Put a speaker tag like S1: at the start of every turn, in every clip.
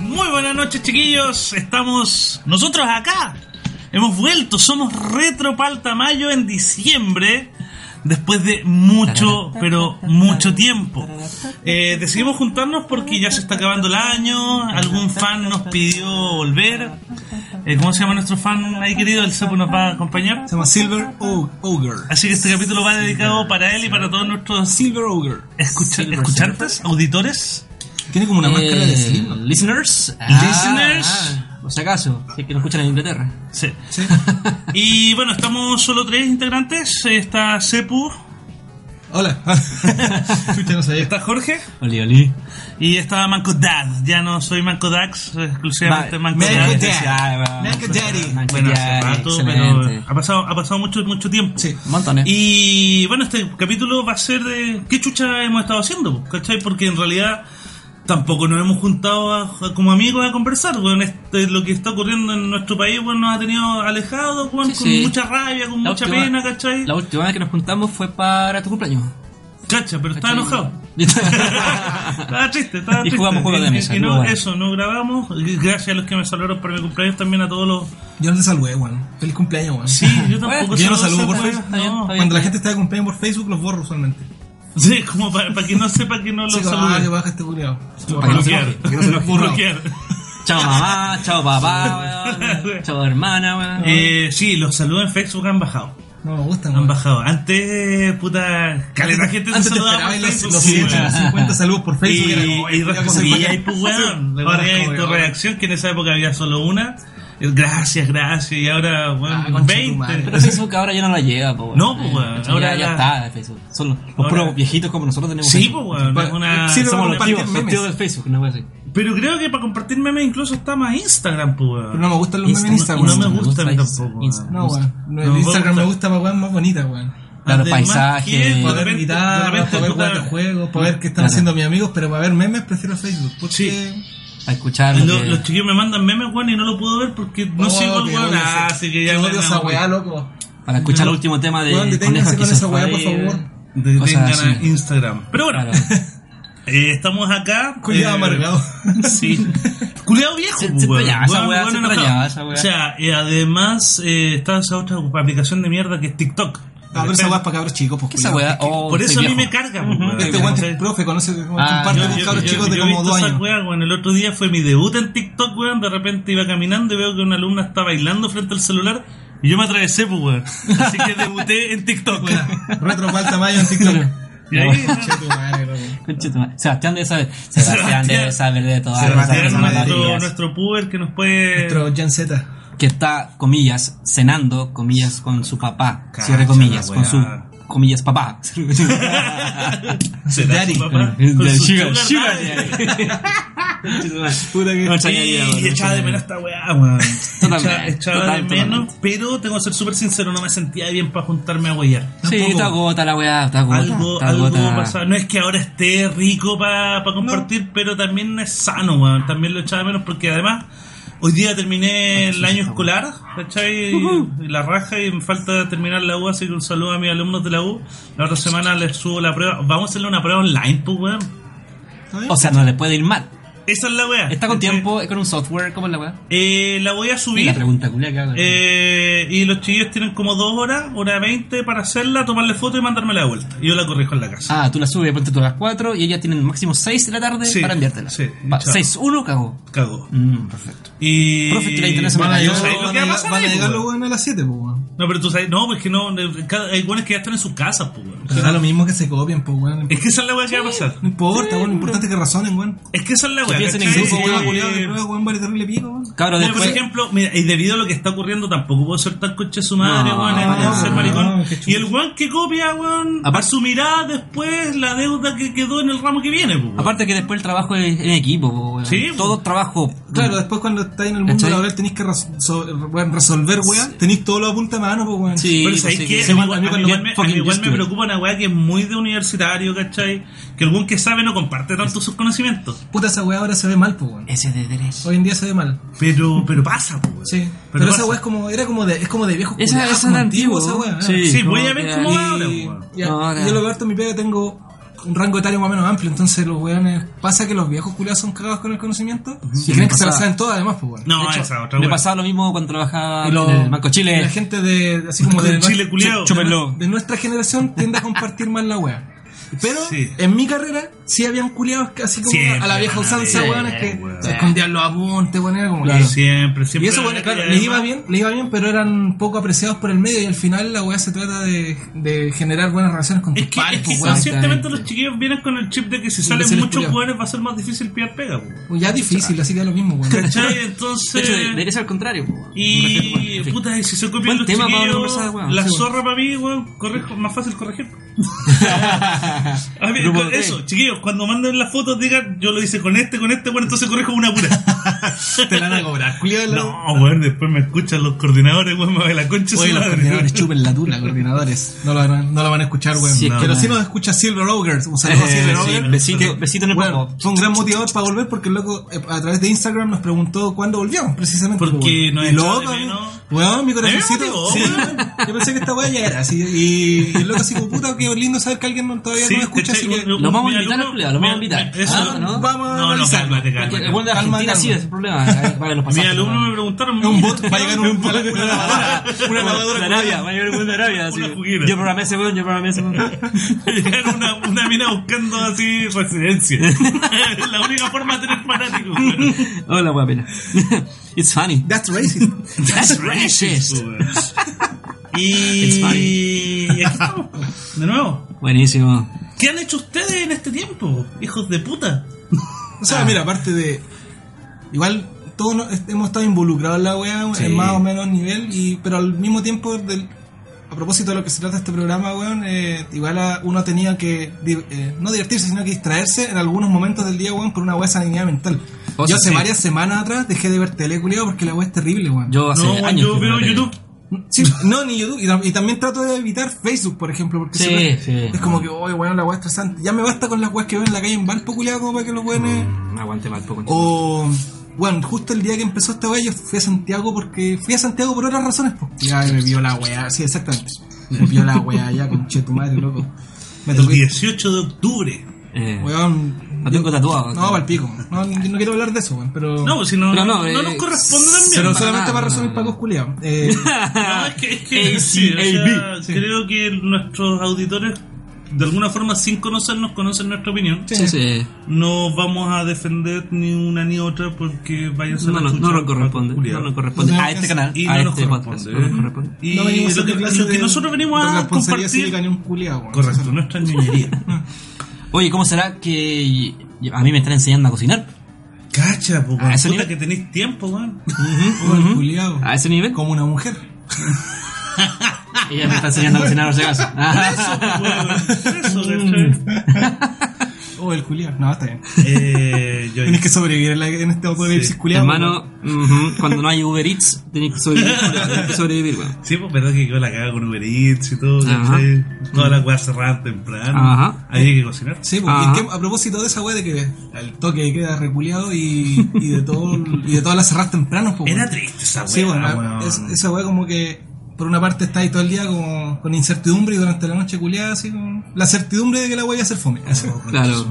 S1: Muy buenas noches, chiquillos. Estamos nosotros acá. Hemos vuelto. Somos Retro Paltamayo en diciembre. Después de mucho, pero mucho tiempo. Eh, decidimos juntarnos porque ya se está acabando el año. Algún fan nos pidió volver. Eh, ¿Cómo se llama nuestro fan ahí querido? El Sapo nos va a acompañar.
S2: Se llama Silver O- Ogre.
S1: Así que este capítulo va dedicado para él y para todos nuestros
S2: Silver Ogre.
S1: escucha-
S2: Silver,
S1: escuchantes, auditores.
S2: Tiene como una máscara de
S3: Eh,
S2: Slim.
S3: Listeners.
S1: Listeners.
S3: ah, por si acaso, si es que nos escuchan en Inglaterra.
S1: Sí. Y bueno, estamos solo tres integrantes. Está Sepu,
S2: Hola. Chucha, no sabía.
S1: está Jorge
S3: Oli, oli.
S1: y está Manco Dad. Ya no soy Manco Dax, soy exclusivamente Manco
S2: Manco
S1: Dad.
S2: Dad.
S3: Daddy.
S2: Manco Daddy.
S1: Bueno, hace rato, pero ha pasado, ha pasado mucho, mucho tiempo.
S2: Sí.
S3: Montones.
S1: Y bueno, este capítulo va a ser de qué chucha hemos estado haciendo, ¿cachai? Porque en realidad tampoco nos hemos juntado a- a- como amigos a conversar, weón. Este, lo que está ocurriendo en nuestro país, weón, nos ha tenido alejados, weón,
S3: Sí,
S1: con
S3: sí.
S1: mucha rabia, con
S3: La
S1: mucha
S3: última-
S1: pena, ¿cachai?
S3: La última vez que nos juntamos fue para tu cumpleaños.
S1: Cacha, pero estaba
S3: ¿Cachai?
S1: enojado. estaba triste, estaba
S3: Y
S1: triste.
S3: jugamos juegos de
S1: Y-
S3: mesa,
S1: y no,
S3: jugamos.
S1: eso, no grabamos. Y Gracias a los que me saludaron por mi cumpleaños, también a todos los...
S2: Yo no te saludé, weón. Feliz cumpleaños, weón.
S1: Sí, yo tampoco...
S2: yo
S1: saludo
S2: no saludo por
S1: siempre,
S2: Facebook.
S3: Está bien, está bien.
S2: Cuando la gente está de cumpleaños por Facebook, los borro usualmente.
S1: Sí, como para, para que no sepa que no lo
S2: Sí, como, ah, que
S1: salude.
S2: baja este culiao.
S3: para que no se
S1: Bloquear.
S3: enoje,
S2: para que no se enoje.
S1: Bloquear.
S3: chao mamá, chao papá, weón. chao hermana, weón.
S1: Eh, sí, los saludos en Facebook han bajado.
S2: No me gustan,
S1: Han
S2: weón.
S1: bajado. Antes, puta, caleta gente se
S2: Antes te
S1: saludaba
S2: esperaba
S1: por
S2: y los,
S1: Facebook,
S2: los
S1: sí, weón.
S2: 150 saludos por Facebook.
S1: Y,
S2: era como,
S1: y
S2: "Oye, culiao, que se
S1: respondía
S2: vaya".
S1: y pues weón,
S2: Sí,
S1: ahora
S2: ahora
S1: hay
S2: como,
S1: tu
S2: weón.
S1: reacción que en esa época había solo una. El Gracias, gracias, y ahora
S2: Ah,
S1: weón,
S2: concha tu
S1: 20.
S2: madre.
S3: Pero Facebook ahora ya no la lleva, po, weón.
S1: No, po, weón.
S3: Ya-
S1: Ahora
S3: ya,
S1: ya-
S3: está Facebook. Son los, los
S1: Ahora-
S3: puros viejitos como nosotros tenemos.
S1: Sí, pues
S3: Facebook.
S1: weón, es una.
S2: Sí,
S1: somos
S2: pero-
S3: Somos los
S2: compartir
S3: tíos, los
S2: memes.
S3: tíos del Facebook, una wea así.
S1: los- pero creo que para compartir memes incluso está más Instagram, pues weón.
S2: Pero no me gustan los memes en
S3: Insta,
S2: Instagram.
S1: no me
S2: weón.
S1: gusta a mí
S3: Insta,
S1: tampoco,
S3: Insta.
S1: weón.
S2: No, weón. No, el
S1: No,
S2: Instagram
S1: me
S2: me
S1: gusta.
S2: gusta para weón más bonita, weón.
S3: Claro,
S1: Además,
S3: paisajes.
S1: ¿quién?
S2: para
S1: De
S2: ver
S1: repente- de
S2: guitarra,
S1: repente,
S2: para ver
S1: puta,
S2: juegos de juegos, para ver qué están
S3: Claro.
S2: haciendo mis amigos, pero para ver memes prefiero Facebook. Porque
S1: Sí.
S3: A escuchar lo
S1: Lo-
S3: que-
S1: los chiquillos me mandan memes, weón, y no lo puedo ver porque no
S2: Oh,
S1: sigo al
S2: que
S1: weón.
S2: odio
S1: Ah,
S2: ese-
S1: así que
S2: que
S1: ya
S2: odio
S1: buena,
S2: esa weá,
S1: weón.
S2: loco.
S3: Para escuchar el último tema de
S2: Weón,
S3: Conejo
S2: deténganse con esa weá, por
S3: Esquizofrénico.
S2: favor.
S1: De-
S3: Cosas
S1: Tengan
S3: así.
S1: a Instagram. Pero bueno,
S3: Claro.
S1: eh, estamos acá.
S2: Cuidado
S1: eh,
S2: amargado.
S1: Sí. Culeado viejo,
S3: Se-
S1: pues,
S3: se
S1: weón.
S3: extrañaba esa
S1: Weón,
S3: weá,
S1: weón
S3: se
S1: enojado.
S3: extrañaba esa weá.
S1: O sea, eh, además eh, está esa otra aplicación de mierda que es TikTok.
S2: Ah, pero esa weá es para cabros chicos, pues.
S3: ¿Qué esa
S2: culiao.
S3: weá? Oh,
S1: Por eso
S3: soy
S1: a mí me
S3: viejo.
S1: carga, pues, weón.
S2: Este
S3: Yo
S2: weón
S3: no
S2: es
S3: sé.
S2: profe, conoce,
S3: Ah,
S2: comparte
S3: yo-
S2: con
S3: yo-
S2: cabros chicos
S1: yo
S2: de
S1: he
S2: como
S1: visto
S2: dos
S1: esa
S2: años.
S1: weá, weón. El otro día fue mi debut en TikTok, weón. De repente iba caminando y veo que una alumna está bailando frente al celular. Y yo me atravesé, pues, weón. Así que debuté en TikTok, weón.
S2: Retro falta mayo en TikTok.
S1: Y ahí,
S2: Che tu madre, loco.
S3: Conche tu madre. Sebastián debe saber. Sebastián debe saber de todas
S2: Sebastián,
S3: las
S1: Sebastián, nuestro,
S3: maravillas.
S1: nuestro puber que nos puede...
S2: Nuestro Gen Z.
S3: Que está, comillas, cenando, comillas, con su papá.
S1: Cacha
S3: Cierre comillas,
S1: la
S3: con su,
S1: weá.
S3: comillas, papá.
S1: ¿Será
S2: Daddy.
S1: su papá? Con
S3: De
S1: su
S3: sugar,
S1: sugar daddy.
S3: sugar daddy. Conche tu madre.
S2: Puta que-
S3: No, chaña, ya,
S1: Sí,
S3: bueno,
S1: y echaba de
S3: chaña.
S1: menos esta weá, weón. Echaba,
S3: Totalmente,
S1: echaba de
S3: totalmente.
S1: menos, pero tengo que ser súper sincero, no me sentía bien para juntarme a huellar.
S3: Sí,
S2: Tampoco.
S3: está gota la weá, está gota.
S1: Algo,
S3: está
S1: algo
S3: gota.
S1: pasaba. No es que ahora esté rico para compartir, pero también es sano, weón. También lo echaba de menos porque además hoy día terminé el año escolar, ¿cachai? Y- y la raja y me falta terminar la U, así que un saludo a mis alumnos de la U. La otra semana les subo la prueba. Vamos a hacerle una prueba online, pues, weón.
S3: O sea, no le puede ir mal.
S1: Esa es la weá.
S3: Está con
S1: ¿cachai?
S3: tiempo, es con un software, ¿cómo es la weá?
S1: Eh, la voy a
S3: La
S1: subir.
S3: pregunta culia que hago.
S1: Eh, y los chiquillos tienen como dos horas, hora veinte para hacerla, tomarle foto y mandármela de vuelta. Y yo la corrijo en la casa.
S3: Ah, tú la subes, ponte tú a las 4 y ellas tienen máximo 6 de la tarde
S1: Sí,
S3: para enviártela.
S1: sí,
S3: Va,
S1: chao.
S3: 6, 1 cago.
S1: Cago.
S3: Mm, perfecto.
S1: Y.
S3: Profe, que la internet se
S2: Van
S3: me
S2: a
S3: cayó.
S2: llegar
S1: ¿Sabes
S2: van
S1: lo
S2: a
S1: que va a
S2: llegar-
S1: pasar
S2: van a
S1: ahí,
S2: llegar
S1: weón?
S2: los weones a las 7, pues. weón.
S1: No, pero tú sabes, no, pues que no, de- cada- hay buenos que ya están en sus casas, pues, weón.
S2: Pero da lo mismo que se copien, pues, weón.
S1: Es que esa es la weá que va a pasar.
S2: No importa, weón. Lo importante es que razonen, weón.
S1: Es que esa es la weá.
S3: piensen en
S1: ¿cachai?
S3: grupo,
S2: Ese weón
S1: Eh,
S2: culiado que prueba, weón, vale terrible pico, weón.
S3: Cabros,
S1: Mira, por
S3: después.
S1: ejemplo, mira, y debido a lo que está ocurriendo, tampoco puedo ser tan coche su madre,
S3: No,
S1: weón,
S3: no,
S1: en ser
S3: no,
S1: maricón.
S2: qué chulo.
S1: y el weón que copia, weón,
S3: Aparte-
S1: asumirá después la deuda que quedó en el ramo que viene, pues, weón.
S3: Aparte que después el trabajo es en equipo, po, weón.
S1: Sí, po.
S3: Todo trabajo.
S2: Claro, después cuando estáis en el mundo
S3: ¿Cachai?
S2: laboral tenéis que ras- so- weón, resolver, weón. Tenéis todo lo a punta de mano, pues, weón.
S3: Sí,
S1: Pero
S3: pues,
S1: ¿sabes
S3: sí,
S1: qué?
S3: que-
S1: A mí
S2: manda
S1: igual-
S2: a
S1: a
S2: mí
S1: mí
S2: cuando
S1: igual
S2: van
S1: me- a mí
S3: fucking
S1: igual me
S3: Justin.
S1: preocupa una weá que es muy de universitario, ¿cachai? Que el weón que sabe no comparte tanto sus conocimientos.
S2: Puta, esa weá ahora se ve mal, pues, weón.
S3: Ese de derecho.
S2: Hoy en día se ve mal.
S1: Pero, pero pasa, pues, weón.
S2: Sí. Pero,
S1: Pero,
S2: esa
S1: pasa.
S2: weá es como, era como de, es como de viejos
S3: Esa-
S2: culiados,
S3: esa
S2: como
S3: era
S2: antiguo,
S3: antigua,
S2: esa weá. ¿eh?
S3: sí.
S1: Sí, voy
S3: como
S1: a ver
S3: que-
S1: cómo
S3: y-
S1: ahora,
S2: Y,
S1: weón.
S2: y a-
S3: Ahora.
S2: y yo lo que harto en mi pega tengo un rango etario más o menos amplio, entonces los weones pasa que los viejos culiados son cagados con el conocimiento
S3: Sí,
S2: y creen
S3: me
S2: que se la
S3: pasaba.
S2: saben todas además, pues weón.
S1: No,
S3: De hecho,
S1: esa otra
S3: me
S1: weá.
S3: pasaba lo mismo cuando trabajaba
S2: Y lo-
S3: en Ah, el Banco Chile.
S2: La gente de así como
S1: Con Chile
S2: de, nuestra-
S1: culiao.
S2: de,
S3: Chúpenlo.
S2: de nuestra generación tiende a compartir más la weá. Pero
S1: Sí.
S2: en mi carrera sí habían culiados que así como
S1: Siempre
S2: a la vieja
S1: van a
S2: usanza,
S1: haber,
S2: weón, es que
S1: weón.
S2: se escondían los apuntes, weón, era como
S3: Claro.
S2: que-
S1: Siempre, siempre.
S2: Y eso, bueno,
S1: la-
S2: claro,
S1: y
S2: les iba
S1: además-
S2: bien, les iba bien, pero eran poco apreciados por el medio y al final la weá se trata de, de generar buenas relaciones con
S1: Es
S2: tus
S1: que,
S2: pares,
S1: es que
S2: pues, weón.
S1: conscientemente los chiquillos vienen con el chip de que si salen
S2: se les
S1: muchos
S2: culiao.
S1: jugadores va a ser más difícil pillar pega, pues.
S2: Ya es difícil, así que da lo mismo, weón.
S1: ¿Cachai?
S3: De hecho, de-
S1: Entonces.
S3: debería ser al contrario. po, weón.
S1: Y.
S3: En fin.
S1: Puta, y si se copian
S3: Buen
S1: los
S3: tema para una
S1: chiquillos.
S3: conversada, weón.
S1: La
S3: Sí,
S1: zorra para mí, weón, corrijo, más fácil corregir. A mí,
S3: Grupo
S1: con-
S3: de
S1: eso,
S3: tres.
S1: chiquillos, cuando manden las fotos digan yo lo hice con este, con este, bueno, entonces corrijo una pura.
S2: Te la van a cobrar, culiado.
S1: no, weón, después me escuchan los coordinadores, weón, me va a la concha.
S2: Oye,
S1: su
S2: los
S1: madre.
S2: coordinadores, chupen la dura, coordinadores. No la, van- no la van a escuchar, weón.
S3: Sí, es
S2: pero
S3: que-
S2: sí nos escucha Silver Ogres. Un saludo a Silver
S3: Eh, sí,
S2: Ogres.
S3: besito, besito en el
S2: Bueno,
S3: popo.
S2: fue un gran motivador para volver porque el loco eh, a través de Instagram nos preguntó cuándo volvíamos precisamente.
S1: Porque
S2: pues, weón.
S1: nos
S2: Y
S1: echaba
S2: loco,
S1: de menos.
S2: Weón, mi
S1: A
S2: corazoncito.
S1: mí me motivó,
S2: sí,
S1: weón.
S2: weón. yo pensé que esta weá ya era así. Y, y el loco así como puta, qué lindo saber que alguien no- todavía
S1: Sí,
S2: no me escucha, así
S1: ¿cachai?
S2: que
S1: Un-
S3: Lo vamos a
S1: mira,
S3: invitar
S1: Luca,
S3: al culiao, lo vamos a
S1: mira,
S3: invitar.
S1: eso,
S3: Ah, ¿no?
S2: vamos a
S1: No, no,
S2: analizarlo.
S1: cálmate,
S3: Porque
S1: cálmate.
S3: el buen de
S2: Calma,
S3: Argentina
S2: calma.
S3: sí es el problema. eh, Va a los
S1: Mi
S3: pasajes,
S1: alumno
S3: weón.
S1: me preguntaron.
S2: es un bot, va a llegar un, una
S3: Ah,
S2: lavadora. Una lavadora.
S3: de Arabia, va a llegar el buen de Arabia. así.
S1: Una juguera.
S3: Yo programé ese weón, yo programé ese weón.
S1: Llegar una, una mina buscando así residencia. la única forma de tener fanáticos. weón.
S3: Hola, guapena. It's funny.
S2: That's racist.
S3: That's racist.
S1: weón.
S3: It's funny.
S1: Y... y aquí estamos, po, de nuevo.
S3: Buenísimo.
S1: ¿Qué han hecho ustedes en este tiempo, hijos de puta?
S2: O
S3: Ah.
S2: sea, mira, aparte de. Igual todos nos- est- hemos estado involucrados en la weá
S3: Sí.
S2: en más o menos nivel, y, pero al mismo tiempo, del, a propósito de lo que se trata este programa, weón, eh, igual a- uno ha tenido que di- eh, no divertirse, sino que distraerse en algunos momentos del día, weón, por una weá de sanidad mental.
S3: O
S2: yo
S3: sea,
S2: hace
S3: sí.
S2: varias semanas atrás dejé de ver tele, culiao, porque la weá es terrible, weón.
S3: Yo hace
S1: No,
S3: años.
S1: yo
S3: que no
S1: veo
S3: la tengo.
S1: YouTube.
S2: Sí, no, ni YouTube. Y, tam- y también trato de evitar Facebook, por ejemplo, porque
S3: Sí,
S2: siempre-
S3: sí.
S2: es como que, oye, weón, la weá es estresante. Ya me basta con las weas que veo en la calle en Valpo, culiao, como para que los weones.
S3: Mm, Aguante mal poco.
S2: O, bueno, justo el día que empezó esta weá, yo fui a Santiago porque fui a Santiago por otras razones. po. Ya me vio la weá, sí, exactamente. Me vio la weá ya, conche tu madre, loco. Me
S1: El
S2: toqué,
S1: 18 de octubre.
S3: Eh,
S2: weón.
S3: Lo tengo
S2: yo-
S3: tatuado.
S2: No, pa'l pico. No, no quiero hablar de eso, weón, pero.
S1: No, pues si no,
S3: Pero
S1: no,
S3: no,
S1: no
S3: eh,
S1: nos corresponde también.
S2: pero
S3: para
S2: solamente
S3: nada,
S2: para razones
S3: no, no.
S2: pacos culiados. Eh,
S1: No, es que, es que sí, o sea,
S3: ACAB.
S1: creo que nuestros auditores, de alguna forma, sin conocernos, conocen nuestra opinión.
S3: Sí, sí.
S1: No vamos a defender ni una ni otra porque vaya a ser
S3: No,
S1: la
S3: no,
S1: chucha
S3: no nos
S1: para
S3: corresponde.
S1: culiar.
S3: No nos corresponde.
S2: No
S3: A
S2: tenemos
S3: este
S2: que
S3: canal,
S1: Y
S3: a
S1: no nos
S3: este podcast.
S1: corresponde.
S3: No nos corresponde.
S1: Y
S2: no venimos a
S1: lo que,
S2: hacer clase
S1: lo que
S2: de-
S1: nosotros venimos
S2: de
S1: a
S2: responsabilidad cívica
S1: compartir.
S2: ni un culiao, weón.
S1: Correcto, nuestra ñoñería.
S3: Oye, ¿cómo será que a mí me están enseñando a cocinar?
S1: Cacha, po,
S3: Ah,
S1: weón.
S3: eso
S1: puta
S3: ni-
S1: que tenéis tiempo, weón.
S2: Ujú, ujú. Culiao.
S3: A ese nivel.
S2: Como una mujer.
S3: Ella me está enseñando a cocinar, por si acaso.
S1: Weón, Eso,
S3: Mm.
S1: ¿cachai? Oh,
S2: O el culiao. No, está bien.
S1: Eh, yo-
S2: Tienes que sobrevivir en, la- en este apocalipsis
S1: Sí.
S2: culiao.
S3: Hermano, ujú, cuando no hay Uber Eats, tenés que sobrevivir. tenés que sobrevivir, weón.
S1: Sí, pues verdad que quedó la caga con Uber Eats y todo,
S3: Ajá. Mm.
S1: ¿cachai? Todas las weas cerradas temprano.
S3: Ajá.
S1: Había que cocinar.
S2: Sí, porque
S3: Ajá.
S2: es que a propósito de esa weá de que el toque queda reculeado y, y de todo y de todas las cerras temprano, pues,
S1: Era
S2: weón.
S1: triste esa wea.
S2: Sí, bueno,
S1: weón.
S2: es- esa weá como que por una parte está ahí todo el día como con incertidumbre y durante la noche culiada así como la certidumbre de que la weá iba a ser fome. Así.
S3: Claro.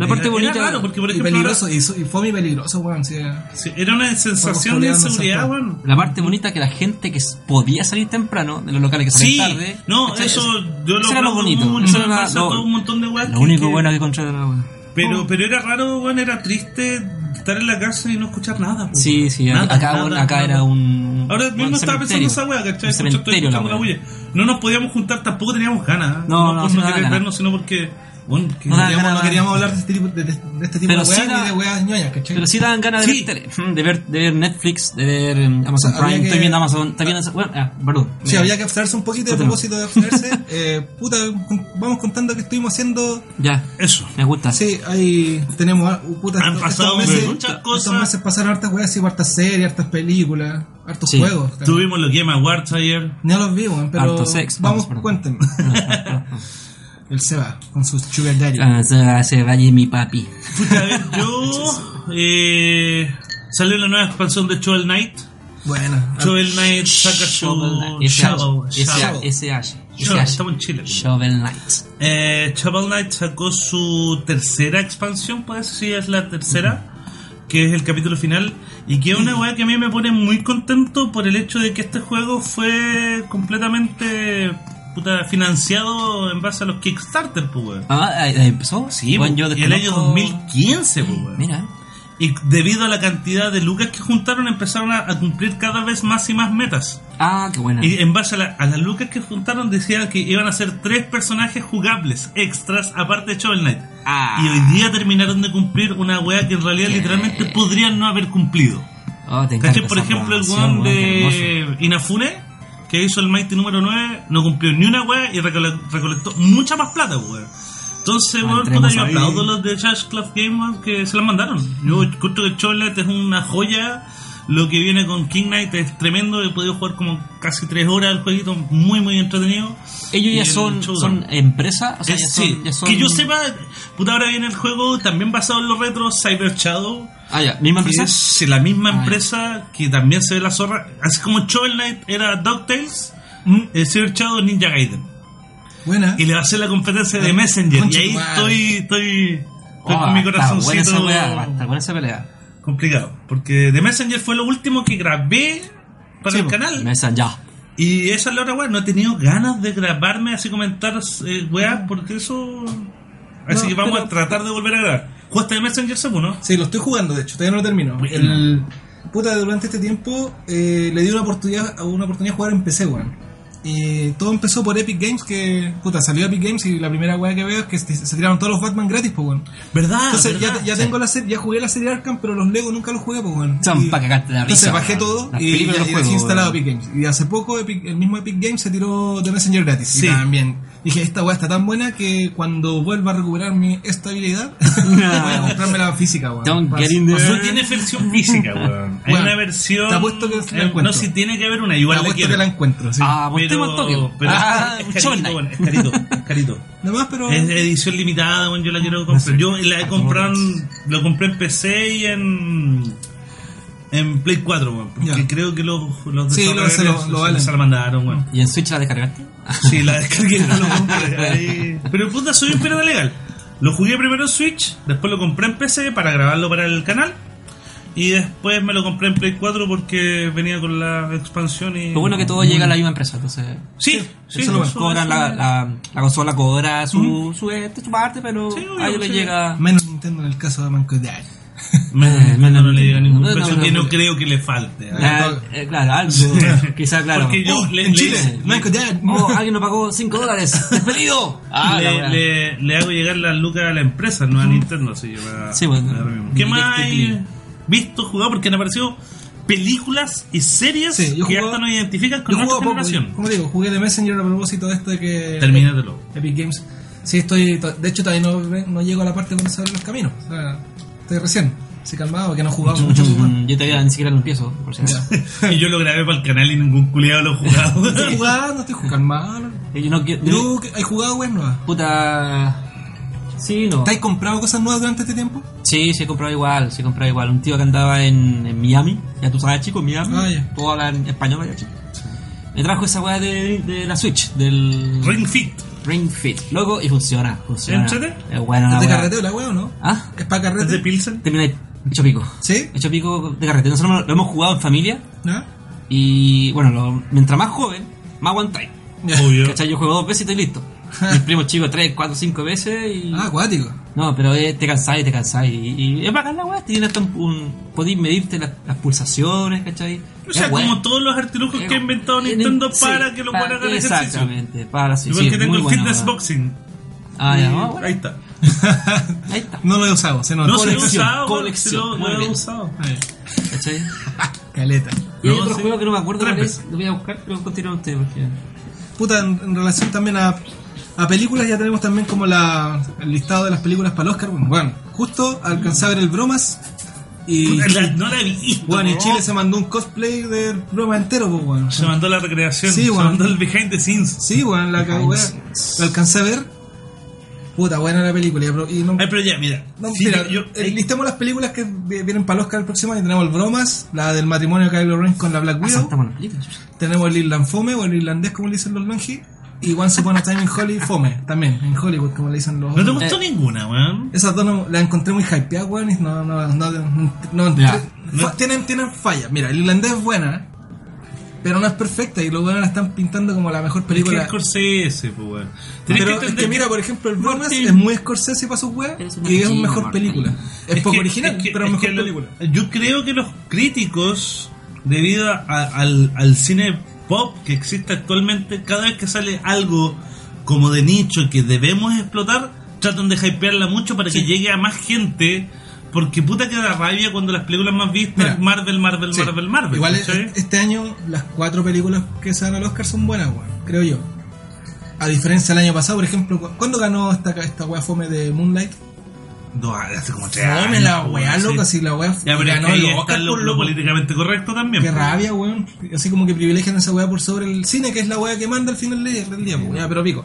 S3: La parte
S1: Era-
S3: bonita.
S1: Era raro porque, por
S2: y
S1: ejemplo,
S2: peligroso, y, so- y fome y peligroso, weón. sí.
S1: era, sí, era una sensación de
S2: Vamos coleando,
S1: inseguridad,
S2: saltando.
S1: weón.
S3: La parte bonita que la gente que s- podía salir temprano de los locales que
S1: Sí,
S3: salían tarde.
S1: no,
S3: ¿cachai?
S1: eso
S3: Eso-
S1: yo lo
S3: eso era lo
S1: aplaudo
S3: bonito.
S1: mucho,
S3: eso
S1: me
S3: era la-
S1: pasa
S3: lo,
S1: todo un montón de weas
S3: lo
S1: que-
S3: único
S1: que-
S3: bueno que encontré de la wea.
S1: Pero, pero era raro, weón, era triste estar en la casa y no escuchar nada. po.
S3: Sí, sí,
S1: Nada,
S3: acá,
S1: nada,
S3: bueno, acá
S1: nada.
S3: era un.
S1: Ahora mismo
S3: un
S1: estaba pensando
S3: cementerio.
S1: en esa wea, ¿cachai?
S3: Un
S1: Escucho, estoy
S3: cementerio la
S1: escuchando la
S3: wea.
S1: bulla. No nos podíamos juntar, tampoco teníamos ganas.
S3: No, no,
S1: por
S3: sí,
S1: no
S3: no
S1: querer
S3: daba
S1: vernos, sino porque. Bueno, que-
S3: No daba
S2: queríamos,
S3: ganas,
S2: no queríamos hablar de este tipo de, de- de este tipo
S3: Pero
S2: de
S3: sí
S2: weas
S3: da-
S2: ni de weas ñoñas, ¿cachai?
S3: Pero sí daban ganas de,
S1: Sí.
S3: ver tele, de, ver, de ver Netflix, de ver eh, Amazon
S2: O sea,
S3: Prime.
S2: había que-
S3: Estoy viendo Amazon. Estoy viendo. Bueno, ah, perdón.
S2: Sí, había que abstraerse un poquito, el
S3: Continúa.
S2: propósito de abstraerse. eh, puta, con- vamos contando que estuvimos haciendo.
S3: Ya,
S1: Eso.
S3: me gusta.
S2: Sí, ahí tenemos. ah, Puta,
S1: Han pasado
S2: meses,
S1: muchas
S2: Estos
S1: cosas.
S2: meses pasaron hartas weas, y hartas series, hartas películas, hartos
S3: Sí.
S2: juegos. también.
S1: Tuvimos los Game Awards ayer.
S2: No los vi, weón, pero.
S3: Harto sexo,
S2: Vamos,
S3: vamos,
S2: cuéntenme. El Seba, con sus Sugar Daddy.
S3: Ah, se, se vaya mi papi.
S1: Puta, a ver, yo. eh, salió la nueva expansión de Shovel Knight.
S2: Bueno,
S1: Shovel Knight saca su.
S3: Ah, Shovel Knight.
S1: Shovel, Shovel.
S3: Ese Ash.
S1: Shovel, Estamos en Chile. pues.
S3: Shovel Knight.
S1: Eh, Shovel Knight sacó su tercera expansión, parece si es la tercera, que es el capítulo final, y que es una weá que a mí me pone muy contento por el hecho de que este juego fue completamente puta, financiado en base a los Kickstarter, pues weón.
S3: Ah, ahí- ahí empezó.
S1: Sí,
S3: Bueno,
S1: pues,
S3: yo
S1: y el año
S3: desconozco-
S1: 2015, pues weón.
S3: Mira,
S1: Y debido a la cantidad de lucas que juntaron, empezaron a, a cumplir cada vez más y más metas.
S3: ah, qué buena.
S1: Y en base a, la- a las lucas que juntaron, decían que iban a ser tres personajes jugables extras, aparte de Shovel Knight.
S3: Ah.
S1: Y hoy día terminaron de cumplir una wea que en realidad literalmente podrían no haber cumplido.
S3: Oh, te encanta
S1: ¿Cachai? Por
S3: esa
S1: ejemplo, el weón
S3: programación, weón, qué hermoso.
S1: de Inafune, que hizo el Mighty número 9, no cumplió ni una wea y recole- recolectó mucha más plata, weón. Entonces,
S3: Ah,
S1: weón, puta,
S3: entremos
S1: yo
S3: ahí.
S1: aplaudo a los de Chash Club Game weón, que se las mandaron. Yo escucho que Cholet es una joya. Lo que viene con King Knight es tremendo. He podido jugar como casi tres horas el jueguito, muy, muy entretenido.
S3: Ellos
S1: Y
S3: ya
S1: el
S3: son,
S1: showdown.
S3: son empresa. O sea,
S1: Es-
S3: ya son,
S1: sí,
S3: ya son-
S1: que yo sepa, puta, ahora viene el juego también basado en los retros, Cyber Shadow.
S3: Ah, ya, misma
S1: que
S3: empresa.
S1: es la misma
S3: Ah,
S1: empresa que también se ve la zorra. Así como Shovel Knight era DuckTales, eh, Cyber Shadow Ninja Gaiden.
S2: Ah, mm, buena.
S1: Y le va a hacer la competencia de
S2: Ah,
S1: Messenger. Y
S2: concha
S1: ahí
S2: tu madre.
S1: estoy, estoy, estoy
S3: Oh,
S1: con mi
S3: está buena esa
S1: corazoncito
S3: pelea. Está buena esa pelea.
S1: complicado. Porque The Messenger fue lo último que grabé para
S2: Sí,
S1: el
S2: po.
S1: canal.
S3: Mesa pues, ya.
S1: Y esa es la otra weá, no he tenido ganas de grabarme así comentar eh, weá, porque eso. Así
S3: No,
S1: que vamos
S3: pero-
S1: a tratar de volver a grabar. Jugaste de Messenger Samu, ¿no?
S2: Sí, lo estoy jugando, de hecho, todavía no lo termino.
S1: Buena.
S2: El, puta, durante este tiempo eh, le di una oportunidad, una oportunidad de jugar en PC, weón. Y todo empezó por Epic Games, que puta, salió Epic Games y la primera weá que veo es que se, se tiraron todos los Batman gratis, pues weón.
S1: ¿Verdad?
S3: Ah,
S2: Entonces ya, ya
S1: Sí.
S2: tengo la serie, ya jugué la serie Arkham, pero los Lego nunca los jugué, pues weón.
S3: Son
S2: Y-
S3: pa' cagarte la risa.
S2: Entonces bajé todo
S3: Las
S2: y, y,
S3: películas, los
S2: y
S3: juegos,
S2: dejé instalado
S3: weón.
S2: Epic Games. Y hace poco Epic- el mismo Epic Games se tiró The Messenger gratis.
S1: Sí.
S2: Y también dije, esta weá está tan buena que cuando vuelva a recuperar mi estabilidad, voy a comprarme la física, weón.
S3: Don't
S2: Para-
S3: get in
S1: O sea,
S3: there.
S1: no tiene versión física, weón. Hay
S2: Weón,
S1: una versión.
S2: te apuesto que sí la
S1: eh,
S2: encuentro.
S1: no, si tiene que haber una,
S2: Te
S1: igual la
S2: apuesto
S1: quiero.
S2: que la encuentro, sí.
S3: Ah, buen tema al
S1: pero,
S3: toque.
S1: pero
S3: Ah,
S1: es,
S3: un
S1: carito,
S3: Shovel
S1: weón,
S3: Knight.
S1: es carito, es carito.
S2: Nada más, pero...
S1: Es edición limitada, bueno, yo la quiero comprar. Yo la he
S3: Ah,
S1: comprado,
S3: ¿cómo
S1: en- lo compré en PC y en en Play 4, weón, porque
S2: Ya.
S1: creo que los, los
S2: Sí, lo-
S1: desarrolladores
S2: se lo-
S1: se-
S2: lo
S1: se-
S2: valen.
S1: se la mandaron, weón.
S3: ¿Y en Switch la descargaste?
S1: Sí, la descargué, no lo compré. Ahí. Pero puta, soy un pirata legal. Lo jugué primero en Switch, después lo compré en PC para grabarlo para el canal. Y después me lo compré en Play 4 porque venía con la expansión y...
S3: Lo bueno que todo llega a la misma empresa, entonces.
S1: Sí,
S2: Sí,
S1: sí.
S2: eso lo
S1: eso-
S3: Cobran la,
S1: eso-
S3: la, la consola cobra su, su, este, su parte, pero
S1: Sí, obvio,
S3: a ellos les
S1: sí.
S3: llega.
S2: Menos Nintendo en el caso de Manco Daddy.
S1: Me-
S3: Eh,
S1: no, no le llega ningún
S3: no, no,
S1: precio
S3: no,
S1: que
S3: no.
S1: no creo que le falte. ¿eh?
S3: Ah, eh, claro, algo. Quizá, claro.
S1: Porque yo
S2: Oh,
S1: le-
S2: en
S1: le-
S2: Chile, Manco Daddy.
S3: Oh, alguien nos pagó 5 dólares. ¡Despedido! Ah, la
S1: le,
S3: weá.
S1: le- le hago llegar las lucas a la empresa, no a Nintendo. Así que va-
S3: Sí, bueno.
S1: va lo mismo. ¿Qué más
S3: Directly.
S1: hay visto, jugado? Porque han aparecido películas y series
S2: Sí, yo
S1: que
S2: jugaba-
S1: hasta nos identifican con
S2: Yo juego
S1: nuestra
S2: poco,
S1: generación.
S2: como digo, jugué The Messenger a propósito de esto de que...
S1: Termínatelo.
S2: Epic Games. Sí, estoy. to- De hecho, todavía no, ve- no llego a la parte donde se abren los caminos. O sea, estoy recién. Se calmado, que no jugamos mucho. pues, bueno.
S3: Mm, Yo todavía ni siquiera lo empiezo, por si acaso.
S1: y yo lo grabé para el canal y ningún culiado lo jugaba.
S2: Estoy jugando, estoy jugando calmado.
S3: Yo no quiero. yo-
S2: ¿Tú qué- has jugado weas nuevas?
S3: Puta. Sí, no.
S2: ¿Te has comprado cosas nuevas durante este tiempo?
S3: Sí, se compraba igual, se compraba igual. Un tío que andaba en, en Miami, ya tú sabes, chico, en Miami,
S2: Ah, ya.
S3: todo habla en español, ya, chico. Me trajo esa weá de, de la Switch, del
S1: Ring Fit.
S3: Ring Fit, loco, y funciona, funciona.
S1: ¿En serio?
S3: Es buena la
S2: ¿Es de
S3: weá.
S2: carreteo la wea o no?
S3: ¿Ah?
S2: ¿Es para
S1: ¿Es de
S2: carrete?
S1: Pilsen?
S3: Terminé hecho pico.
S2: ¿Sí?
S3: Hecho pico de carrete. Nosotros lo, lo hemos jugado en familia
S2: ¿No?
S3: y, bueno, lo- mientras más joven, más aguantáis.
S1: Obvio.
S3: ¿Cachai? Yo juego dos veces y estoy listo. Mis primos chicos tres, cuatro, cinco veces y...
S2: Ah, acuático.
S3: No, pero eh, te cansáis, te cansáis. Y, y es bacán la weá, tiene hasta un, un- podéis medirte las, las pulsaciones, ¿cachai?
S1: O sea,
S3: Es buena.
S1: como todos los artilugios que ha inventado
S3: Eh,
S1: Nintendo
S3: sí,
S1: para que los
S3: para-
S1: puedan hagan ejercicio.
S3: Exactamente, para sí,
S1: Igual
S3: sí,
S1: que
S3: es
S1: tengo
S3: muy
S1: el
S3: buena
S1: fitness
S3: weá.
S1: boxing.
S3: Ah, ya, ah, bueno,
S1: Ahí está.
S3: ahí está.
S2: No lo he usado, se nota.
S1: No se lo he
S3: Colección,
S1: usado, weón, se
S3: colección,
S1: lo-
S3: muy
S1: no lo he
S3: bien.
S1: usado. Eh,
S2: Ay,
S3: ¿Cachai?
S2: Caleta.
S3: Y hay
S1: No,
S3: otro
S1: sí.
S3: juego que no me acuerdo
S1: Tres
S3: cuál es, lo voy a buscar, pero continúa usted. Porque...
S2: Puta, en, en relación también a, a películas, ya tenemos también como la, el listado de las películas para el Oscar. Bueno, bueno, justo alcanzé a ver el Bromas y,
S1: Puta, la- no la he visto.
S2: bueno, y
S1: weón.
S2: Chile se mandó un cosplay del Bromas entero, pues, bueno.
S1: Se mandó la recreación,
S2: Sí,
S1: se
S2: weón.
S1: mandó el behind the scenes.
S2: Sí, bueno, la cagó, weón. Lo alcancé a ver. Puta, buena la película. y apro- Y no,
S1: Ay, pero ya, mira.
S2: No,
S1: Sí,
S2: mira,
S1: yo-
S2: eh, listemos las películas que vi- vienen para el Oscar el próximo año. Tenemos el Bromas, la del matrimonio de Kylo Ren con la Black
S3: Ah,
S2: Widow.
S3: saltamos la película.
S2: tenemos el Irland Fome o el irlandés, como le dicen los Longi. Y Once Upon a Time in Hollywood Fome, también, en Hollywood, como le dicen los
S1: no te
S2: otros.
S1: gustó ninguna, weón.
S2: Esas dos no- las encontré muy hypeadas, weón. y No, no, no, no, no-
S3: Ya.
S2: fa- tienen, tienen fallas. Mira, el irlandés es buena, pero no es perfecta. Y los buenos la están pintando como la mejor
S1: Es que
S2: película.
S1: es Scorsese, pues, weón. Tenés
S2: Pero
S1: que
S2: es
S1: entender
S2: que mira, por ejemplo, el Bromas
S3: Martin.
S2: es muy Scorsese para sus weas
S3: Eres una
S2: y es
S3: cochina,
S2: mejor
S3: Martin.
S2: película. Es,
S1: que-
S2: poco original,
S1: es que-
S2: pero
S1: es
S2: es mejor
S1: que lo-
S2: película.
S1: Yo creo que los críticos, debido a- al, al cine pop que existe actualmente, cada vez que sale algo como de nicho que debemos explotar, tratan de hypearla mucho para que llegue a más gente. Porque puta que da rabia cuando las películas más vistas,
S2: Mira.
S1: Marvel, Marvel,
S2: Sí.
S1: Marvel, Marvel.
S2: Igual
S1: ¿cachai?
S2: e- este año las cuatro películas que se dan al Oscar son buenas, weón, creo yo. A diferencia del año pasado, por ejemplo, cu- ¿cuándo ganó esta, esta wea fome de Moonlight?
S1: No, hace como tres
S2: Fome
S1: años,
S2: la
S1: pues,
S2: wea,
S1: sí.
S2: loca, si la wea f-
S1: Ya, pero es
S2: ganó
S1: que ahí
S2: el
S1: está
S2: Oscar,
S1: lo,
S2: por
S1: lo
S2: loco.
S1: políticamente correcto también.
S2: Qué
S1: pues.
S2: rabia, weón. Así como que privilegian esa weá por sobre el cine, que es la weá que manda al final del del día, weón. Ya, pero pico.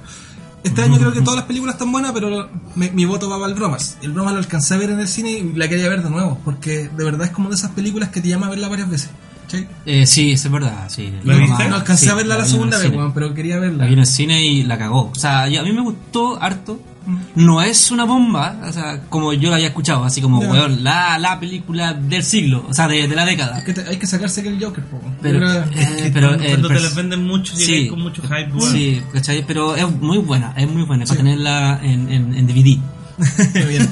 S2: Este año creo que todas las películas están buenas, pero me- mi voto va para el bromas. El bromas lo alcancé a ver en el cine y la quería ver de nuevo, porque de verdad es como de esas películas que te llama a verla varias veces. ¿cachai?
S3: Eh, sí, eso es verdad, sí.
S1: ¿La
S3: No,
S1: viste?
S3: no,
S2: No alcancé
S3: sí,
S2: a verla la,
S3: vi en
S2: segunda
S3: el
S2: vez,
S3: cine.
S2: weón, pero quería
S3: La vi en
S2: verla.
S3: el cine y la cagó. O sea, y a mí me gustó harto. No es una bomba, o sea, como yo la había escuchado, así como,
S2: Ya.
S3: weón, la, la película del siglo, o sea, de, de la década.
S2: Es que te- hay que sacarse que el Joker, po, weón.
S3: Pero,
S2: Yo creo-
S3: eh, pero el
S1: Cuando te
S3: pers-
S1: las venden mucho, llegáis
S3: Sí.
S1: con mucho hype. weón.
S3: Sí, ¿cachai? Pero es muy buena, es muy buena,
S2: Sí.
S3: para tenerla en, en, en DVD.
S2: Bien.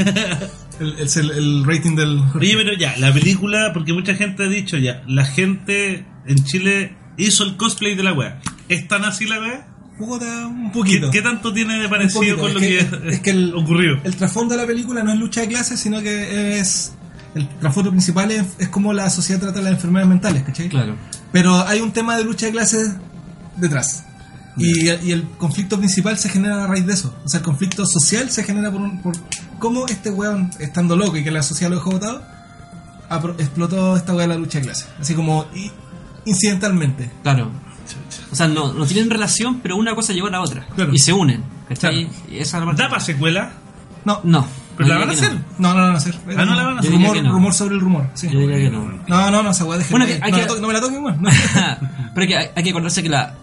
S2: El, es el, el rating del.
S1: Oye, pero ya, la película, porque mucha gente ha dicho ya, la gente en Chile hizo el cosplay de la wea. ¿Es tan así la wea?
S2: Puta, un
S1: ¿Qué,
S2: poquito.
S1: qué tanto tiene de
S2: Un
S1: parecido
S2: poquito,
S1: con
S2: es
S1: lo
S2: que-
S1: que,
S2: es que el,
S1: ocurrió?
S2: el trasfondo de la película no es lucha de clases, sino que es. El trasfondo principal es, es cómo la sociedad trata las enfermedades mentales, ¿cachai?
S3: Claro.
S2: Pero hay un tema de lucha de clases detrás. Y, y el conflicto principal se genera a raíz de eso. O sea, el conflicto social se genera por, un- por cómo este weón, estando loco y que la sociedad lo dejó votado, apro- explotó esta weá de la lucha de clases. Así como i- incidentalmente.
S3: Claro. O sea, no, no tienen relación, pero una cosa lleva a la otra.
S2: Claro.
S3: Y se unen, ¿cachai? Y esa es la parte-
S1: ¿Da para secuela?
S2: No,
S3: No.
S1: ¿Pero la
S3: no
S1: van a
S3: diría
S1: hacer?
S3: que no.
S2: no, no, no, hacer.
S1: Ah, no la van a
S3: hacer. Yo diría
S2: Rumor,
S3: que no.
S2: rumor sobre el rumor. sí.
S3: Yo diría que no.
S2: No, no, no, esa weá de
S3: Bueno,
S2: gente-
S3: que hay
S2: no,
S3: que-
S2: la toque- no me la toquen, weón. No.
S3: Pero hay que, hay que acordarse que la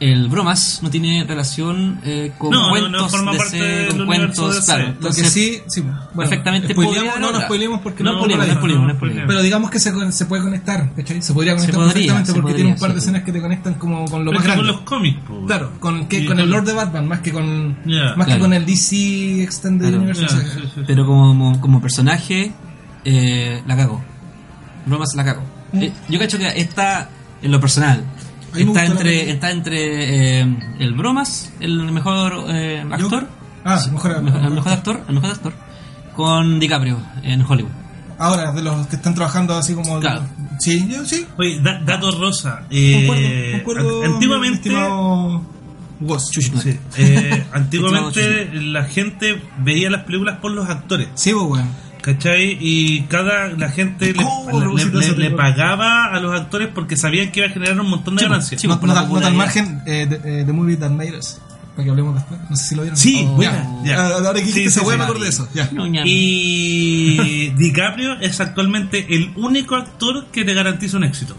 S3: el bromas no tiene relación eh, con
S1: No, no, no
S3: cuentos
S1: forma
S3: de
S1: parte
S3: C,
S1: del
S3: con
S1: universo
S3: cuentos,
S1: de C.
S3: claro.
S2: Lo que
S3: Entonces,
S2: sí, sí, bueno,
S3: perfectamente
S2: spoileamos-
S3: podría
S2: no, no
S3: hablar.
S2: spoilemos porque
S3: No
S2: no,
S3: spoilemos,
S2: por ahí.
S3: no spoilemos, no spoilemos.
S2: Pero digamos que se, con- se puede conectar, ¿cachai? Se podría conectar
S3: podría,
S2: perfectamente
S3: se
S2: porque
S3: podría,
S2: tiene un par
S3: sí.
S2: de escenas que te conectan como con lo
S1: Pero
S2: más
S1: es que
S2: grande.
S1: con los cómics, po, weón.
S2: Claro, con, que,
S1: Y
S2: con el
S1: con-
S2: Lord de Batman, más que con,
S1: Ya.
S2: más
S3: Claro.
S2: que con el DC Extended
S3: Claro.
S1: Ya,
S2: Universe.
S1: sí,
S2: o sea,
S1: Ah, sí, sí.
S3: pero como, como personaje eh, la cago. Bromas la cago. Eh, yo cacho que está en lo personal.
S2: Mm. A mí me
S3: Está
S2: gustó la
S3: entre,
S2: película.
S3: está entre eh, el bromas, el mejor eh,
S2: yo-
S3: actor,
S2: Ah, mejor,
S3: el mejor, el mejor actor, el mejor actor, con DiCaprio en Hollywood.
S2: Ahora, de los que están trabajando así como.
S3: Claro.
S2: Sí, yo sí.
S1: Oye, da- dato rosa. eh,
S2: concuerdo, concuerdo.
S1: an- antiguamente.
S2: mi estimado Woz.
S1: Sí, eh,
S3: Estimado
S1: antiguamente la gente veía las películas por los actores.
S2: Sí, pues, weón.
S1: ¿Cachai? Y cada la gente le,
S2: ¿Cómo
S1: le-
S2: Rosita
S1: le-
S2: se
S1: le
S2: pegó?
S1: pagaba a los actores porque sabían que iba a generar un montón de
S3: Sí,
S1: ganancias.
S3: sí,
S2: No,
S3: por
S2: no,
S3: la
S2: tan- no tan
S3: popularidad.
S2: margen eh, de, eh, de Movie That Made Us, Para que hablemos después. No sé si lo vieron.
S1: Sí,
S2: Oh,
S1: buena,
S2: ya.
S1: ya.
S2: Ah, Ahora que dijiste
S1: Sí,
S2: esa
S1: sí,
S2: weá,
S1: sí.
S2: me acordé de eso. Ya.
S3: No, ñame.
S1: Y DiCaprio es actualmente el único actor que te garantiza un éxito.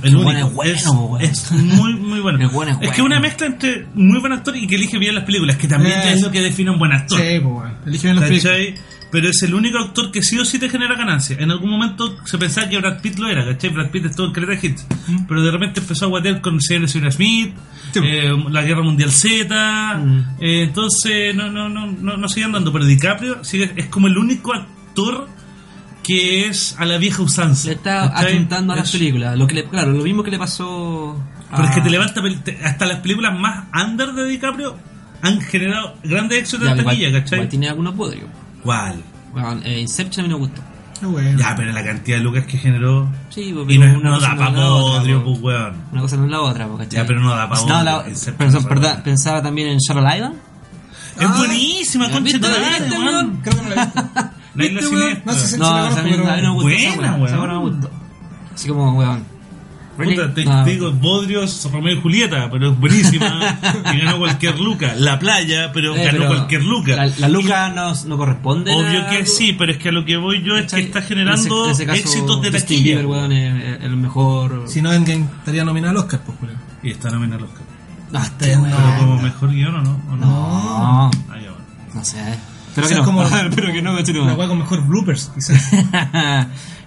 S3: que el bueno es
S1: es, este.
S3: bueno, weón.
S1: es muy muy bueno.
S3: El bueno es
S1: que
S3: bueno.
S1: una mezcla entre muy buen actor y que elige bien las películas, que también
S2: Eh.
S1: es lo que define un buen actor.
S2: Sí, pues, weón. Elige bien los películas.
S1: ¿Cachai? pero es el único actor que sí o sí te genera ganancia. En algún momento se pensaba que Brad Pitt lo era, ¿cachai? Brad Pitt estuvo en caleta de hits, pero de repente empezó a guatear con Señor Smith,
S2: Sí.
S1: eh, la Guerra Mundial Z, eh, entonces no, no, no, no, no sigue andando, pero DiCaprio sigue, es como el único actor que es a la vieja usanza.
S3: Le está
S1: ¿cachai?
S3: atentando a las
S1: Es-
S3: películas. Lo que le, claro, lo mismo que le pasó a...
S1: Pero es que te levanta pel- te- hasta las películas más under de DiCaprio han generado grandes éxitos
S3: Ya,
S1: en
S3: igual-
S1: taquilla,
S3: igual
S1: ¿cachai?
S3: tiene algunos podrios.
S1: ¿Cuál?
S3: Bueno, eh, Inception a mí me gustó.
S2: Ah, bueno.
S1: Ya, pero la cantidad de lucas que generó.
S3: Sí, pues,
S1: Y
S3: pero
S1: no,
S3: una
S1: no
S3: cosa
S1: da
S3: no es
S1: para
S3: la otra,
S1: podrio,
S3: pues.
S1: pues, weón.
S3: Una cosa no es la otra, pues, ¿cachai?
S1: Ya, pero no da pa'
S3: No,
S1: otra,
S3: la-
S1: Inception
S3: perdón,
S1: es
S3: perdón,
S1: otra.
S3: pensaba también en Shutter Island.
S1: es
S2: Ah,
S1: buenísima,
S3: ¿la
S1: concha
S3: viste?
S1: de
S3: ¿La
S1: la
S3: viste,
S1: madre,
S3: weón?
S1: weón.
S2: Creo que no la he visto.
S1: La isla
S2: ¿Viste, weón?
S1: siniestra.
S2: No sé si
S3: No,
S2: la
S3: esa a
S2: conozco,
S3: mí a mí no me
S2: pero...
S3: gustó. esa
S1: Buena,
S3: weá, esa weá no me
S1: weón.
S3: gustó. Así como, weón.
S1: Puta, te,
S3: No.
S1: te digo, Bodrios, Romeo y Julieta, pero es buenísima. y ganó cualquier luca. La playa, pero
S3: Eh,
S1: ganó
S3: pero
S1: cualquier luca.
S3: La, la luca no, no corresponde.
S1: Obvio
S3: a-
S1: que sí, pero es que a lo que voy yo es que
S3: ¿cachai?
S1: está
S3: En
S1: generando
S3: ese- en ese caso,
S1: éxitos de
S3: Justin
S1: taquilla.
S3: Bieber, weón, es- es el mejor.
S2: Si no, Endgame estaría nominada al Oscar, pues, Julio.
S1: Y está nominado al Oscar.
S3: No, este
S2: Pero
S3: weón.
S1: Pero como mejor guión o no. ¿O no?
S3: No,
S1: Ah, ya, bueno.
S3: no sé. Pero
S2: O
S3: que
S2: sea,
S3: no.
S2: como-
S3: Pero que no, cochino.
S2: Una weá con mejor bloopers, quizás.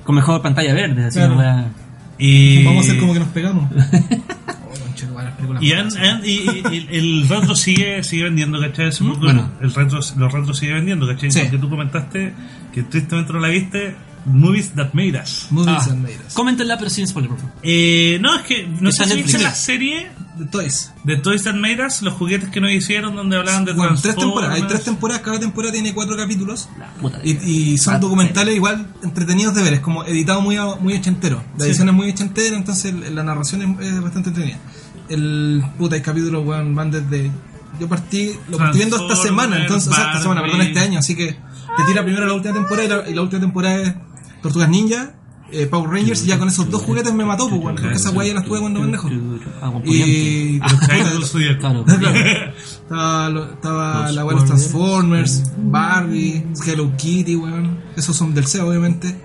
S3: Con mejor pantalla verde, así
S2: Claro. Ah.
S3: una weá.
S1: Y...
S2: Vamos a hacer como que nos pegamos. Oh, conchetumare, las películas
S1: Y,
S2: malas.
S1: han- han- y- y- y- el retro sigue, sigue vendiendo, ¿cachai? Supongo que
S3: Bueno.
S1: el retro, los retros sigue vendiendo, ¿cachai?
S2: ¿Mm? Sí.
S1: Porque tú comentaste que tristemente no la viste, Movies That Made Us.
S2: Movies
S3: Ah,
S2: and Made Us.
S3: Coméntenla, pero sin spoiler, por favor.
S1: Eh, no, es que no
S3: Está
S1: sé
S3: en
S1: si viste
S3: Netflix.
S1: la serie
S2: The Toys.
S1: de Toys That Made Us, los juguetes que nos hicieron donde hablaban de
S2: Bueno, tres
S1: Transformers.
S2: temporadas. Hay tres temporadas, cada temporada tiene cuatro capítulos.
S3: La puta de
S2: Y, y son
S3: Ah,
S2: documentales igual entretenidos de ver, es como editado muy, a- muy ochentero. La
S1: Sí.
S2: edición es muy ochentera, entonces el- la narración es, es bastante entretenida. El puta, el capítulo, weón, van desde. Yo partí, lo partí viendo esta
S1: Transformers,
S2: semana, entonces, o sea, esta semana,
S1: Barbie.
S2: perdón, este año, así que te tira primero la última temporada y la, y la última temporada es Tortugas Ninja, eh, Power Rangers, y ya con esos dos juguetes me mató, pues, weón, porque esa weá ya las tuve cuando pendejo.
S3: Ah, con pudiente.
S2: Y.
S1: Los
S2: pero,
S1: Jaegers
S2: puta,
S1: del Zodiaco.
S3: Claro.
S2: Claro. Estaba, lo- estaba la weá de los Transformers,
S1: Mm.
S2: Barbie, Hello Kitty, weón. Esos son del SEO, obviamente.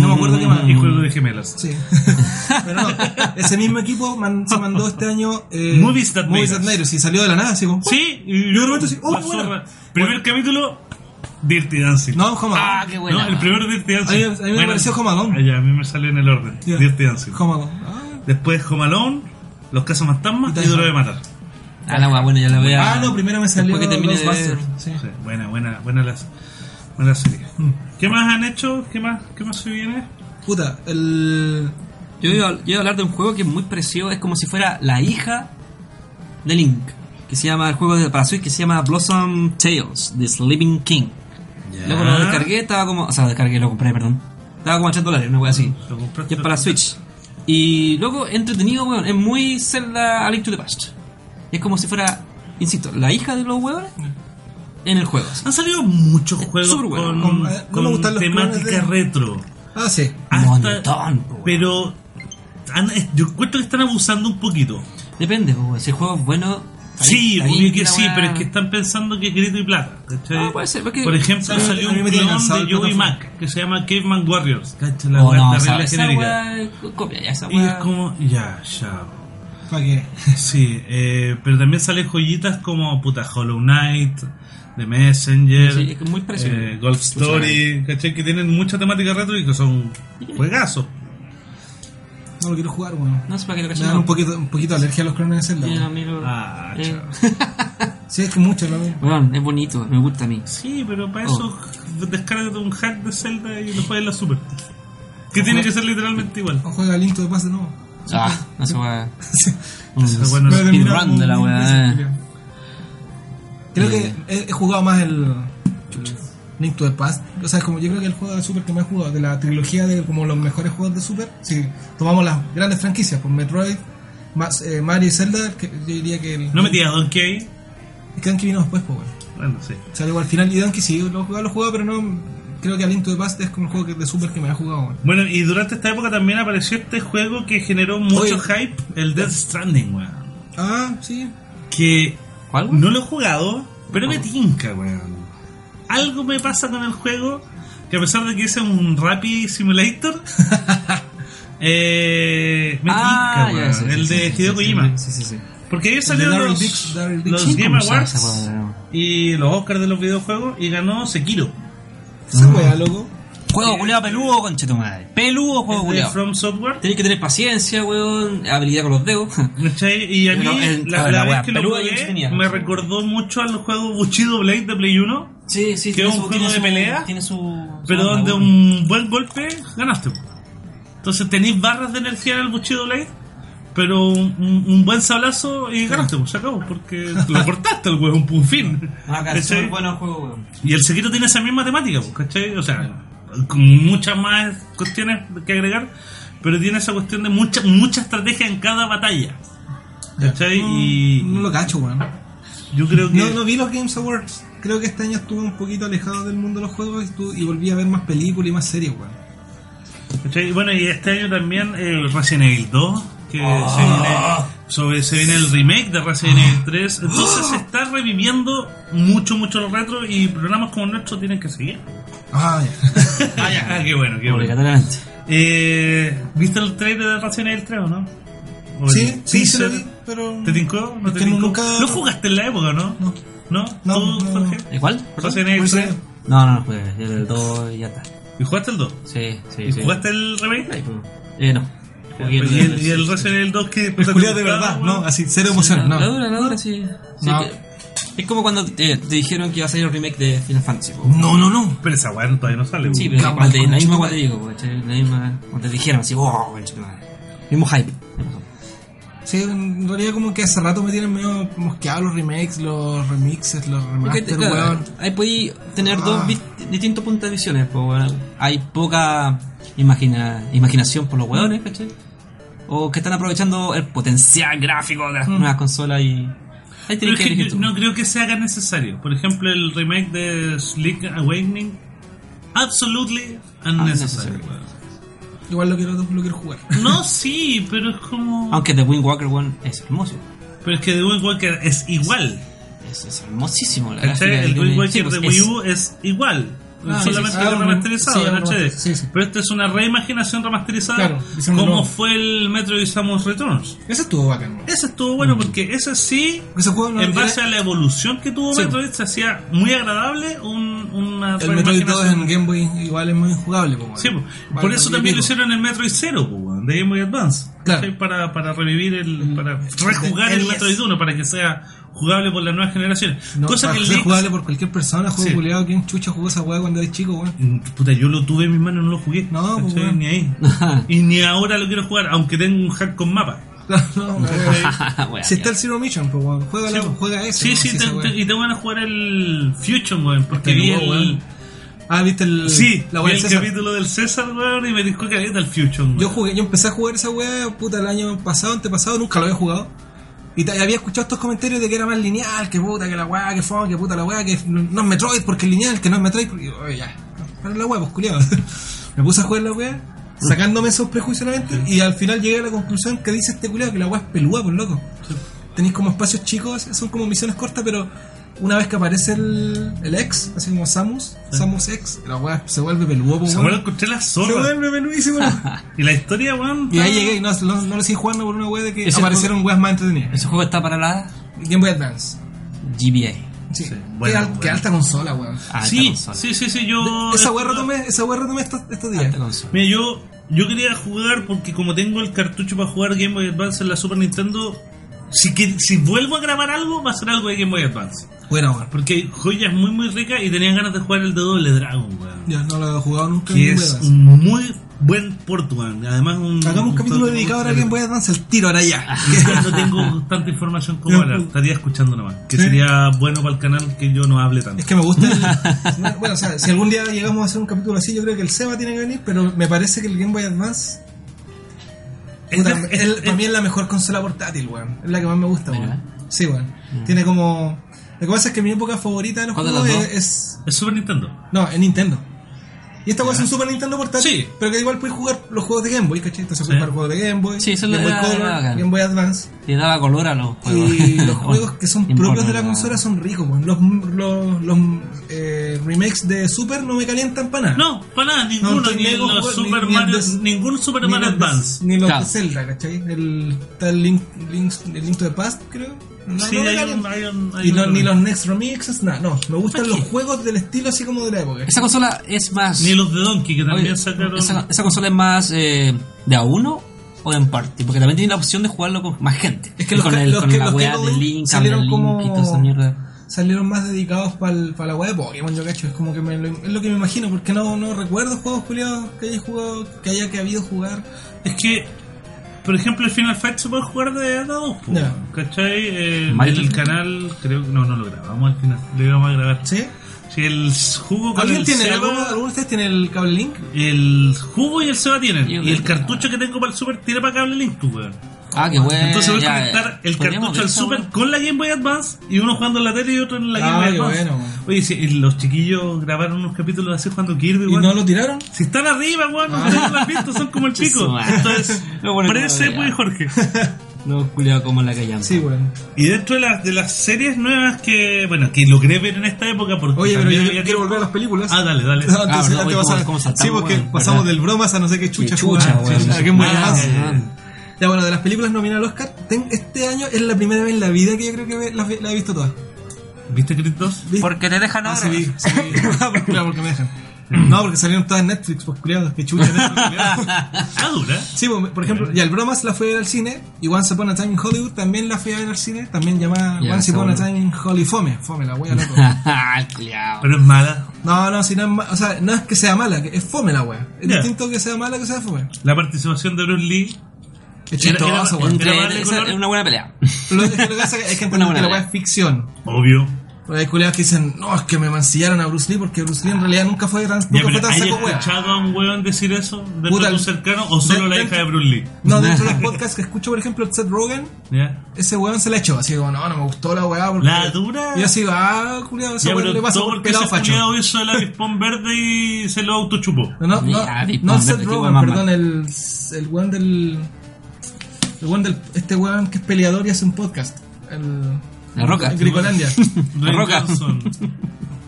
S2: No me acuerdo qué más.
S1: Y Juego de Gemelas.
S2: Sí. Pero no, ese mismo equipo man- se mandó este año eh,
S1: Movies That Made Us.
S2: Made Us, Y salió de la nada, así como.
S1: Sí, y
S2: Yo de repente sí, oh,
S1: la
S2: qué
S1: zorra.
S2: buena.
S1: Primer capítulo, Dirty Dancing.
S2: No, Home Alone.
S3: Ah, qué buena.
S1: No, el primero Dirty Dancing.
S2: A mí- a mí me pareció Home Alone.
S1: Ah, ya, a mí me salió en el orden.
S2: Ya.
S1: Dirty Dancing.
S2: Home Alone. Ah.
S1: Después Home Alone, Los Casos Fantasmas
S2: Y
S1: y Duro de Matar.
S3: Ah, la weá, bueno, ya la voy a.
S2: Ah, no, primero me salió
S3: Después que termine de ver.
S2: Ghostbusters, sí.
S1: Sí, buena, buena, buena las buena la serie.
S2: Mm.
S1: ¿Qué más han hecho? ¿Qué más, qué más se viene?
S2: Puta, el.
S3: Yo iba, yo iba a hablar de un juego que es muy parecido, es como si fuera la hija de Link, que se llama el juego de para Switch que se llama Blossom Tales, The Sleeping King. Luego lo descargué, estaba como, o sea, lo descargué, lo compré, perdón. Estaba como a 3 dólares, una wea así.
S1: Lo compraste.
S3: Y es para Switch. Y luego entretenido, weón, es muy Zelda A Link to the Past. Y es como si fuera, insisto, la hija de los weones en el juego. así.
S1: Han salido muchos
S3: Eh,
S1: juegos
S3: súper bueno.
S1: con,
S2: Con- eh, no
S1: con
S2: me gustan los
S1: temática
S2: clones de-
S1: retro.
S2: Ah, sí.
S3: Montón, po, weón.
S1: pero han- yo encuentro que están abusando un poquito.
S3: Depende, po, weón, si el juego es bueno. está
S1: Sí,
S3: bien, está
S1: obvio
S3: bien,
S1: que
S3: la
S1: sí,
S3: wea-
S1: pero es que están pensando que es grito y plata. ¿cachai?
S3: Ah, puede ser, porque-
S1: Por ejemplo,
S2: ¿sabes?
S1: salió
S2: A mí
S1: un
S2: me tiene
S1: clon
S2: cansado el
S1: de Joey
S2: plataforma.
S1: Mac que se llama Caveman Warriors. ¿Cachai? La
S3: No,
S1: wea
S3: Oh, no,
S1: está
S3: esa,
S1: regla
S3: esa
S1: genérica.
S3: weá es copia, ya esa
S1: Y es
S3: weá.
S1: como, ya, ya.
S2: ¿Para qué?
S1: Sí, eh, pero también salen joyitas como puta Hollow Knight, The Messenger,
S3: Sí, es que es muy parecido. Pues,
S1: eh, Golf Story, ¿cachai? Que tienen mucha temática retro y que son juegazos.
S2: No lo quiero jugar, weón.
S3: No sé para qué lo
S2: Me dan un
S3: cacharon.
S2: poquito, un poquito de alergia a los crones de Zelda.
S3: Mira,
S2: weón.
S3: mira.
S1: Ah,
S3: Eh,
S1: chao.
S2: Sí, es que mucho, lo mismo.
S3: Weón, es bonito, me gusta a mí.
S1: Sí, pero para eso
S3: Oh.
S1: descárgate un hack de Zelda y lo juegas en la Super. Que tiene que ser literalmente igual.
S3: Oh,
S2: O juega Link to the Past de nuevo.
S3: Ah, no se va.
S1: Esa weá no la-
S2: Me lo he terminado
S3: speedrun de la
S2: mil
S3: weá,
S2: veces,
S3: eh.
S2: Julio. Creo
S3: Eh.
S2: que he, he jugado más el, el Link to the Past. O sea, es como yo creo que el juego de Super que más he jugado, de la trilogía de como los mejores juegos de Super, si tomamos las grandes franquicias, pues Metroid, más, eh, Mario y Zelda, que yo diría que el.
S1: No metía a Donkey ahí.
S2: Es que Donkey vino después, pues bueno.
S1: Bueno, sí.
S2: Salió al final y Donkey sí, lo he jugado, lo he jugado, pero no. Creo que a Link to the Past es como el juego que- de Super que me ha jugado, weón.
S1: Bueno, y durante esta época también apareció este juego que generó mucho
S2: Oye.
S1: hype, el Death Stranding, weón.
S2: Ah, sí.
S1: Que
S3: ¿Cuál? weón?
S1: no lo he jugado, pero
S3: Oh.
S1: me tinca, weón. Algo me pasa con el juego que a pesar de que es un Rapid Simulator, eh, me
S3: Ah,
S1: tinca,
S3: ya,
S1: weón.
S3: sí, sí,
S1: el
S3: sí,
S1: de
S3: sí,
S1: Hideo
S3: sí,
S1: Kojima.
S3: Sí, sí, sí.
S1: Porque ayer salieron
S2: Daryl
S1: los,
S2: Dix- Daryl Dix.
S1: los
S3: Sí,
S1: Game
S3: ¿cómo se llama esa
S1: Awards
S3: weá?
S1: y los Oscars de los videojuegos y ganó Sekiro.
S2: Esa
S3: Ah.
S2: weá, loco.
S3: Juego culeado peludo, conche tu madre. Peludo juego
S1: de
S3: culeado.
S1: From Software.
S3: Tenés que tener paciencia, weón. Habilidad con los dedos.
S1: ¿cachai? Y a mí,
S3: Pero el-
S1: la,
S3: la
S1: la
S3: wea
S1: vez que lo
S3: peluda y
S1: jugué,
S3: entretenida.
S1: me recordó mucho al juego Bushido Blade de Play 1.
S3: Sí, sí,
S1: Que es un juego de pelea,
S3: Tiene su.
S1: Pero
S3: su onda,
S1: donde
S3: weón.
S1: un buen golpe ganaste. Entonces tenéis barras de energía en el Bushido Blade, pero un, un- un buen sablazo y ganaste, pues, se acabó, porque lo cortaste el huevo, un fin.
S3: Ah, acá,
S1: ¿Cachai?
S3: súper bueno el juego, weón.
S1: Y el Sekiro tiene esa misma temática, pues, ¿cachai? O sea, con muchas más cuestiones que agregar, pero tiene esa cuestión de mucha, mucha estrategia en cada batalla. ¿Cachai? Y
S2: No lo cacho, weón.
S1: yo creo que.
S2: No, no vi los Games Awards. Creo que este año estuve un poquito alejado del mundo de los juegos y, estu- y volví a ver más películas y más series, weón.
S1: ¿Cachai? Y Bueno, y este año también el Resident Evil 2, que
S3: Oh.
S1: se, viene,
S2: Ah.
S1: sobre- se viene el remake de Resident Evil 3. Entonces se está reviviendo mucho, mucho los retro y programas como el nuestro tienen que seguir.
S2: Ah, ya.
S1: Ah, ya. Ah, qué bueno, qué bueno.
S3: Obligatoriamente.
S1: Eh, ¿Viste el trailer de Resident Evil 3 o no? ¿O el
S2: sí, sí, se
S1: teaser?
S2: lo vi, pero.
S1: ¿Te tincó? ¿No
S2: Es
S1: te
S2: que
S1: tincó?
S2: nunca-
S1: ¿Lo jugaste en la época, no?
S2: No.
S1: ¿No?
S2: No,
S1: ¿Tú,
S2: no,
S1: Jorge?
S3: ¿El cuál?
S1: ¿Resident Evil
S2: Pues,
S1: 3?
S2: eh,
S3: No, no, no jugué. El 2 ya está.
S1: ¿Y jugaste el 2?
S3: Sí, sí.
S1: ¿Y
S3: sí.
S1: jugaste el remake? Pues,
S3: Eh, no.
S1: ¿Y
S3: Jugué
S1: el, y el
S3: el-
S1: Resident Evil 2 que...
S2: el Julián de verdad, no, así, cero emoción,
S3: La
S2: no.
S3: dura, la dura, sí. Sí,
S2: No.
S3: que- es como cuando te, te dijeron que iba a salir el remake de Final Fantasy. po.
S2: No, no, no.
S1: Pero esa weá todavía no sale.
S3: Sí,
S1: weón.
S3: pero
S2: No,
S3: cuando te- la
S2: conchetumare.
S3: misma cuando te digo, po, ¿cachai? la misma cuando te dijeron así, "Oh, wow, mismo hype.
S2: Sí, en realidad, como que hace rato me tienen medio mosqueado los remakes, los remixes, los
S3: Porque,
S2: remasters,
S3: claro,
S2: weón.
S3: ahí podí tener dos
S2: Ah.
S3: vi- distintos puntos de visiones, po, weón. hay poca imagina- imaginación por los hueones, ¿cachai? O que están aprovechando el potencial gráfico de las nuevas consolas y... Ahí
S1: Mm. Pero
S3: tienes
S1: es
S3: que
S1: que yo
S3: elegir tú.
S1: no creo que sea tan necesario. Por ejemplo, el remake de Sleek Awakening. Absolutely
S3: Ah,
S1: unnecessary.
S3: Unnecessary.
S1: weón.
S2: Igual lo quiero, lo quiero jugar.
S1: No, sí, pero es como.
S3: Aunque The Wind Walker One es hermoso.
S1: Pero es que The Wind Walker es igual.
S3: Es, es hermosísimo la
S1: ¿cachai?
S3: gráfica
S1: El
S3: que
S1: Wind
S3: tiene. Sí,
S1: Walker
S3: pues,
S1: de Wii
S3: es-
S1: U es igual.
S3: Ah,
S1: solamente
S3: sí, sí, sí.
S1: lo
S2: Ah,
S1: remasterizado
S2: sí,
S1: en
S2: ahora,
S1: HD.
S2: sí, sí.
S1: Pero esta es una reimaginación remasterizada.
S2: Claro, diciendo
S1: como
S2: no.
S1: fue el Metro y Samus Returns.
S2: Ese estuvo bacán, weón.
S1: Ese estuvo bueno
S3: Mm.
S1: porque ese sí
S2: Ese juego no
S1: En
S2: era-
S1: base a la evolución que tuvo
S2: Sí.
S1: Metroid, se hacía muy agradable un, una
S2: El Metroid 2 en
S1: reimaginación.
S2: Game Boy igual es muy jugable, po, weón.
S1: Sí, po.
S2: Vale,
S1: por eso
S2: vale,
S1: también lo
S2: pico.
S1: hicieron en el Metroid 0, po, weón, de Game Boy Advance.
S2: Claro. Mm.
S1: ¿Cachai? Para, para revivir el. para rejugar el
S2: NES.
S1: Metroid 1 para que sea jugable por las nuevas generaciones.
S2: No,
S1: Cosa que el
S2: ser
S1: Link-
S2: jugable por cualquier persona, juego
S1: Sí.
S2: culiado, ¿quién chucha jugó esa weá cuando era chico, weón?
S1: Mm, Puta, yo lo tuve en mis manos, no lo jugué.
S2: No, po,
S1: ¿cachai?
S2: weón.
S1: ni ahí. y ni ahora lo quiero jugar, aunque tengo un hack con mapa.
S2: No, no,
S3: Wea,
S2: Si
S3: Ah, ya.
S2: está el Zero Mission, pues weón, juega,
S1: Sí, po.
S2: juega ese.
S1: Sí,
S2: weón,
S1: sí,
S2: si
S1: te-
S2: esa weá.
S1: te- y te van a jugar el Future, weón, porque
S2: Este
S1: vi
S2: nuevo,
S1: el.
S2: weón. Ah, viste el,
S1: Sí,
S2: la
S1: vi
S2: weá
S1: el
S2: del César?
S1: capítulo del César, weón, y me dijo que había el Future, weón.
S2: Yo jugué, yo empecé a jugar esa weá, puta, el año pasado, antepasado, nunca lo había jugado. Y ta- había escuchado estos comentarios de que era más lineal, que puta, que la weá, que fue, que puta la weá, que no no es Metroid porque es lineal, que no es Metroid, porque yo, oye, ya, para la weá, pues culiado. Me puse a jugar la weá, sacándome esos prejuicios de la mente, y al final llegué a la conclusión que dice este culiado que la weá es pelúa, pues loco. Tenéis como espacios chicos, son como misiones cortas, pero una vez que aparece el, el ex, así como Samus, Samus ex, la weá se vuelve pelúa, pues
S1: Se
S2: weón.
S1: me lo encontré la
S2: Se
S1: zorra.
S2: vuelve peludísimo, loco.
S1: Y la historia, weón.
S2: Y ahí llegué y no, no, no lo seguí jugando por una wea de que
S3: Ese
S2: aparecieron weas más entretenidas.
S3: Ese juego está para la
S2: Game Boy Advance.
S3: GBA.
S1: Sí,
S2: Sí. Qué
S1: bueno,
S2: al-
S1: bueno.
S2: qué alta Ah, consola, weón.
S3: alta
S1: Sí,
S3: Ah, consola.
S1: sí, sí, sí, yo.
S2: esa wea retomé, esa wea retomé estos, estos días.
S3: Alta consola.
S1: Mira, yo, yo quería jugar porque como tengo el cartucho para jugar Game Boy Advance en la Super Nintendo, si, que, si vuelvo a grabar algo, va a ser algo de Game Boy Advance.
S2: Buena weón.
S1: Porque hay joyas muy, muy ricas y tenía ganas de jugar el de Doble Dragon, weón.
S2: Ya no lo he jugado nunca en
S1: Que
S2: Game Boy
S1: es
S2: Advance.
S1: un muy buen port, weón. Además, un.
S2: Hagamos un capítulo
S1: tanto-
S2: dedicado ahora a Game Boy Advance, el tiro ahora ya.
S1: no tengo tanta información como ahora, estaría escuchando nomás. Que
S2: Sí.
S1: sería bueno para el canal que yo no hable tanto.
S2: Es que me gusta el- Bueno, o sea, si algún día llegamos a hacer un capítulo así, yo creo que el Seba tiene que venir, pero me parece que el Game Boy Advance. puta,
S1: Este-
S2: es-
S1: este-
S2: para mí es la mejor consola portátil, weón. Es la que más me gusta,
S3: ¿Verdad?
S2: weón. Sí, weón. Tiene como. Lo que pasa es que mi época favorita de los
S3: Mm. ¿Cuál de
S2: juegos
S3: las
S2: es,
S3: dos?
S2: es-
S1: Es Super Nintendo.
S2: No, es Nintendo. Y esta weón es un Super Nintendo portátil,
S1: Sí.
S2: pero que igual puedes jugar los juegos de Game Boy, ¿cachai? Entonces
S1: Sí.
S2: puedes jugar juegos de Game Boy,
S3: Sí, eso es lo
S2: Game
S3: que
S2: Boy
S3: era-
S2: Color,
S3: era bacán.
S2: Game Boy Advance.
S3: Te daba color a los juegos.
S2: Y los juegos que son
S3: Bueno,
S2: propios de la
S3: no.
S2: consola son ricos, weón. Los, los, los, eh, remakes de Super no me calientan para nada.
S1: No, para nada, ninguno,
S2: estoy
S1: ni
S2: lejos,
S1: los
S2: weón,
S1: Super
S2: ni- ni
S1: Mario,
S2: el des-
S1: ningún Super
S2: Ni
S1: Mario
S2: los de-
S1: Advance.
S2: Ni los
S3: Claro.
S2: de Zelda, ¿cachai? El, está el Link, Link, el Link to the Past, creo. No,
S1: Sí,
S2: no me
S1: hay
S2: ganan.
S1: un- hay un- hay
S2: y no-
S1: un-
S2: ni los Next Remixes, nada, no. Me gustan
S3: ¿Para
S2: los
S3: qué?
S2: juegos del estilo así como de la época.
S3: Esa consola es más.
S1: Ni los de Donkey, que también
S3: Oye,
S1: sacaron.
S3: esa, esa consola es más eh, de a uno o en party, porque también tiene la opción de jugarlo con más gente.
S2: Es que los
S3: con,
S2: que-
S3: el-
S2: los
S3: con
S2: que-
S3: la
S2: los que
S3: weá
S2: no
S3: de Link,
S2: salieron
S3: salieron Link
S2: como-
S3: y toda esa mierda.
S2: Salieron más dedicados para la web de Pokémon, yo cacho. Es como que me lo- es lo que me imagino, porque no, no recuerdo juegos culiados que haya jugado, que haya que habido jugar.
S1: Es que, por ejemplo, el Final Fight se puede jugar de a dos, po,
S2: Ya.
S1: ¿cachai? Eh, en
S3: Mighty.
S1: el canal, creo que no, no lo grabamos al final, lo íbamos a grabar.
S2: ¿Sí?
S1: Si el jugo con
S2: ¿Alguien
S1: el
S2: tiene,
S1: Seba,
S2: alguno, alguno de ustedes tiene el cable link?
S1: el jugo y el Seba tienen,
S3: Yo
S1: y el
S3: creo que-
S1: cartucho
S2: ah.
S1: que tengo para el Super tiene para cable link, pues, weón.
S2: Eh,
S3: Ah, qué bueno.
S1: Entonces voy a
S3: ya,
S1: conectar
S3: eh,
S1: el
S3: podríamos
S1: cartucho
S3: ver
S1: al
S3: esa
S1: Super
S3: weá.
S1: con la Game Boy Advance y uno jugando en la tele y otro en la
S2: Ah,
S1: Game Boy
S2: qué
S1: Advance.
S2: bueno.
S1: Oye, si los chiquillos grabaron unos capítulos así jugando Kirby,
S2: ¿Y
S1: weón.
S2: no lo Ah. tiraron?
S1: Si están arriba, weón, ustedes no lo han visto, son como el chico.
S3: madre.
S1: Entonces,
S3: Lo bueno que no lo
S1: parece, pues,
S3: vean.
S1: Jorge.
S3: No, culiado como la callan.
S2: Sí, weón.
S1: Y dentro de las, de las series nuevas que, bueno, que logré ver en esta época, porque
S2: Oye, pero
S1: también
S2: yo,
S1: había
S2: yo quiero
S1: tiempo-
S2: volver a las películas.
S1: Ah, dale, dale.
S2: No, antes-
S3: Ah, verdad,
S2: antes
S3: oye,
S2: pasamos-
S3: cómo- cómo saltamos,
S2: sí, porque
S3: weón,
S2: pasamos
S3: verdad.
S2: del bromas a no sé qué chucha.
S3: Qué chucha,
S2: jugamos.
S3: weón.
S2: Ah, qué buen
S3: Ah,
S2: avance.
S3: weón.
S2: Ya bueno, de las películas nominadas al Oscar, ten- este año es la primera vez en la vida que yo creo que ve- las ve- la he visto todas.
S1: ¿Viste Creed 2?
S2: ¿Viste?
S3: Porque te dejan
S2: Ah,
S3: ahora.
S2: sí, vi, sí, vi. Ah, porque, claro, porque me dejan.
S3: Mm.
S2: No, porque salieron todas en Netflix, pues culiados, que chucha Netflix, culiados.
S1: Ah, dura.
S2: Sí, pues, por ejemplo, ya el Bromas la fui a ver al cine, y Once Upon a Time in Hollywood también la fui a ver al cine, también llamada
S3: Ya,
S2: Once
S3: está
S2: Upon a
S3: bueno.
S2: Time in Holly Fome, Fome, la wea loco.
S3: Ah, culiao.
S1: Pero es mala.
S2: No, no, si no es ma- o sea, no es que sea mala, que es fome la wea. Es
S1: Ya.
S2: distinto que sea mala que sea fome.
S1: La participación de Bruce Lee.
S2: Es
S1: Era- era-
S2: chistoso, weón.
S3: Entre
S1: Pero vale,
S3: esa-
S1: color.
S3: es una buena pelea.
S2: Lo, es que lo que pasa es que
S3: Una
S2: entendemos
S3: buena
S2: que la wea
S3: idea.
S2: es ficción.
S1: Obvio.
S2: Porque hay culiados que dicen, no, es que me mancillaron a Bruce Lee porque Bruce Lee en realidad nunca fue tan,
S1: Ya,
S2: nunca fue
S1: pero
S2: tan
S1: ¿hay
S2: saco wea.
S1: escuchado a un weón decir eso? ¿Dentro
S2: Puta,
S1: de un cercano o solo
S2: de-
S1: la
S2: de-
S1: hija de Bruce Lee?
S2: No, dentro de los podcasts que escucho, por ejemplo, el Seth Rogen,
S1: ¿Ya?
S2: ese weón se la echó. Así como, no, no me gustó la wea. Porque...
S1: La dura.
S2: Y yo así, ah, culiado, ese
S1: Ya,
S2: weón
S1: pero
S2: le pasa
S1: todo
S2: por
S1: porque ese
S2: pelado facho.
S1: culiado hizo el avispón verde y se lo autochupó.
S2: No, no, no,
S3: Ya,
S2: no
S3: Pippin,
S2: Seth
S3: qué
S2: Rogen,
S3: weón más
S2: perdón,
S3: mal.
S2: el, el weón del. El weón del. Este weón que es peleador y hace un podcast. El.
S3: La Roca. Ah,
S2: En Gricolandia.
S1: Dwayne
S3: Roca.
S1: Johnson.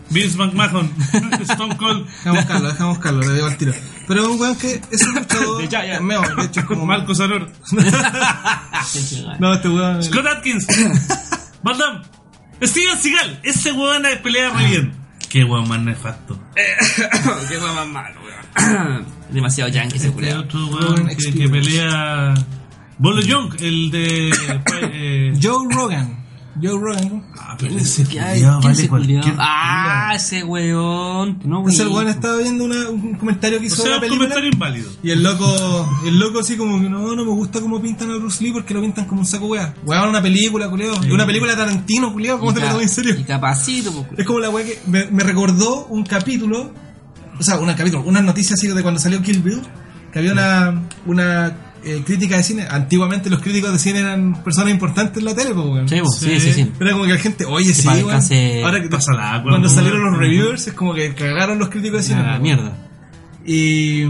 S1: Vince McMahon. Stone Cold.
S2: Dejamos buscarlo, dejamos buscarlo, le digo al tiro. Pero es un weón que es un luchador.
S3: De ya, ya.
S2: meo, de hecho, es como.
S1: Marcos Aror.
S2: No, este weón. el-
S1: Scott Atkins. Van Damme. Steven Seagal. Ese weón la pelea re bien. Qué weón más nefasto.
S3: Qué weón más malo, weón. Demasiado yankee ese
S1: Este
S3: culiao.
S1: otro weón que, que pelea. Bolo Young, el de. eh,
S2: Joe Rogan. Joe Rogan.
S1: Ah,
S3: ¿Quién
S1: pero ese
S3: ¿Qué hay?
S1: culiao
S3: ¿Quién
S1: vale
S3: se
S1: cualquier
S3: culiao?
S1: culiao.
S3: Ah, ese weón. No,
S2: Entonces el
S3: weón.
S2: weón este, estaba viendo una- un comentario que
S1: O
S2: hizo de
S1: sea,
S2: la
S1: un
S2: película.
S1: comentario inválido.
S2: Y el loco, el loco así como que no, no me gusta cómo pintan a Bruce Lee porque lo pintan como un saco wea. Weón, una película, culeo. Una película de Tarantino, culeo. ¿Cómo
S3: Y
S2: te lo
S3: ca-
S2: tomas en serio?
S3: Y capacito, po,
S2: Es como la wea que me, me recordó un capítulo, o sea, un capítulo, una noticia así de cuando salió Kill Bill, que había una, una eh, crítica de cine. Antiguamente los críticos de cine eran personas importantes en la tele, pues, weón.
S3: Sí, po, sí, sí, sí.
S2: Era como que la gente, oye, sí,
S3: para
S2: weón.
S3: descanse-
S2: Ahora que
S1: pasa la agua,
S2: cuando
S1: weón.
S2: salieron los reviewers, es como que cagaron los críticos de cine.
S3: Una
S2: pues, weón.
S3: Ah, mierda.
S2: Y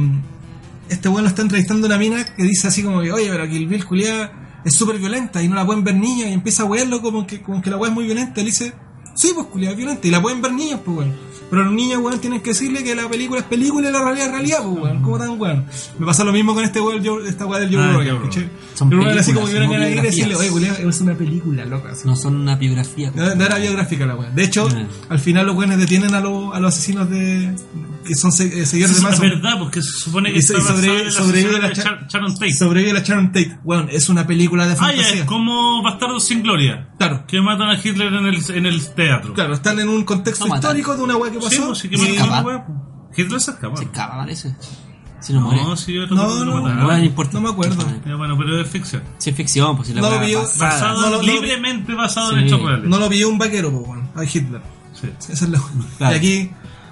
S2: este weón lo está entrevistando una mina que dice así como que, oye, pero Kill Bill culiada es súper violenta y no la pueden ver niños. Y empieza a wearlo como que, como que la weá es muy violenta. Le dice, sí, pues culiada es violenta y la pueden ver niños, pues weón. Pero los niños, weón, tienen que decirle que la película es película y la realidad es realidad, pues weón. ¿Cómo tan weón? Me pasó lo mismo con este weón, Joe- esta weá del Joe
S1: Ah,
S2: Rogan,
S1: Joe
S2: ¿cachai?
S3: Son
S2: Joe Rogan así como que
S3: películas,
S2: hubieran
S3: no
S2: ganas de ir y decirle, oye,
S3: biografías.
S2: culiada, es una película, loca. así.
S3: No son una biografía. po.
S2: No, no era biográfica la weá. De hecho,
S3: Ah.
S2: al final los weones detienen a, los- a los asesinos de. que son se- eh, seguidores
S1: Es
S2: de Manson.
S1: verdad, porque se supone que
S2: Y se-
S1: está
S2: y sobre-
S1: basada en la
S2: sobrevive
S1: sociedad
S2: la
S1: de
S2: cha-
S1: Char- Sharon Tate.
S2: Sobrevive la Sharon Tate. Bueno, es una película de
S1: ah, ya, es
S2: fantasía.
S1: como Bastardos sin Gloria.
S2: Claro.
S1: Que matan a Hitler en el, en el teatro.
S2: Claro, están en un contexto
S3: No matan.
S2: histórico de una weá que
S1: Sí,
S2: pasó.
S1: pues, sí que
S2: y-
S3: se
S1: mataron a
S3: escapa.
S1: la wea, pues. Hitler se escapa.
S3: Se
S1: ¿no?
S3: escapa, parece. Si no, muere.
S1: No, sí, yo
S2: No,
S1: recuerdo que lo
S2: no,
S1: mataron.
S3: No, no importa.
S2: No me acuerdo.
S1: Ya, bueno, pero es ficción.
S3: Si es ficción, pues si la
S2: No,
S3: weá
S2: vi-
S3: basada.
S1: Basado,
S2: No, no, no.
S1: libremente basado en
S3: Sí.
S1: hechos reales.
S2: No lo pilló un vaquero, pues, bueno, a Hitler.
S1: Sí.
S2: Esa es la
S3: Claro.
S2: Y aquí,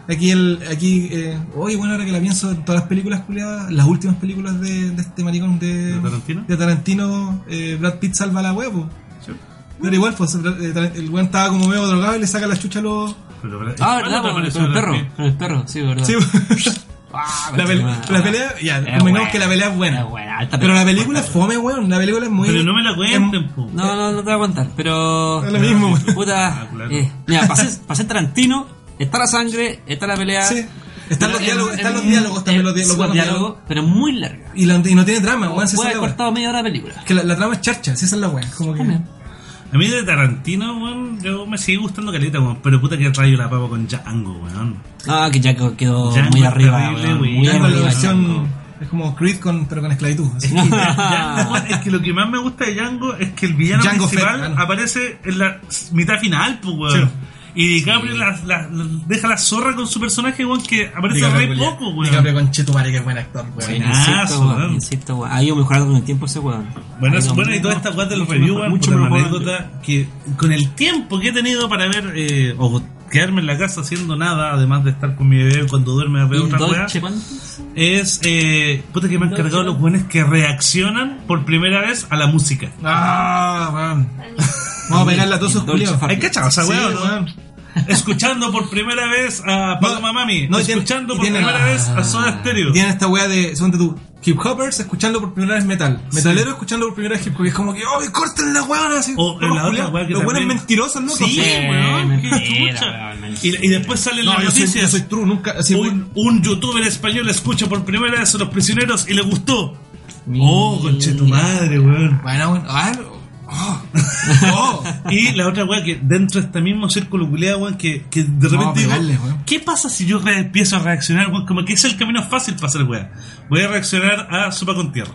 S2: aquí, el, aquí, eh, oye, bueno, ahora que la pienso, todas las películas culiadas, las últimas películas de, de este maricón de,
S1: ¿De Tarantino?
S2: de Tarantino, eh, Brad Pitt salva la huevo.
S1: Sí.
S2: Pero igual, pues, eh, Tar- el weón estaba como medio drogado y le saca la chucha a los.
S1: Pero, pero-
S3: Ah,
S1: ¿cuándo
S3: verdad,
S1: te
S3: con,
S1: apareció
S3: con el
S1: Brad
S3: perro.
S1: Pitt?
S3: Con el perro, sí, verdad.
S2: Sí, pues,
S3: Ah,
S2: La, pel-
S3: conchetumare.
S2: la pelea,
S3: Es
S2: ya, convengamos
S3: buena,
S2: que la pelea es buena.
S3: es buena, alta
S2: pero la
S3: pelea.
S2: película es fome, weón. La película es muy. Em,
S1: Pero no me la
S2: es-
S1: cuenten, po.
S3: No, no, no te voy a contar, pero.
S2: Es lo mismo, weón.
S3: Puta.
S1: Ah, claro.
S3: eh, mira, pasé, pasé Tarantino, está la sangre, está la pelea.
S2: Sí.
S3: pero
S2: Están los
S3: es-
S2: diálogos,
S3: es
S2: están los
S3: muy-
S2: diálogos también,
S3: es
S2: los, di- los
S3: súper
S2: buenos
S3: diálogo,
S2: diálogos.
S3: pero muy larga.
S2: Y, la- y no tiene drama, weón. se
S3: Puede haber
S2: saca, weón.
S3: cortado media hora de película.
S2: Que la, la trama es charcha, si esa es la weón. Como que.
S1: A mí de Tarantino, weón, yo me sigue gustando Caleta, weón. Pero puta que rayo la papa con Django, weón.
S3: Ah, que ya quedó- quedó
S1: Django
S3: muy
S1: es
S3: arriba.
S1: terrible,
S3: weón,
S1: güey.
S3: muy
S1: Ya,
S2: Django es la
S3: arriba,
S2: versión.
S3: Django.
S2: Es como Creed, con, pero con esclavitud. así.
S1: Y Django, weón, es que lo que más me gusta de Django es que el villano
S2: Ah. Django
S1: principal
S2: Fett, ah, no.
S1: aparece en la s- mitad final, pues, weón.
S2: Sí.
S1: Y DiCaprio la- la- la- deja la zorra con su personaje, weón, que aparece
S2: DiCaprio,
S1: re poco,
S2: culiao.
S1: weón.
S2: DiCaprio con Chetumare, que es buen actor, weón.
S3: Sí,
S1: Buenazo,
S3: insisto, weón,
S1: weón.
S3: insisto, weón. Ha ido mejorando con el tiempo ese weón.
S1: Bueno,
S3: Ha
S1: es-
S3: ido
S1: bueno, y toda
S3: mucho-
S1: esta cuestión de los
S3: mucho
S1: reviews,
S3: mejor-
S1: weón,
S3: mucho
S1: puta, una
S3: mejor.
S1: anécdota que con el tiempo que he tenido para ver eh, o quedarme en la casa haciendo nada, además de estar con mi bebé cuando duerme a ver otra weá,
S3: Dolce, ¿cuántos?
S1: es eh, puta que me han
S3: Dolce.
S1: cargado los buenos que reaccionan por primera vez a la música.
S2: Ah, weón. Vamos a pegarle a todos sus
S3: Dolce
S2: culios.
S3: Fabio.
S1: ¿Hay cachado esa
S2: Ah, Sí,
S1: weá, o no?
S2: weón.
S1: Escuchando por primera vez a Paloma Mami,
S2: no, y tiene-
S1: escuchando
S2: y
S1: por
S2: tiene-
S1: primera vez a Soda Stereo.
S2: Y tienen esta weá de, suponte tú, hip hoppers escuchando por primera vez metal. Metalero escuchando por primera vez hip hop. Y es como que, oh, corten la weá, así.
S1: O en
S2: vamos,
S1: la otra
S2: culiao.
S1: weá que
S2: Los buenos
S1: también-
S2: mentirosos, loco.
S1: Sí, weón, qué
S3: mentira,
S1: chucha.
S3: weón,
S1: Y,
S3: mentira.
S1: y después salen
S2: No,
S1: las
S2: yo soy,
S1: noticias.
S2: yo soy true, nunca. Así, weón.
S1: un, un youtuber español escucha por primera vez a los prisioneros y le gustó.
S3: Mira.
S1: Oh, conche tu madre, weón.
S2: Bueno, bueno, ah, oh, oh.
S1: Y la otra weá que dentro de este mismo círculo culiado, weón, que, que de repente
S2: No,
S1: digo,
S2: pegarle, weón.
S1: ¿qué pasa si yo re- empiezo a reaccionar, weón? Como que es el camino fácil para hacer weá. Voy a reaccionar a Sopa con Tierra.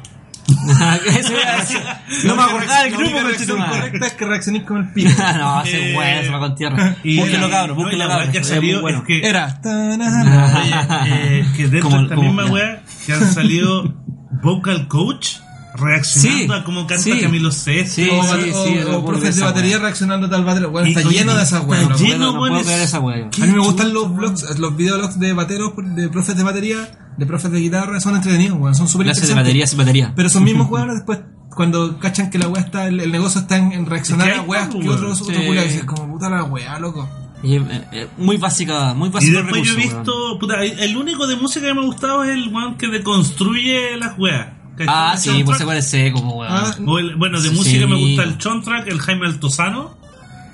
S3: Ah, Eso iba a decir. No me
S2: La única
S3: acordaba del
S2: reacción-
S3: grupo,
S2: La única
S3: conche tu
S2: reacción
S3: madre.
S2: correcta es que reaccionéis con el pico.
S3: No, hace
S1: Eh,
S3: weón, se va con tierra.
S1: y-
S3: Búsquenlo, cabros,
S1: no, y
S3: búsquenlo,
S1: la weá
S3: cabros.
S1: que ha
S3: Es muy
S1: salido
S3: bueno.
S1: es que
S2: Era.
S3: Ah,
S1: Oye, eh, que dentro
S3: Como-
S1: de esta
S3: como-
S1: misma
S3: ya.
S1: wea que han salido Vocal Coach reaccionando
S3: Sí,
S1: a cómo canta
S3: sí.
S1: Camilo Sesto.
S3: Sí,
S2: o,
S3: sí,
S2: o-
S3: sí,
S2: o
S3: recuerdo
S2: profes de
S3: esa
S2: oh, batería
S3: weá.
S2: reaccionando a tal batero. Bueno,
S1: Y-
S2: está
S1: oye,
S2: lleno de esas
S1: está
S2: weas. loco.
S1: lleno,
S3: No puedo
S1: weón,
S3: creer
S1: es-
S3: esa weón.
S2: A mí me gustan los blogs, los videologs de bateros, de profes de batería, de profes de guitarra, son entretenidos, weón, son súper
S3: Clases de
S2: interesantes.
S3: batería, sin batería.
S2: Pero esos mismos weones después, cuando cachan que la wea está, el, el negocio está en, en reaccionar
S1: Es que
S2: a
S1: hay
S2: weas
S1: todo,
S2: que
S1: weón.
S2: otros, otros
S3: Sí.
S2: culiados, y es como puta la wea, loco.
S3: Y, eh, eh, Muy básica, muy
S1: Y
S3: básica.
S1: después yo he visto, puta, el único de música que me ha gustado es el weón que deconstruye las weas. ¿Cachai?
S3: Ah,
S1: El
S3: sí, pues
S1: soundtrack.
S3: se parece como weón.
S2: Ah,
S1: O el- bueno, de
S3: Sí.
S1: música me gusta el Chontrack, el Jaime Altozano,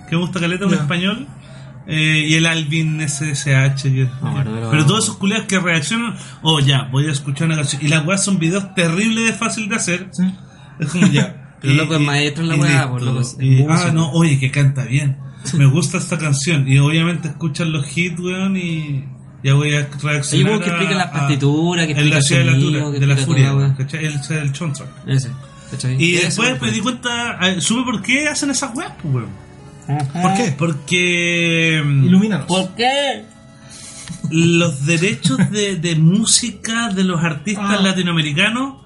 S1: que me gusta Caleta, un
S2: Ya.
S1: español, eh, y el Alvin SSH. que-
S3: No,
S1: que-
S3: pero-
S1: pero, todos esos culiados que reaccionan, oh ya, voy a escuchar una canción. Y las weas son videos terribles de fácil de hacer.
S2: Sí.
S1: Es como ya.
S3: Pero loco, es maestro en la
S1: y
S3: weá,
S1: listo.
S3: pues, loco, es- es
S1: Y, ah,
S3: músico.
S1: no, oye, que canta bien. Me gusta esta canción. Y obviamente escuchan los hits, weón, y ya voy a
S3: Hay
S1: reaccionar.
S3: weón que explica
S1: a-
S3: las
S1: a-
S3: partituras, que
S1: En
S3: explica
S1: la
S3: el
S1: ciudad de la,
S3: sonido,
S1: Tura-
S3: que
S1: de la
S3: explica toda
S1: furia,
S3: la
S1: weón,
S3: weá.
S1: ¿cachai? El, el Chontrack.
S3: Ese, ¿cachai?
S1: Y
S3: Ese,
S1: después
S3: weón.
S1: me di cuenta, eh, supe por qué hacen esas weas, pues, weón.
S2: ¿Por qué?
S1: Porque mm,
S2: Ilumínanos.
S3: ¿Por qué?
S1: los derechos de, de música de los artistas
S2: Ah.
S1: latinoamericanos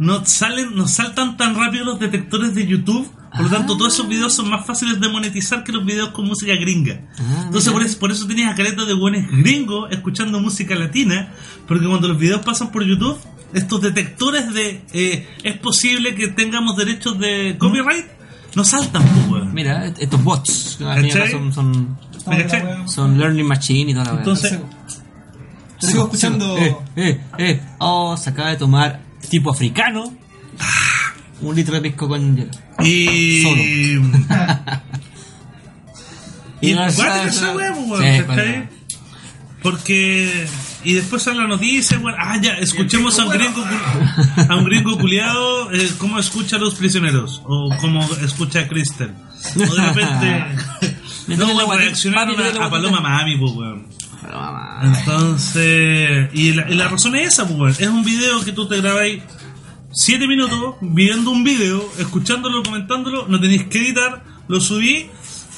S1: no salen, no saltan tan rápido los detectores de YouTube. Por lo tanto, todos esos videos son más fáciles de monetizar que los videos con música gringa.
S3: Ah,
S1: Entonces, por eso, por eso tenías a caleta de buenos gringos escuchando música latina, porque cuando los videos pasan por YouTube, estos detectores de eh, es posible que tengamos derechos de copyright no saltan, pues, weón.
S3: Mira, est- estos bots que al fin y al
S1: ¿Cachai?
S3: cabo son, son,
S2: Estamos en la
S1: ¿cachai?
S2: wea.
S3: son learning machine y toda la weá.
S1: Entonces,
S2: Sigo- Sigo escuchando.
S3: Eh, eh, eh. Oh, se acaba de tomar tipo africano. Un litro de pisco con hielo.
S1: Y. y
S3: no
S1: cuática
S3: sabe-
S1: esa wea, pues,
S3: Sí,
S1: weón, ¿cachai?
S3: cuática.
S1: Porque. Y después sale la noticia, weón. Ah, ya, escuchemos a un gringo, cul- a un gringo culiado eh, cómo escucha a los prisioneros. O cómo escucha a Kristen. O de repente.
S3: Métele
S1: no,
S3: la
S1: weón,
S3: guatita,
S1: reaccionaron
S3: papi, métele
S1: a,
S3: la
S1: a Paloma
S3: guatita.
S1: Mami, pues, weón.
S3: Pero, mamá,
S1: Entonces. Y la, y
S2: Ah.
S1: la razón es esa, pues, weón. Es un video que tú te grabáis 7 minutos viendo un video, escuchándolo, comentándolo, no tenéis que editar, lo subí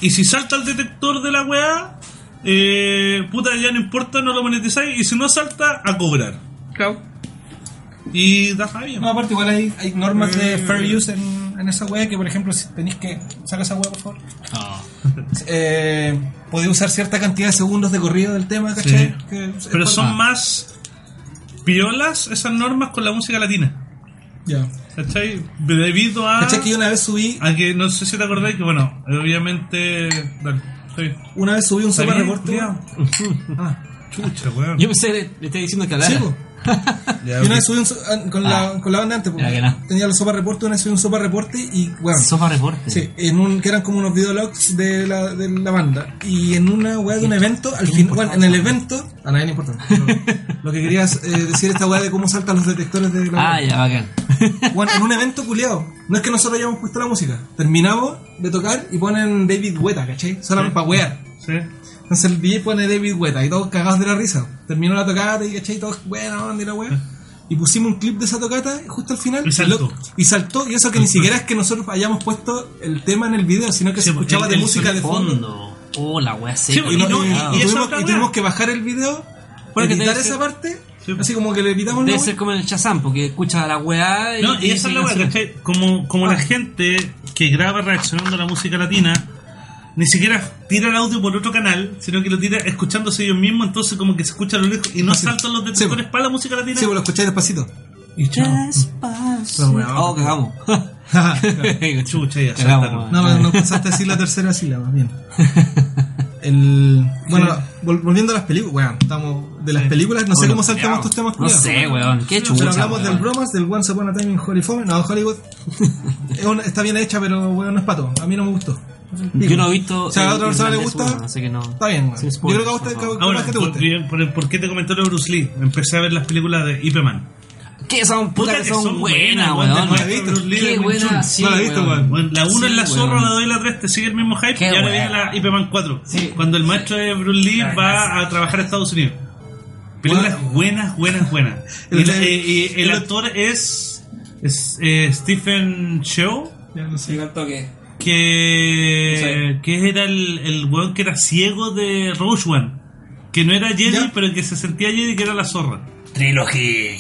S1: y si salta el detector de la weá, eh, puta, ya no importa, no lo monetizáis y si no salta, a cobrar. Y da rabia.
S2: No, aparte, igual hay, hay normas de
S1: Mm.
S2: fair use en, en esa wea que, por ejemplo, si tenéis que. Saca esa wea, por favor. Eh, podéis usar cierta cantidad de segundos de corrido del tema, ¿cachai?
S1: Sí.
S2: Que- es
S1: Pero
S2: por-
S1: son más piolas esas normas con la música latina.
S2: Ya.
S1: ¿Cachai? Debido a.
S2: ¿Cachai? Que yo una vez subí.
S1: a Ah, que no sé si te acordáis que, bueno, obviamente. Dale, sí.
S2: Una vez subí un sopa reporte.
S1: Cuidado. Ah, chucha, weón.
S3: Yo pensé, que le estoy diciendo que hablara.
S2: Sí,
S1: pues.
S2: po.
S1: Ya,
S2: Y una
S1: ok.
S2: vez subí un, so- ah, con, la, con la banda antes, po.
S3: Ya que no.
S2: tenía el sopa reporte, una vez subí un sopa reporte y, bueno,
S3: Sopa reporte.
S2: sí, en un, que eran como unos videologs de la, de la banda. Y en una weá de un evento, al fin, bueno, en el evento, a nadie le importa. pero Lo que querías eh, decir esta weá de cómo saltan los detectores de la
S3: Ah,
S2: banda.
S3: ya, bacán.
S2: Bueno, en un evento culiado. No es que nosotros hayamos puesto la música. Terminamos de tocar y ponen David Guetta, ¿cachai? Solamente
S1: Sí.
S2: para wear.
S1: Sí.
S2: Entonces el DJ pone David Guetta y todos cagados de la risa. Terminó la tocata y ¿cachai? Todos, bueno, onda y la wea. Y pusimos un clip de esa tocata justo al final.
S1: Y saltó.
S2: lo- y saltó. Y eso que ni siquiera es que nosotros hayamos puesto el tema en el video, sino que
S1: Sí, pues,
S2: se escuchaba
S1: el-
S2: de
S1: el
S2: música de fondo.
S3: Oh, la wea
S1: Sí,
S3: seca.
S2: Y, no-
S1: no,
S2: y-
S1: y-
S2: y
S1: y esa
S2: tuvimos,
S1: otra
S2: y
S1: wea.
S2: tuvimos que bajar el video,
S3: Bueno, que
S2: editar
S3: debe
S2: esa
S3: ser-
S2: parte,
S1: Sí.
S2: así como que le evitamos
S3: Debe
S2: la
S3: ser como en el Shazam, porque escucha a la weá y.
S1: No, y esa es la weá,
S3: canción.
S1: ¿cachai? Como, como
S2: Ah.
S1: la gente que graba reaccionando a la música latina, ni siquiera tira el audio por otro canal, sino que lo tira escuchándose ellos mismos, entonces como que se escucha a lo lejos y no
S2: Sí.
S1: saltan los
S2: Sí,
S1: detectores
S2: po.
S1: para la música latina.
S2: Sí, pues lo escucháis despacito. Y chao.
S3: Despacito.
S2: La weá.
S3: Oh, cagamos.
S1: Chucha, ya,
S3: Cagamos,
S1: saltaron.
S3: weá.
S2: No, no, no pensaste decir la tercera sílaba, bien. El, bueno, vol- volviendo a las películas, weón, estamos de las
S1: Sí.
S2: películas, no sé
S1: Bueno,
S2: cómo saltamos
S1: culiao.
S2: estos temas,
S3: No
S2: culiao.
S3: sé, weón. Qué chucha.
S2: Pero hablamos del
S3: weón.
S2: bromas, del Once Upon a Time in Hollywood, no, Hollywood. Es una- está bien hecha, pero weón, no es pato. A mí no me gustó.
S3: Yo no he visto.
S2: Si a la otra
S3: el
S2: persona le
S3: irlandés,
S2: gusta,
S3: weón, así que no.
S2: Está bien, weón.
S3: Sin
S2: Yo creo que a vos
S3: spoilers,
S2: te,
S3: por favor.
S1: Ahora,
S2: capaz que te
S1: por,
S2: guste.
S1: bien, por, ¿por qué te comentó lo de Bruce Lee? Empecé a ver las películas de Ip Man.
S3: Que son putas que son buenas,
S1: de
S3: weón.
S1: nuevo,
S2: visto.
S1: Bruce Lee
S3: Qué
S1: de Wing
S3: buena.
S1: Chun.
S3: Sí,
S2: No la he visto,
S3: weón.
S2: weón.
S1: Bueno, la 1
S3: Sí,
S1: es la
S3: weón.
S1: zorra, la 2 y la 3 te sigue el mismo hype
S3: Qué
S1: y ahora
S3: weón.
S1: viene la IP Man 4.
S3: Sí.
S1: Cuando el maestro de Bruce Lee
S3: La
S1: va
S3: raza.
S1: a trabajar a Estados Unidos. Películas buenas, buenas, buenas. y,
S2: El-
S1: la- eh, y- y el
S2: el-
S1: actor es, es, eh, Stephen Chow,
S2: Ya no sé.
S3: al toque.
S1: que, que era el, el weón que era ciego de Rogue One. Que no era Jedi,
S2: Ya.
S1: pero que se sentía Jedi, que era la zorra.
S3: Trilogía.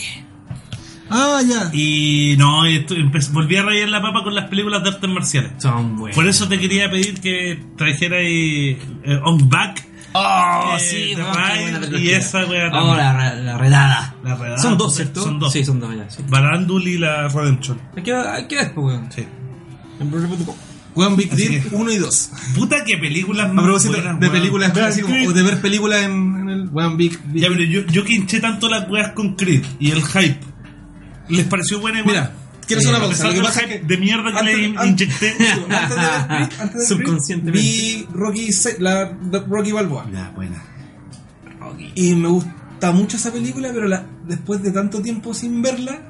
S2: Ah, ya.
S1: Y no, esto- empe- volví a rayar la papa con las películas de artes marciales.
S3: Son buenas.
S1: Por eso te quería pedir que trajeras eh, On Back
S3: Oh,
S1: eh,
S3: sí,
S1: The
S3: weón, qué
S1: Ride
S3: buena
S1: y
S3: trilogía.
S1: esa wea
S3: Oh,
S1: también.
S3: la, re- la redada.
S1: La redada.
S3: Son dos, ¿cierto?
S1: Son dos.
S3: Sí, son dos ya. Sí.
S1: Barandul y la Redemption.
S3: Hay que, hay que ver, pues, weón.
S1: Sí.
S2: Weón Big
S1: Así
S2: Deal
S1: que-
S2: 1 y 2.
S1: Puta que películas
S2: A
S1: más
S2: propósito
S1: buenas,
S2: de
S1: weón.
S2: películas
S1: Vean
S2: así como-
S1: Creed.
S2: o de ver películas en, en el One Big, Big
S1: Ya, pero yo, yo que hinché tanto las weas con Creed y el hype. ¿Les pareció buena igual?
S2: Mira, quiero hacer
S1: Eh,
S2: una
S1: a
S2: pausa.
S1: pesar
S2: Lo que
S1: del
S2: pasa es
S1: hype
S2: que
S1: de mierda que
S2: antes-
S1: le in-
S2: antes-
S1: inyecté.
S2: antes de ver Creed, antes de ver
S3: Subconscientemente.
S2: Creed, Vi Rocky, se- la, de Rocky Balboa.
S1: Ya, buena.
S2: Y me gusta mucho esa película, pero la, después de tanto tiempo sin verla,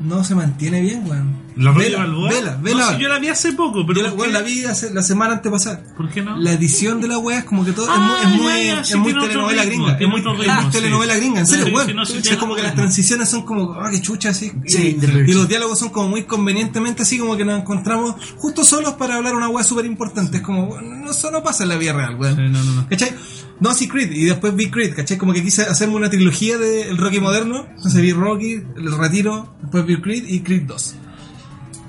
S2: no se mantiene bien, weón.
S1: ¿La Rocky
S2: Vela,
S1: Balboa?
S2: Vela, vela.
S1: No, sí, yo la vi hace poco, pero.
S2: Yo la-
S1: ¿por
S2: weón,
S1: qué-
S2: la vi hace- la semana antepasada.
S1: ¿Por qué no?
S2: La edición de la weá es como que todo
S1: Ah,
S2: es muy, es muy,
S1: ya, ya,
S2: es
S1: sí,
S2: muy
S1: tiene otro
S2: telenovela
S1: ritmo,
S2: gringa. Es
S1: tiene
S2: muy,
S1: otro
S2: es
S1: ritmo,
S2: telenovela
S1: sí.
S2: gringa, en serio,
S1: Sí,
S2: weón.
S1: sí, no, sí,
S2: es
S1: tiene
S2: como que
S1: otro
S2: las
S1: ritmo.
S2: transiciones son como, ah, qué chucha, así.
S3: Sí,
S2: Y-
S3: de
S2: y los diálogos son como muy convenientemente así, como que nos encontramos justo solos para hablar una weá súper importante. Es como, weón, no, eso no pasa en la vida real, weón.
S1: Sí, no, no, no.
S2: ¿Cachai? No, sí, Creed, y después vi Creed, ¿cachai? Como que quise hacerme una trilogía del Rocky moderno. Entonces vi Rocky, el retiro, después vi Creed y Creed 2.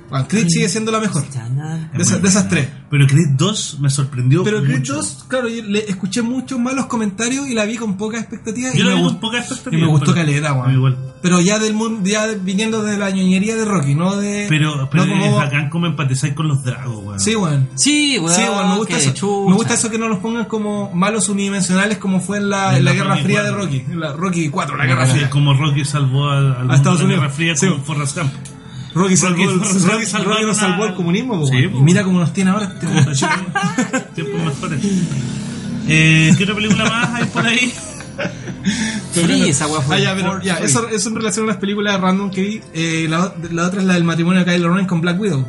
S2: Bueno, Creed sigue siendo la mejor. De, esa- de esas tres.
S1: Pero Creed 2 me sorprendió.
S2: Pero Creed
S1: mucho.
S2: 2, claro, yo le escuché muchos malos comentarios y la vi con pocas expectativas y,
S1: Yo la
S2: me
S1: vi
S2: gustó,
S1: con poca
S2: y
S1: expectativa.
S2: me gustó
S1: pero-
S2: caleta,
S1: a mí
S2: weón.
S1: igual.
S2: Pero ya del mundo, ya de- viniendo de la ñoñería de Rocky, no de.
S1: Pero, pero
S2: no
S1: es
S2: como-
S1: bacán como empatizáis con los dragos, weón.
S2: Sí, weón.
S3: Sí, weón.
S2: Sí, weón, me gusta
S3: qué
S2: eso.
S3: chucha.
S2: Me gusta eso que no los pongan como malos unidimensionales como fue en la, en la
S1: En la
S2: Guerra
S1: Rocky
S2: Fría de
S1: cuatro.
S2: Rocky. En la Rocky 4, la
S1: Como
S2: Guerra
S1: Rocky-
S2: Fría.
S1: Como Rocky salvó al, al mundo
S2: Estados
S1: de la Guerra
S2: Unidos.
S1: Fría
S2: Sí.
S1: con Forrest Gump.
S2: Rocky salvó,
S1: Rocky
S2: el- Rocky,
S1: salvó
S2: Rocky nos
S1: una-
S2: salvó el comunismo, po,
S1: Sí,
S2: weón.
S1: po.
S2: Y mira cómo nos tiene ahora. este weón.
S1: Tiempos mejores. Eh, ¿Qué otra película más hay por ahí?
S3: Free, esa weá fue.
S2: Ah, ya, pero
S3: por
S2: ya,
S3: free.
S2: eso, eso en relación a las películas random que vi. Eh, la, la otra es la del matrimonio de Kylo Ren con Black Widow.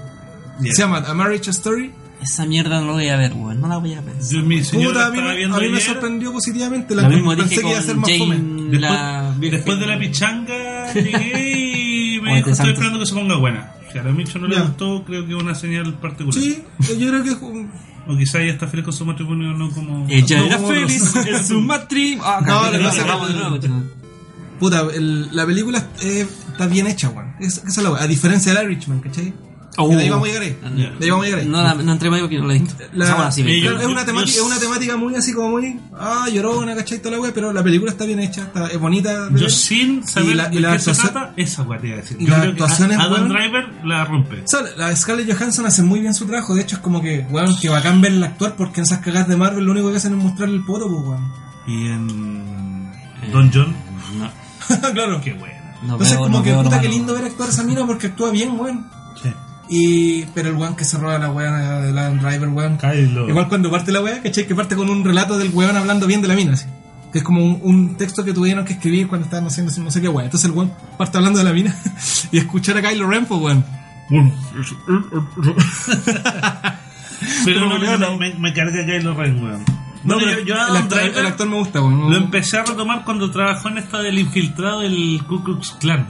S1: Yeah.
S2: Se llama A Marriage Story.
S3: Esa mierda no la voy a ver, weón. No la voy a ver.
S1: Yo, mi señora
S2: Puta, a mí,
S1: estaba
S2: me-
S1: viendo
S2: a mí me
S1: ayer,
S2: sorprendió positivamente. La,
S3: Lo mismo
S2: pensé
S3: dije
S2: que iba a ser
S3: con
S2: más fome.
S3: Jane, la
S1: Después,
S3: virgen.
S1: después de la pichanga llegué y me
S3: Aguante,
S1: dijo, estoy
S3: Santos.
S1: esperando que se ponga buena. Si a la Micho no le
S2: Ya.
S1: gustó, creo que es una señal particular.
S2: Sí, eh, yo creo que es un-
S1: O quizá ella está feliz con su matrimonio, no como...
S3: Ella
S2: No,
S3: era
S2: como
S3: feliz
S2: otros.
S3: en su matrimonio. Ah,
S2: No,
S3: cabrón,
S2: lo que
S3: no,
S2: pasa es que-
S3: vamos de nuevo, chingada.
S2: Puta, el- la película eh, está bien hecha, weón. Es- esa es la weá. A diferencia del Irishman, ¿cachai?
S3: Oh.
S2: Que de ahí vamos a llegar ahí. De ahí vamos a llegar ahí.
S3: No, la- no entré más porque no la he visto.
S2: La-
S3: Esa weá sí me
S1: Eh,
S3: encanta.
S2: Pero es, una
S1: yo-
S2: temática,
S1: yo-
S2: es una temática muy así como muy. Ah, llorona, ¿cachai? Toda la wea, pero la película está bien hecha, está, es bonita. de
S1: Yo
S2: ver.
S1: sin saber
S2: Y la- y
S1: de
S2: la
S1: qué se
S2: actuación-
S1: trata, esa weá te iba a decir.
S2: y
S1: Yo
S2: la
S1: creo que
S2: actuación es
S1: Adam
S2: buena.
S1: Driver la rompe.
S2: O sea, la Scarlett Johansson hace muy bien su trabajo. De hecho, es como que, weón, que bacán verla actuar porque en esas cagadas de Marvel lo único que hacen es mostrarle el poto, pues, weón.
S1: Y en... Eh, Don John,
S2: claro.
S1: qué buena.
S3: No
S2: Entonces,
S3: veo-
S2: como
S3: no
S2: que,
S3: veo
S2: puta,
S3: nomás,
S2: qué
S3: no.
S2: lindo ver actuar a esa mina porque actúa bien, weón.
S1: Sí.
S2: Y, pero el weón que se roba la weá de la Driver, weón.
S1: Kylo.
S2: Igual cuando parte la weá, ¿cachai? Que parte con un relato del weón hablando bien de la mina, así. Que es como un, un texto que tuvieron que escribir cuando estaban haciendo no sé qué weón. Entonces el weón parte hablando de la mina y escuchar a Kylo Ren, pues weón.
S1: Pero
S2: Pero
S1: no,
S2: bueno,
S1: me-
S2: no.
S1: me, me carga Kylo Ren, weón.
S2: No,
S1: Bueno,
S2: pero
S1: yo, yo a
S2: el,
S1: Adam
S2: actor,
S1: Driver
S2: el actor me gusta, weón.
S1: lo empecé a retomar cuando trabajó en esta del infiltrado del Ku Klux Klan.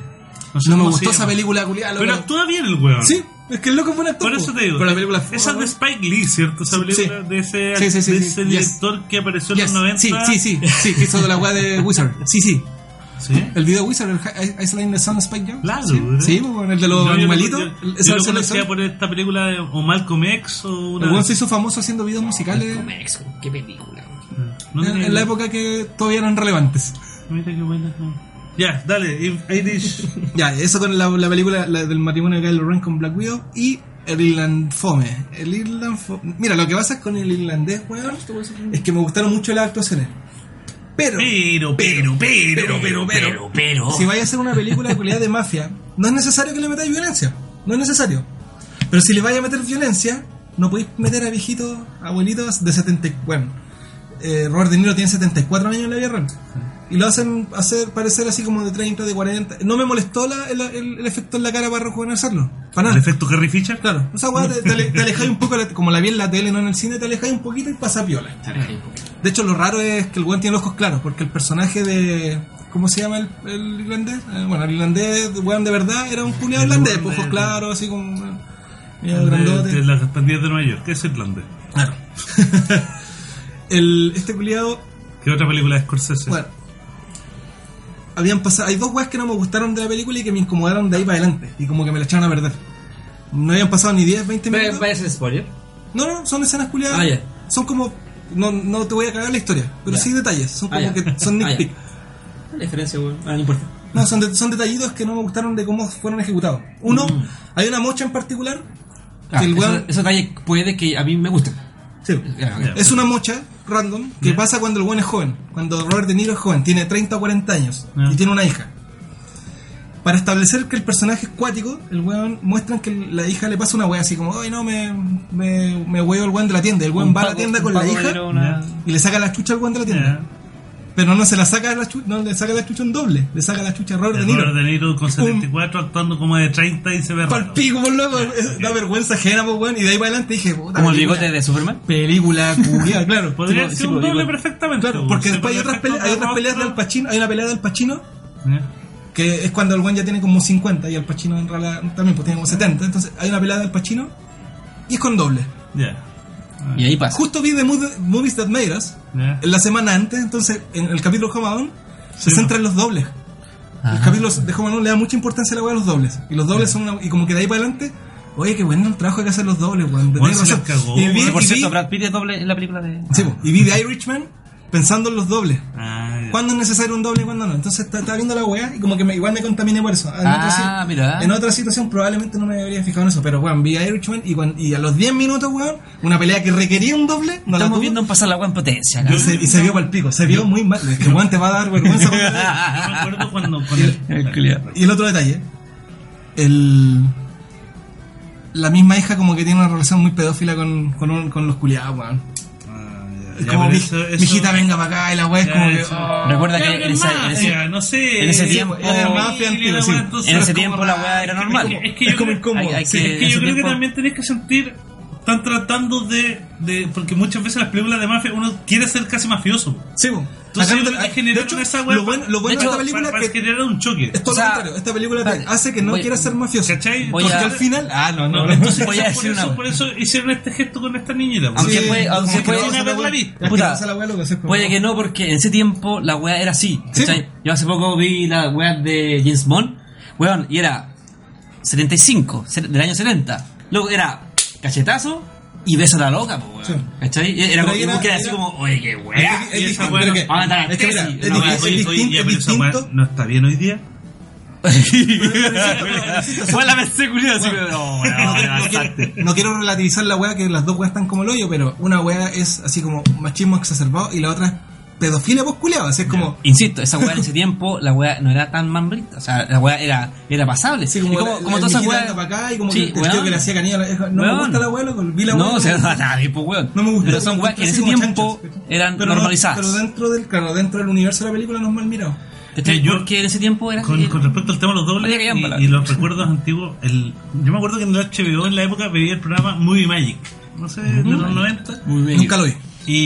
S1: sé
S2: No me
S1: cómo se
S2: gustó esa
S1: llama.
S2: película, culiada.
S1: Pero actúa bien el weón.
S2: Sí, es que el loco fue un actor.
S1: Por eso
S2: po.
S1: te digo.
S2: Pero la película fue-
S1: Esa es de Spike Lee, ¿cierto? Esa
S2: Sí,
S1: película
S2: sí.
S1: de ese,
S2: Sí, sí, sí,
S1: de
S2: sí.
S1: ese
S2: Yes.
S1: director que apareció en
S2: Yes,
S1: los 90.
S2: Sí, sí, sí, sí, que hizo de la weá de Wizard. Sí, sí.
S1: ¿Sí?
S2: El video Wizard, el Hi- Island the Sun Spike Jam.
S1: Claro,
S2: sí,
S1: ¿verdad?
S2: sí, bueno, el de los
S1: No, yo lo-
S2: animalitos.
S1: Yo,
S2: el-
S1: yo
S2: esa
S1: lo
S2: versión del
S1: conocía
S2: Sun.
S1: por esta película de, o Malcolm X o
S2: El
S1: una.
S2: weón se hizo famoso haciendo videos musicales
S3: Malcolm X, qué película.
S1: Ah, No
S2: en,
S1: tenía
S2: en la
S1: idea.
S2: época que todavía eran relevantes.
S1: Mira qué buena. no. Ya, dale, If- Irish.
S2: Ya, eso con la, la película la del matrimonio de Kylo Ren con Black Widow y el Irland Fome. El Irland Fo- Mira, lo que pasa con el irlandés, weón, es que me gustaron mucho las actuaciones. Pero,
S1: Pero, pero, pero, pero, pero, pero.
S2: si vaya a hacer una película de cualidad de mafia, no es necesario que le metáis violencia. No es necesario. Pero si le vaya a meter violencia, no podéis meter a viejitos, abuelitos de 70. Bueno, eh, Robert De Niro tiene 74 años en la vida real. Y lo hacen hacer parecer así como de 30, de 40. No me molestó la- el, el- el efecto en la cara para rejuvenecerlo. Para
S1: El
S2: nada.
S1: efecto Harry Fisher,
S2: Claro, esa weá te, te ale- te alejáis un poco, la- como la vi en la tele, no en el cine, te alejáis un poquito y pasa piola. De hecho, lo raro es que el weón tiene los ojos claros, porque el personaje de. ¿Cómo se llama el, el irlandés? Eh, bueno, el irlandés, weón, de verdad, era un culiado
S1: El
S2: irlandés,
S1: weón
S2: pues,
S1: de-
S2: ojos claros, así como. eh, medio
S1: de,
S2: grandote.
S1: de las pandillas de Nueva York, que es irlandés.
S2: Claro. el, este culiado,
S1: ¿Qué otra película de Scorsese?
S2: bueno. Habían pasado. Hay dos weas que no me gustaron de la película y que me incomodaron de ahí para adelante, y como que me la echaron a perder. No habían pasado ni 10, 20 minutos.
S3: ¿Vaya a ser spoiler?
S2: No, no, son escenas culiadas.
S3: Ah, ya.
S2: Son como. No, no te voy a cagar la historia, pero
S3: Ya.
S2: sí detalles. Son
S3: Ah, ya.
S2: como que. Son
S3: Ah, ya.
S2: nitpick.
S3: La diferencia, weón. Ah, no importa.
S2: No, son, de- son detallitos que no me gustaron de cómo fueron ejecutados. Uno, hay una mocha en particular.
S3: Mm. Ah,
S2: que el
S3: eso,
S2: weón-
S3: eso detalle puede que a mí me guste.
S2: sí.
S3: Ya, ok.
S1: Ya.
S2: Es una mocha random que
S1: Ya.
S2: pasa cuando el buen es joven. Cuando Robert De Niro es joven, tiene 30 o 40 años
S1: Ya.
S2: y tiene una hija. Para establecer que el personaje es cuático, el weón muestran que la hija le pasa una wea así como, ay no, me, me, me huevo el weón de la tienda. El weón
S3: Un
S2: va a la
S3: Paco-
S2: tienda
S3: un
S2: con la
S3: Paco
S2: hija
S3: era una-
S2: y le saca la chucha al weón de la tienda.
S1: Ya.
S2: Pero no se la saca la chu- no le saca la chucha un doble, le saca la chucha a Robert De
S1: El
S2: Niro.
S1: Robert De Niro con 74 actuando como de 30 y se ve raro.
S2: Pa'l pico, por loco. Es- Da vergüenza ajena, pues, weón. Y de ahí para adelante dije, puta.
S3: Como el
S2: película-
S3: bigote de Superman.
S2: Película culiada, claro.
S1: Podría
S3: Sí,
S1: ser
S3: sí,
S1: un
S3: lo digo.
S1: doble perfectamente.
S2: Claro,
S1: weón.
S2: porque
S1: Se
S2: después hay
S1: ve
S2: otras, pele-
S1: perfecto
S2: hay otras
S1: rostro.
S2: peleas del Pacino. Hay una pelea del Pacino
S1: Ya.
S2: que es cuando el weón ya tiene como 50 y el Pacino en realidad también pues, tiene como 70. Entonces hay una pelea del Pacino y es con doble.
S1: Ya.
S3: Y ahí pasa.
S2: Justo vi de Movies That Made Us
S1: Ya.
S2: en la semana antes, entonces en el capítulo Home Alone se
S1: Sí.
S2: centra en los dobles.
S3: Ah.
S2: El capítulo de Home Alone le da mucha importancia a la weá de los dobles. Y los dobles son una- y como que de ahí para adelante, oye, qué bueno el trabajo que hacen los dobles, weón.
S1: Weón,
S2: tenés
S1: se
S2: razón.
S1: las cagó,
S2: Y
S1: weón.
S2: vi-
S3: Que por
S2: y vi-
S3: cierto, Brad Pitt es doble en la película de.
S2: Sí, po. y vi The Irishman pensando en los dobles.
S1: Ah, ya.
S2: ¿Cuándo es necesario un doble y cuándo no? Entonces está- estaba viendo la weá y como que me- igual me contaminé por eso. En,
S3: Ah,
S2: otra, si-
S3: mira.
S2: en otra situación probablemente no me habría fijado en eso, pero weón, vi Irishman y, cuan- y a los 10 minutos, weón, una pelea que requería un doble, no la
S3: Estamos
S2: tuvo.
S3: viendo un pasar la agua en potencia.
S2: Y se, y se vio pal pico, se vio muy mal. Es que weón te va a dar vergüenza. cuando-
S1: Yo me acuerdo cuando. cuando-
S2: Y el otro detalle, el la misma hija como que tiene una relación muy pedófila con, con, un- con los culiados, weón.
S1: Ah, ya,
S2: Es
S1: ya,
S2: como,
S1: pero
S2: mi,
S1: eso- eso-
S2: mi hijita venga para acá y la weá es
S1: Ya,
S2: como que...
S1: eso.
S2: oh.
S3: Recuerda
S1: Ah, Ya,
S3: que
S1: pero
S3: en esa- en
S1: mafia,
S3: ese-
S1: no sé.
S3: en ese
S1: eh,
S3: tiempo-
S2: era mafia
S1: sí,
S2: antiguo,
S1: la
S2: sí.
S1: weá, entonces-
S3: en ese
S1: es como-
S3: tiempo la weá era normal.
S1: Es que yo
S2: Es como
S1: creo-
S2: incómodo.
S3: Hay- hay
S1: Sí, es
S3: en
S1: que yo
S3: ese
S1: creo que
S3: tiempo-
S1: también tenés que sentir. Están tratando de, de- Porque muchas veces las películas de mafia uno quiere ser casi mafioso.
S2: Sí, po.
S1: Entonces,
S2: Acá
S1: yo
S2: no
S1: creo
S2: te-
S1: que generaron
S2: de hecho,
S1: esa weá
S2: lo bueno, lo bueno
S3: de
S2: de,
S3: hecho,
S2: esta película
S1: para,
S2: es
S1: para
S2: que
S1: generar un choque.
S2: es todo
S3: o sea,
S2: lo contrario. Esta película te
S3: vale.
S2: hace que no
S3: Voy-
S2: quieras ser mafioso.
S1: ¿Cachai?
S3: Voy
S2: Porque
S3: a-
S2: al final. Ah, no, no.
S1: No,
S2: no.
S1: entonces
S3: Voy a
S1: por,
S3: decir
S1: eso,
S3: una-
S1: por eso hicieron este gesto con esta niñita. pues.
S3: Aunque
S2: Ah, Sí,
S3: puede- aunque
S2: como que
S3: puede-
S2: no vas a la
S1: Puta,
S2: weá- es que
S3: puta,
S2: no vas a la weá, lo que haces, pues,
S3: Puede
S2: no.
S3: que no, porque en ese tiempo la weá era así.
S2: Sí,
S3: ¿cachai?
S2: po.
S3: Yo hace poco vi la weá de James Bond, weón, y era 75, se- del año 70. Luego era cachetazo y beso a la loca, po, weón.
S2: Sí.
S3: ¿Cachai? Y Era,
S2: Pero
S3: como,
S2: ahí
S3: y
S2: era-
S3: porque era
S2: era-
S3: así como, oye, qué weá.
S2: Es
S1: Y esa
S2: distinto,
S1: weá
S2: pero
S1: no-
S2: que-
S3: Vamos a matar a
S2: es que mira,
S3: Tessie,
S2: es
S3: una
S1: No,
S3: weá
S2: distinto-
S1: oye,
S2: es
S1: oye, ya, pero esa weá
S2: distinto.
S1: no está bien hoy día.
S3: Fue la pensé, culiao, así como, no, weón,
S2: No,
S3: me
S2: no
S3: avanzaste.
S2: quiero- No quiero relativizar la weá, que las dos weas están como el hoyo, pero una weá es así como machismo exacerbado y la otra pedofilia posculeada. Así es como.
S3: Insisto, esa weá en ese tiempo, la weá no era tan mambrita. O sea, la weá era, era pasable.
S2: Así
S3: Y
S2: como,
S3: como,
S2: la-
S3: como
S2: la
S3: todas esas
S2: viejita
S3: weas-
S2: anda para acá y como
S3: Sí,
S2: que el tío
S3: weón.
S2: que le hacía cañón. No
S3: Weón.
S2: me gusta la abuela, vi la
S3: No,
S2: abuela.
S3: o sea, nadie, pues weón.
S2: No me gusta.
S3: Pero son weas que en ese
S2: Así como
S3: tiempo
S2: chanchos, ¿cachai?
S3: eran
S2: Pero no-
S3: normalizadas.
S2: pero dentro del, claro, dentro del universo de la película no es mal mirado.
S3: ¿Cachai?
S1: Eh, yo-
S3: Porque en ese tiempo era
S1: Con,
S3: así.
S1: con respecto al tema de los dobles
S3: Oye, que hayan
S1: y- y,
S3: palabras.
S1: los recuerdos antiguos, el, yo me acuerdo que en la HBO en la época veía el programa Movie Magic, no sé, de los 90,
S3: Muy bien.
S2: Nunca lo vi.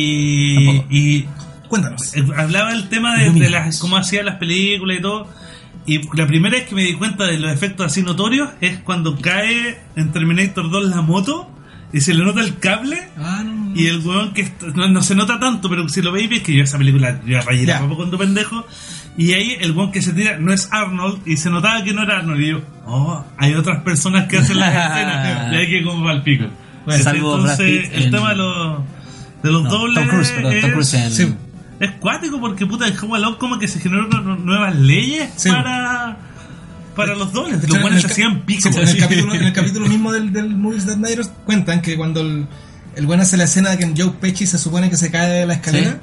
S1: y, y
S2: Cuéntanos.
S1: eh, hablaba el tema de, de las, cómo hacían las películas y todo. Y la primera vez que me di cuenta de los efectos así notorios es cuando cae en Terminator 2 la moto y se le nota el cable.
S2: Ah, no.
S1: Y el weón que est- no, no se nota tanto, pero si lo veis, es que yo esa película yo la rayé
S2: Ya.
S1: tampoco cuando pendejo. Y ahí el weón que se tira no es Arnold y se notaba que no era Arnold. Y yo, oh, hay otras personas que hacen las escenas. Y hay que como va el pico.
S3: Bueno, salvo Brad
S1: Entonces,
S3: Pitt
S1: el
S3: en-
S1: tema de los, de los
S3: No,
S1: dobles.
S3: Tom Cruise, perdón, Tom Cruise en-
S1: es, sí, es cuático porque puta, en Howard Love como que se generaron nu- nuevas leyes
S2: Sí.
S1: para, para los dobles.
S2: De
S1: Los
S2: hecho, en
S1: weones
S2: el
S1: se
S2: ca-
S1: hacían
S2: Sí,
S1: picos.
S2: pues, en, el capítulo, en el capítulo mismo del, del Movies That Matter cuentan que cuando el, el buen hace la escena de que en Joe Pesci se supone que se cae de la escalera,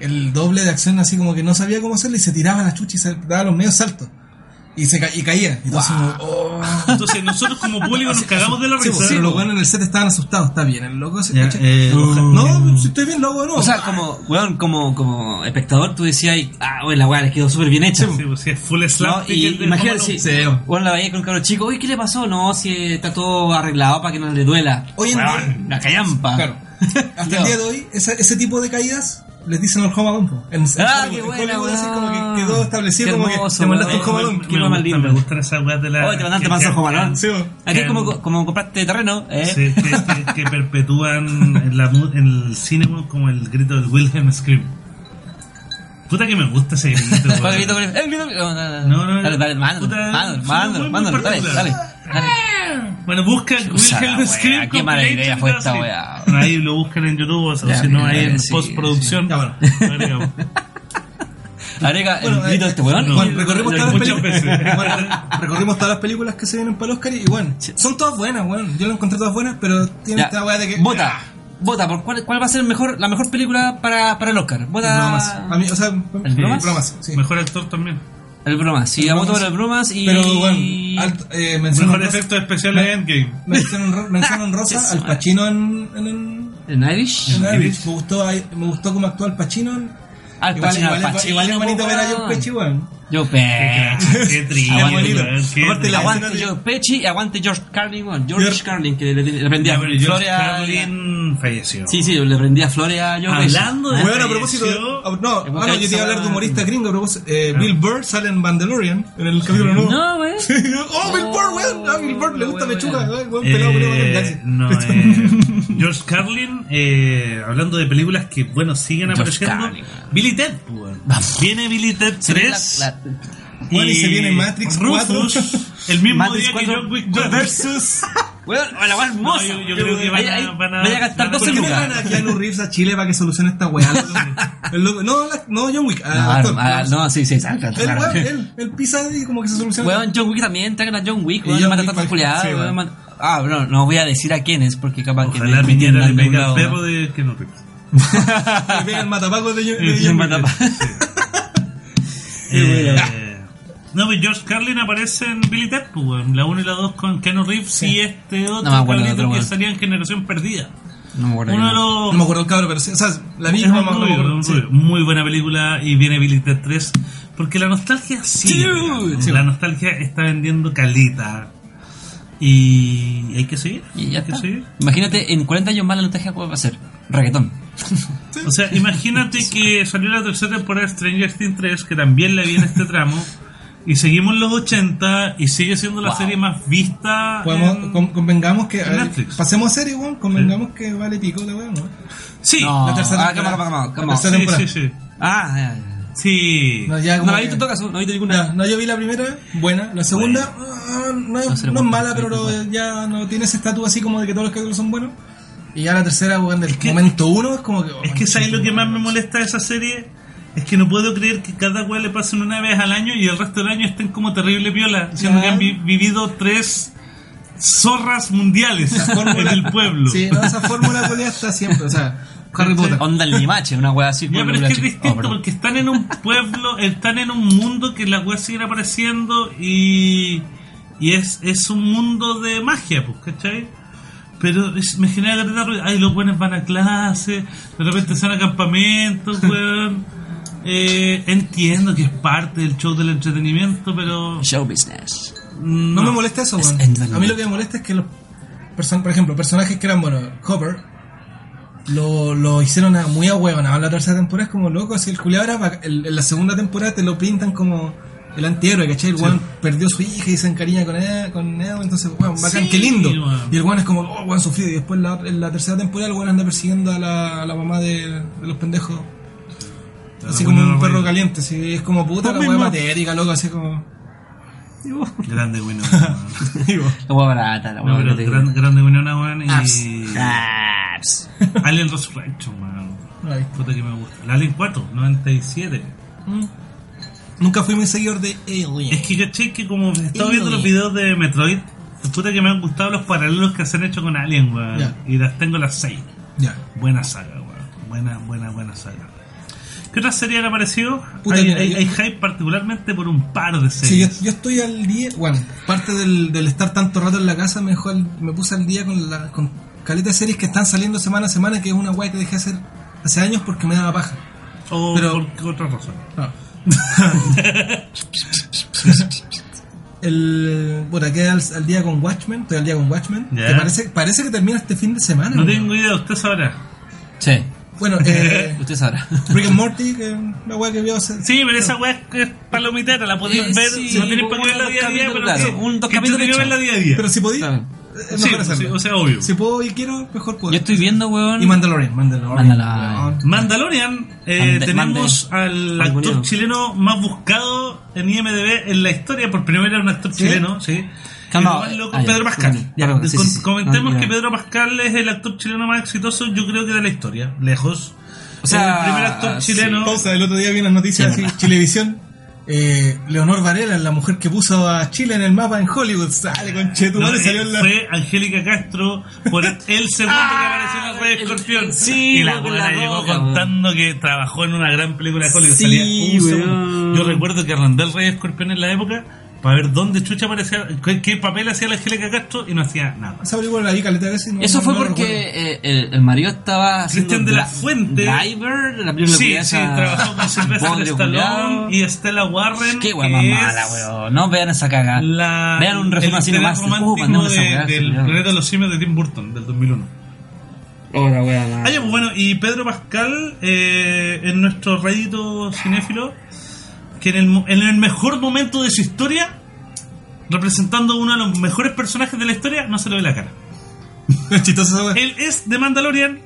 S2: el doble de acción así como que no sabía cómo hacerlo y se tiraba la chucha y se daba los medios saltos. Y, se ca- y caía. Y entonces, como, oh.
S1: Entonces nosotros como público nos cagamos de la
S2: Sí,
S1: risa.
S2: pues, pero los buenos en el set estaban asustados. Está bien, el loco se
S1: Ya,
S2: cacha.
S1: eh, oja-
S2: No, si estoy bien, loco, no.
S3: O sea, como, weón, como, como espectador, tú decías, ah, weón, la weá les quedó súper bien hecha.
S1: Sí, pues, sí, es full slap.
S3: No, y imagínate si
S2: Sí, weón.
S3: weón, la veía con el cabro chico, uy, ¿qué le pasó? No, si está todo arreglado para que no le duela.
S2: Hoy en
S3: Weón, la
S1: Ah.
S3: callampa.
S2: Claro. Hasta el día de hoy, esa- ese tipo de caídas les dicen al Home Alone. po. En, en
S3: Ah,
S2: Hollywood,
S3: qué
S2: en
S3: buena,
S2: Hollywood, así como
S3: weón.
S2: que quedó establecido
S3: Qué
S2: como que
S3: hermoso,
S2: te mandaste
S3: weón.
S2: un Home Alone. Ah,
S3: Qué
S1: me,
S3: más
S1: gusta,
S3: lindo.
S1: me gustan esas weas de la.
S3: Hoy te mandaste más
S1: que-
S3: ojo malón.
S2: Sí, weón.
S3: Aquí es como,
S1: Que-
S3: como compraste terreno, ¿eh?
S1: Sí, que, que- que perpetúan en, la mu- en el cine weón, como el grito del Wilhelm Scream. Puta que me gusta ese grito. weón.
S3: ¿Cuál grito? ¿El "Eh, grito? No, no,
S1: No, no, no.
S3: Dale, dale, mano,
S1: Puta,
S3: mano,
S1: sí,
S3: mano,
S1: muy, muy
S3: mano, dale,
S1: particular.
S3: dale. dale.
S1: Bueno, busca
S3: Usa la
S1: Wilhelm
S3: wea,
S1: Scream.
S3: qué
S1: compilation
S3: mala idea fue esta
S1: así.
S3: wea.
S1: Ahí lo buscan en YouTube, o sea,
S3: Ya,
S1: si no,
S3: mira,
S1: ahí en
S3: sí,
S1: postproducción.
S2: sí. Ya, bueno.
S1: lo agregamos.
S3: Agrega el
S2: Bueno,
S3: grito
S2: eh,
S3: de este weón.
S1: no,
S3: y-
S2: Bueno, recorrimos
S3: lo-
S2: todas las
S1: muchas
S2: películas.
S1: veces.
S2: Bueno, re- recorrimos todas las películas que se vienen para el Oscar y bueno, son todas buenas, bueno. Yo las encontré todas buenas, pero tiene
S3: Ya,
S2: esta weá de que.
S3: Vota. Vota por cuál, cuál va a ser el mejor, la mejor película para, para el Oscar. Vota.
S2: Ah. Bromas. A mí, o sea,
S3: bromas?
S2: bromas, sí.
S1: Mejor actor también.
S3: El bromas. Sí,
S2: El
S3: la voto
S2: bromas.
S3: por el bromas y.
S2: Pero bueno, alto, eh, mención
S1: Mejor
S2: honrosa-
S1: efectos especiales
S3: Eh.
S2: Me-
S1: en Endgame.
S2: Mención honro- mención honrosa al Pacino en. en, en
S3: ¿En Irish?
S2: en
S1: ¿En
S2: Irish. Me gustó, ahí- me gustó como actuó al Pacino.
S3: Al
S2: Igual-
S3: Pacino,
S2: igual,
S3: al Pacino,
S2: Igual es bonito ver a
S3: weón.
S2: Joe Pesci, weón.
S3: Yo
S1: Qué
S3: Pechi.
S1: crack, Qué triste.
S3: Aguante,
S1: weón, qué
S2: Aparte
S1: triste.
S2: la
S3: Aguante
S2: escena de-
S3: Joe Pesci y aguante George Carlin, weón. George
S2: George-
S3: Carlin, que le, le prendía
S1: Ya, pero George
S3: flores a.
S1: Carlin falleció.
S3: Sí, sí, le prendía flores a Joe Pesci.
S1: Hablando de-
S2: Bueno, a propósito. de-
S1: Falleció.
S2: ah, No,
S3: Evoca
S2: ah, no, yo te iba a hablar de humorista
S3: esa-
S2: gringo. A propósito, eh, Bill Burr sale en Mandalorian en el capítulo nuevo.
S3: No, weón.
S2: oh, Bill Burr, weón. A Bill Burr le gusta
S3: Weón,
S2: lechuga,
S3: weón.
S2: weón. Weón
S1: Eh,
S2: pelado, weón, weón. gracias.
S1: no, eh, George Carlin, eh, hablando de películas que, bueno, siguen
S3: George
S1: apareciendo.
S3: Carlin, weón.
S1: Billy Ted, pues, weón. Viene Billy Ted 3.
S3: La- la-
S2: Bueno, y se viene Matrix
S1: Rufus,
S2: 4.
S1: el mismo
S3: Matrix
S1: día
S3: 4.
S1: que John Wick 4.
S2: Versus.
S3: Weón, la weón hermosa.
S1: No, yo- yo creo que van a-
S3: Ahí- ahí
S1: van a-
S3: Vaya a gastar
S1: van a-
S2: ¿Por
S3: 12
S2: qué no
S3: lucas.
S2: van a Keanu Reeves a Chile para que solucione esta weá? loco? El loco- No, la- no, John Wick. ah,
S3: No,
S2: actor.
S3: ah, no, sí, sí, exacto.
S2: El
S3: claro.
S2: weón, él, él pisa y como que se soluciona.
S3: Weón, John Wick también, traigan a John Wick,
S2: Y
S3: weón,
S2: John
S3: mata
S2: Wick
S3: tantos
S2: pa-
S3: culiados,
S2: sí,
S3: weón,
S2: weón.
S3: mata- Ah, no, no voy a decir a quiénes, porque capaz
S1: Ojalá
S3: que me
S1: viniera
S3: entiendan
S1: de
S3: de un
S1: pegar
S3: lado,
S1: el perro
S3: ¿no?
S1: de que no Reeves.
S2: Le pega el matapacos de, John- de
S3: Sí,
S2: John Wick.
S3: mata-
S1: Eh, No, pero George Carlin aparece en Billy Ted, pues, weón. La 1 y la 2 con Keanu Reeves y este otro
S3: No me acuerdo de
S1: cabrito
S3: otro,
S1: que
S3: weón.
S1: salía en Generación Perdida.
S3: No me acuerdo.
S1: Uno de
S3: quién.
S1: los
S2: No me acuerdo el cabro, pero sí. O sea, la
S1: Es un
S2: misma. no me
S1: rubio,
S2: acuerdo,
S1: un
S2: sí.
S1: rubio. Muy buena película y viene Billy Ted 3. Porque la nostalgia sigue.
S3: Dude.
S1: pegando.
S3: Sí.
S1: La nostalgia está vendiendo calita. Y hay que seguir.
S3: Y ya
S1: hay que
S3: está.
S1: seguir.
S3: Imagínate, en 40 años más la nostalgia cuál va a ser. Reggaetón.
S1: O sea, imagínate que salió la tercera temporada de Stranger Things 3, que también la vi en este tramo. Y seguimos los 80 y sigue siendo la
S3: Wow.
S1: serie más vista.
S2: Podemos-
S3: Ah,
S1: en-
S2: con- convengamos que. a ver,
S1: Netflix.
S2: pasemos a serie, weón. Convengamos que vale pico la weón, ¿no?
S1: Sí.
S3: No.
S2: La tercera
S3: Ah, cámara, cámara,
S2: La
S3: cámara.
S2: tercera
S1: Sí,
S2: temporada.
S1: sí, sí.
S3: Ah, ya, ya.
S1: Sí.
S2: No, ya
S3: No
S2: como
S3: la he
S2: que-
S3: visto en todo caso, no he visto
S2: Ya,
S3: ninguna.
S2: no, yo vi la primera, buena. La segunda, ah, no,
S3: No se le
S2: no
S3: gusta,
S2: es mala,
S3: sí,
S2: pero
S3: sí, sí.
S2: ya no tiene ese estatus así como de que todos los capítulos son buenos. Y ya la tercera, weón, del momento uno, es como que. oh,
S1: Es que ¿sabes lo que más me molesta de esa serie? Es que no puedo creer que cada cual le pasen una vez al año y el resto del año estén como terrible piola, siendo
S2: Ya.
S1: que han vi- vivido tres zorras mundiales en el pueblo.
S2: Sí, no, esa fórmula culia está siempre, o sea, Harry Potter.
S3: Onda el limache, una wea así.
S1: Ya,
S3: con
S1: pero es
S3: una
S1: que es
S3: chica. Oh,
S1: distinto
S3: perdón.
S1: porque están en un pueblo, están en un mundo que las weas siguen apareciendo y, y es, es un mundo de magia, pues, ¿cachai? Pero es- me genera careta ruido. Ay, los buenos van a clase, de repente se van a campamentos, weón. Eh, entiendo que es parte del show del entretenimiento, pero.
S3: Show business.
S2: No, me molesta eso,
S3: Es
S2: weón.
S3: entendible.
S2: A mí lo que me molesta es que los person- por ejemplo, personajes que eran, bueno, Hopper, lo, lo hicieron a- muy a huevo, nada más la tercera temporada es como loco, si el culiao era vac- el- en la segunda temporada te lo pintan como el antihéroe, ¿cachai? El weón perdió a su hija y se encariña con él, con él entonces, weón, bacán,
S1: Sí,
S2: qué lindo.
S1: weón.
S2: Y el weón es como, oh, weón sufrido, y después la- en la tercera temporada el weón anda persiguiendo a la, a la mamá de, de los pendejos. Así como
S1: bueno,
S2: un perro
S1: bueno.
S2: caliente, así, es como puta
S1: Lo
S2: la weá
S1: mismo.
S2: matérica, loco, así como...
S1: Grande Winona.
S3: La wea barata, la wea
S1: No, pero
S3: barata.
S1: gran- grande Winona, weón.
S3: Abs.
S1: Y.
S3: Ah. Abs.
S1: Alien Resurrection, weón.
S2: No la he visto.
S1: Puta que me gusta. La Alien 4, 97.
S2: Mm. Nunca fui muy seguidor de Alien.
S1: Es que caché que como estaba viendo los videos de Metroid, puta que me han gustado los paralelos que se han hecho con Alien, weón.
S2: Ya.
S1: Y las tengo las 6.
S2: Ya.
S1: Buena saga, weón. Buena, buena, buena saga. ¿Qué otra serie han aparecido?
S2: Puta,
S1: hay,
S2: mira,
S1: hay-
S2: yo-
S1: hay hype particularmente por un par de
S2: Sí, yo,
S1: series.
S2: yo estoy al día. Bueno, parte del, del estar tanto rato en la casa me, dejó al- me puse al día con, la, con caleta de series que están saliendo semana a semana, que es una guay que dejé hacer hace años porque me daba paja.
S1: o
S2: pero-
S1: por qué otra razón.
S2: El, bueno, quedé al, al día con Watchmen. Estoy al día con Watchmen.
S1: Ya.
S2: Que parece, parece que termina este fin de semana.
S1: No
S2: ¿no?
S1: tengo idea, usted sabrá.
S3: Sí.
S2: Bueno, eh,
S3: Usted sabrá.
S2: Rick and Morty, que es una guay que vio hace.
S1: Sí, pero esa weá es- es palomitera, la podéis
S3: Eh,
S1: ver
S3: sí,
S1: si no tenéis
S3: un-
S1: para verla
S3: dos
S1: día a día,
S3: capítulos,
S1: pero
S3: claro,
S1: sí,
S3: un- dos
S1: que
S3: capítulos
S1: entretenido
S3: hechos.
S1: verla día a día. pues
S2: Pero si podía,
S3: Claro.
S1: Sí, sí, o sea, obvio.
S2: Si puedo y quiero, mejor puedo.
S3: Yo estoy viendo, weón.
S2: Y Mandalorian, Mandalorian.
S3: Mandalorian.
S2: weón.
S1: Mandalorian, eh,
S3: Mande-
S1: tenemos al actor
S3: Mandalorian.
S1: chileno más buscado en IMDB en la historia, por primera era un actor chileno, sí.
S3: Calma,
S1: Y lo más loco es
S3: ah, ya,
S1: Pedro Pascal.
S3: ya, perdón, sí,
S1: Con-
S3: sí, sí.
S1: Comentemos
S3: Ah, ya.
S1: que Pedro Pascal es el actor chileno más exitoso, yo creo que de la historia, lejos.
S3: O sea,
S1: Es el primer actor
S3: sí.
S1: chileno.
S2: Pausa, el otro día vi unas noticias así, Chilevisión. Eh, Leonor Varela, la mujer que puso a Chile en el mapa en Hollywood, sale con Chetu,
S1: No,
S2: le salió
S1: eh,
S2: en la.
S1: Fue Angélica Castro por el segundo que apareció en la red Escorpión.
S3: Ah, sí,
S1: y la
S3: con
S1: buena
S3: la
S1: llegó
S3: roca,
S1: contando que trabajó en una gran película de Hollywood.
S3: Sí,
S1: Salía un
S3: weón.
S1: segundo. Yo recuerdo que arrendé el Rey Escorpión en la época para ver dónde Chucha aparecía, qué, qué papel hacía la Angélica Castro y no hacía nada.
S2: Esa película la vi caleta de veces y no-
S3: Eso
S2: no-
S3: fue
S2: no
S3: porque
S2: recuerdo.
S3: eh, el, el marido estaba haciendo
S1: Cristian de la
S3: dri-
S1: Fuente.
S3: Driver, la película
S1: Sí,
S3: culiada
S1: sí,
S3: esa-
S1: trabajó con Sylvester
S3: bodrio culiado.
S1: Stallone y Estela Warren.
S3: Qué wea
S1: que
S3: más
S1: es
S3: mala, weón. No vean esa cagada.
S1: La,
S3: Vean un resumen
S1: el
S3: así
S1: interés
S3: nomás. Uh,
S1: romántico
S3: mandame esa
S1: de-
S3: weá,
S1: del
S3: señor.
S1: planeta de los simios de Tim Burton, del 2001.
S3: Hola, weón.
S1: Ah, ya, pues bueno, y Pedro Pascal, eh, en nuestro rédito cinéfilo, que en el, mo- en el mejor momento de su historia, representando uno de los mejores personajes de la historia, no se le ve la cara.
S2: Es chistoso esa wea.
S1: Él es de Mandalorian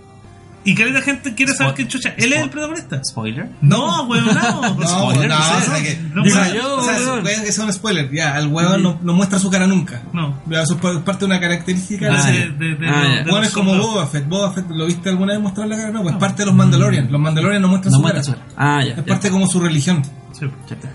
S1: y caleta gente quiere saber
S3: Spot-
S1: quién chucha. Él es el
S3: Spot-
S1: protagonista.
S3: Spoiler.
S1: No, weón, no.
S2: No,
S3: spoiler,
S2: no,
S3: no sé,
S2: o sea que-
S1: no,
S2: o sea,
S1: weón.
S3: yo,
S2: o sea,
S3: weón.
S2: weón, ese es un spoiler. Ya, el huevón no, no muestra su cara nunca.
S1: No.
S2: Ya, Eso es por- parte de una característica.
S3: Ah,
S2: de ese-
S1: De- de- de- de- de
S3: Ah, ya. Bueno,
S2: Bueno,
S1: nosotros.
S2: es como Boba Fett. Boba Fett, ¿lo viste alguna vez mostrar la cara? No, pues es parte de los Mandalorian. Los Mandalorian no muestran
S3: No
S2: su
S3: muestra
S2: cara.
S3: su- Ah, ya.
S2: Es
S3: ya.
S2: parte como su religión.
S1: Sí.
S3: Ya está.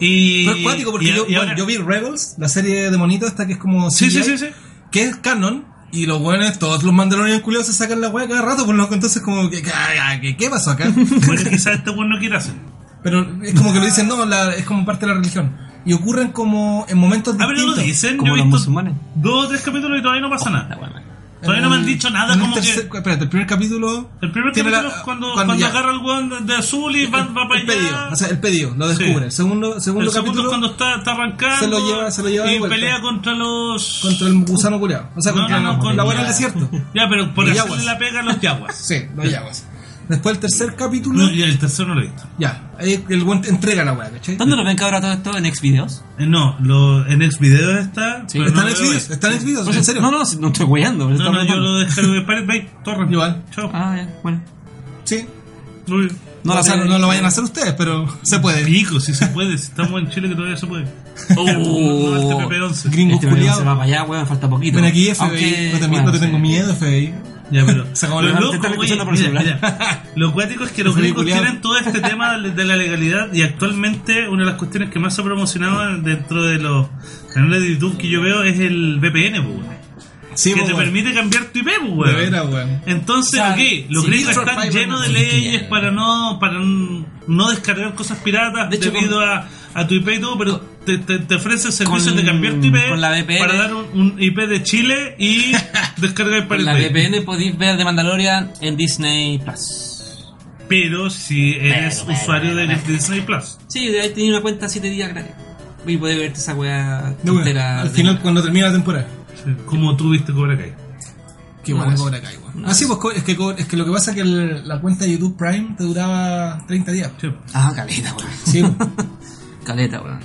S1: Y,
S2: Fue acuático porque
S1: y-
S2: yo,
S1: y
S2: bueno,
S1: ahora-
S2: yo vi Rebels, la serie de monito esta que es como
S1: Sí, sí,
S2: CGI,
S1: sí, sí.
S2: que es canon y los buenos, todos los mandalorianos culiados se sacan la hueá cada rato, por lo que entonces como que, que- que- ¿qué pasó acá?
S1: Bueno, quizás este weón no quiere hacer.
S2: Pero es como que lo dicen, no, la- es como parte de la religión. Y ocurren como en momentos
S1: A ver, lo
S2: distintos.
S1: dicen.
S3: Como
S1: yo he
S3: los
S1: visto
S3: musulmanes.
S1: dos o tres capítulos y todavía no
S2: Oh,
S1: pasa
S3: La
S1: nada.
S3: wea, man.
S1: Todavía no me han dicho nada
S2: En el
S1: como
S2: tercer- Espérate, el primer capítulo...
S1: que... El primer
S2: tiene
S1: capítulo
S2: la-
S1: es cuando,
S2: cuando
S1: cuando,
S2: ya-
S1: agarra el weón de, de azul y va, va para
S2: el pedido,
S1: allá.
S2: o sea, el pedido, lo descubre. El segundo,
S1: el
S2: segundo
S1: segundo
S2: capítulo
S1: es cuando está, está arrancando
S2: se lo lleva- se lo lleva de
S1: y
S2: vuelta.
S1: pelea contra los...
S2: contra el gusano culiado. O sea,
S1: No,
S2: contra
S1: no, no,
S2: la-
S1: con-
S2: la buena del desierto.
S1: Ya, pero por
S2: Los
S1: hacerle
S2: yaguas.
S1: la pega a los yaguas.
S2: Sí, los llamas. Después el tercer capítulo...
S1: No, ya, el tercero no lo he visto.
S2: Ya, ahí el buen te entrega la weá, ¿cachai?
S3: ¿Dónde lo ven ahora todo esto? ¿En Xvideos?
S1: Eh, No, lo, en Xvideos está... pero
S2: Están
S1: no
S2: en
S1: lo veo
S2: exvideos,
S1: ahí.
S2: están en exvideos, en serio.
S3: No, no, si- no estoy weyando. me
S1: No,
S3: estaba
S1: no, yo
S3: preguntando.
S1: lo descargo de Pirate Bay, Torres.
S2: Igual.
S1: Chao.
S3: Ah, ya, bueno.
S2: Sí.
S1: Uy,
S2: No,
S3: No
S2: o
S3: la
S2: sea,
S3: sé.
S2: no lo vayan a hacer ustedes, pero se puede. Oh.
S1: Pico, si se puede, si estamos en Chile que todavía se puede. No, este
S3: Oh.
S1: PP11.
S2: Gringos
S3: Este weón se va
S2: culiados.
S3: para allá, weón, falta poquito.
S2: Ven aquí, FBI.
S3: Aunque-
S2: no te,
S3: bueno,
S2: no te
S3: sí.
S2: tengo miedo, FBI.
S1: Ya, pero.
S2: Se acabó
S1: lo
S2: la-
S1: loco,
S3: te están
S1: güey,
S3: escuchando por
S1: mira,
S3: celular.
S1: mira, Lo cuático es que los
S2: Sí,
S1: gringos
S2: culiao.
S1: tienen todo este tema de de la legalidad y actualmente una de las cuestiones que más se ha promocionado dentro de los canales de YouTube que yo veo es el VPN, pues, güey,
S2: Sí,
S1: que
S2: pues,
S1: te
S2: weón.
S1: permite cambiar tu IP, pues,
S2: De
S1: güey.
S2: veras, weón.
S1: Entonces,
S3: O sea,
S1: ¿qué? Los
S3: si
S1: gringos
S3: Ultra
S1: están
S3: Fiber
S1: llenos de
S3: no
S1: leyes
S3: bloquea.
S1: para no para n- no descargar cosas piratas
S3: De hecho,
S1: debido
S3: con-
S1: a, a tu IP y todo, pero te, te, te ofrecen servicios
S3: con-
S1: de cambiar tu IP
S3: con la VPN.
S1: para dar un, un IP de Chile y descargar para
S3: Con
S1: el
S3: la
S1: país.
S3: VPN podéis ver The Mandalorian en Disney Plus.
S1: Pero si eres
S3: Pero, pero,
S1: usuario
S3: pero,
S1: de
S3: pero.
S1: Disney Plus.
S3: Sí, de ahí tenía una cuenta 7 días gratis. Y podés verte esa weá
S2: De weón.
S3: entera.
S2: Al
S3: de-
S2: final, cuando termina la temporada.
S1: Como tú viste Cobra Kai.
S2: Qué
S3: Una
S2: bueno
S3: vez.
S2: Cobra Kai, weón. Ah, sí, pues co- es que, co- es que lo que pasa es que el- la cuenta de YouTube Prime te duraba 30 días.
S1: Sí.
S3: Ah, caleta, weón.
S2: Sí, weón.
S3: Caleta, weón.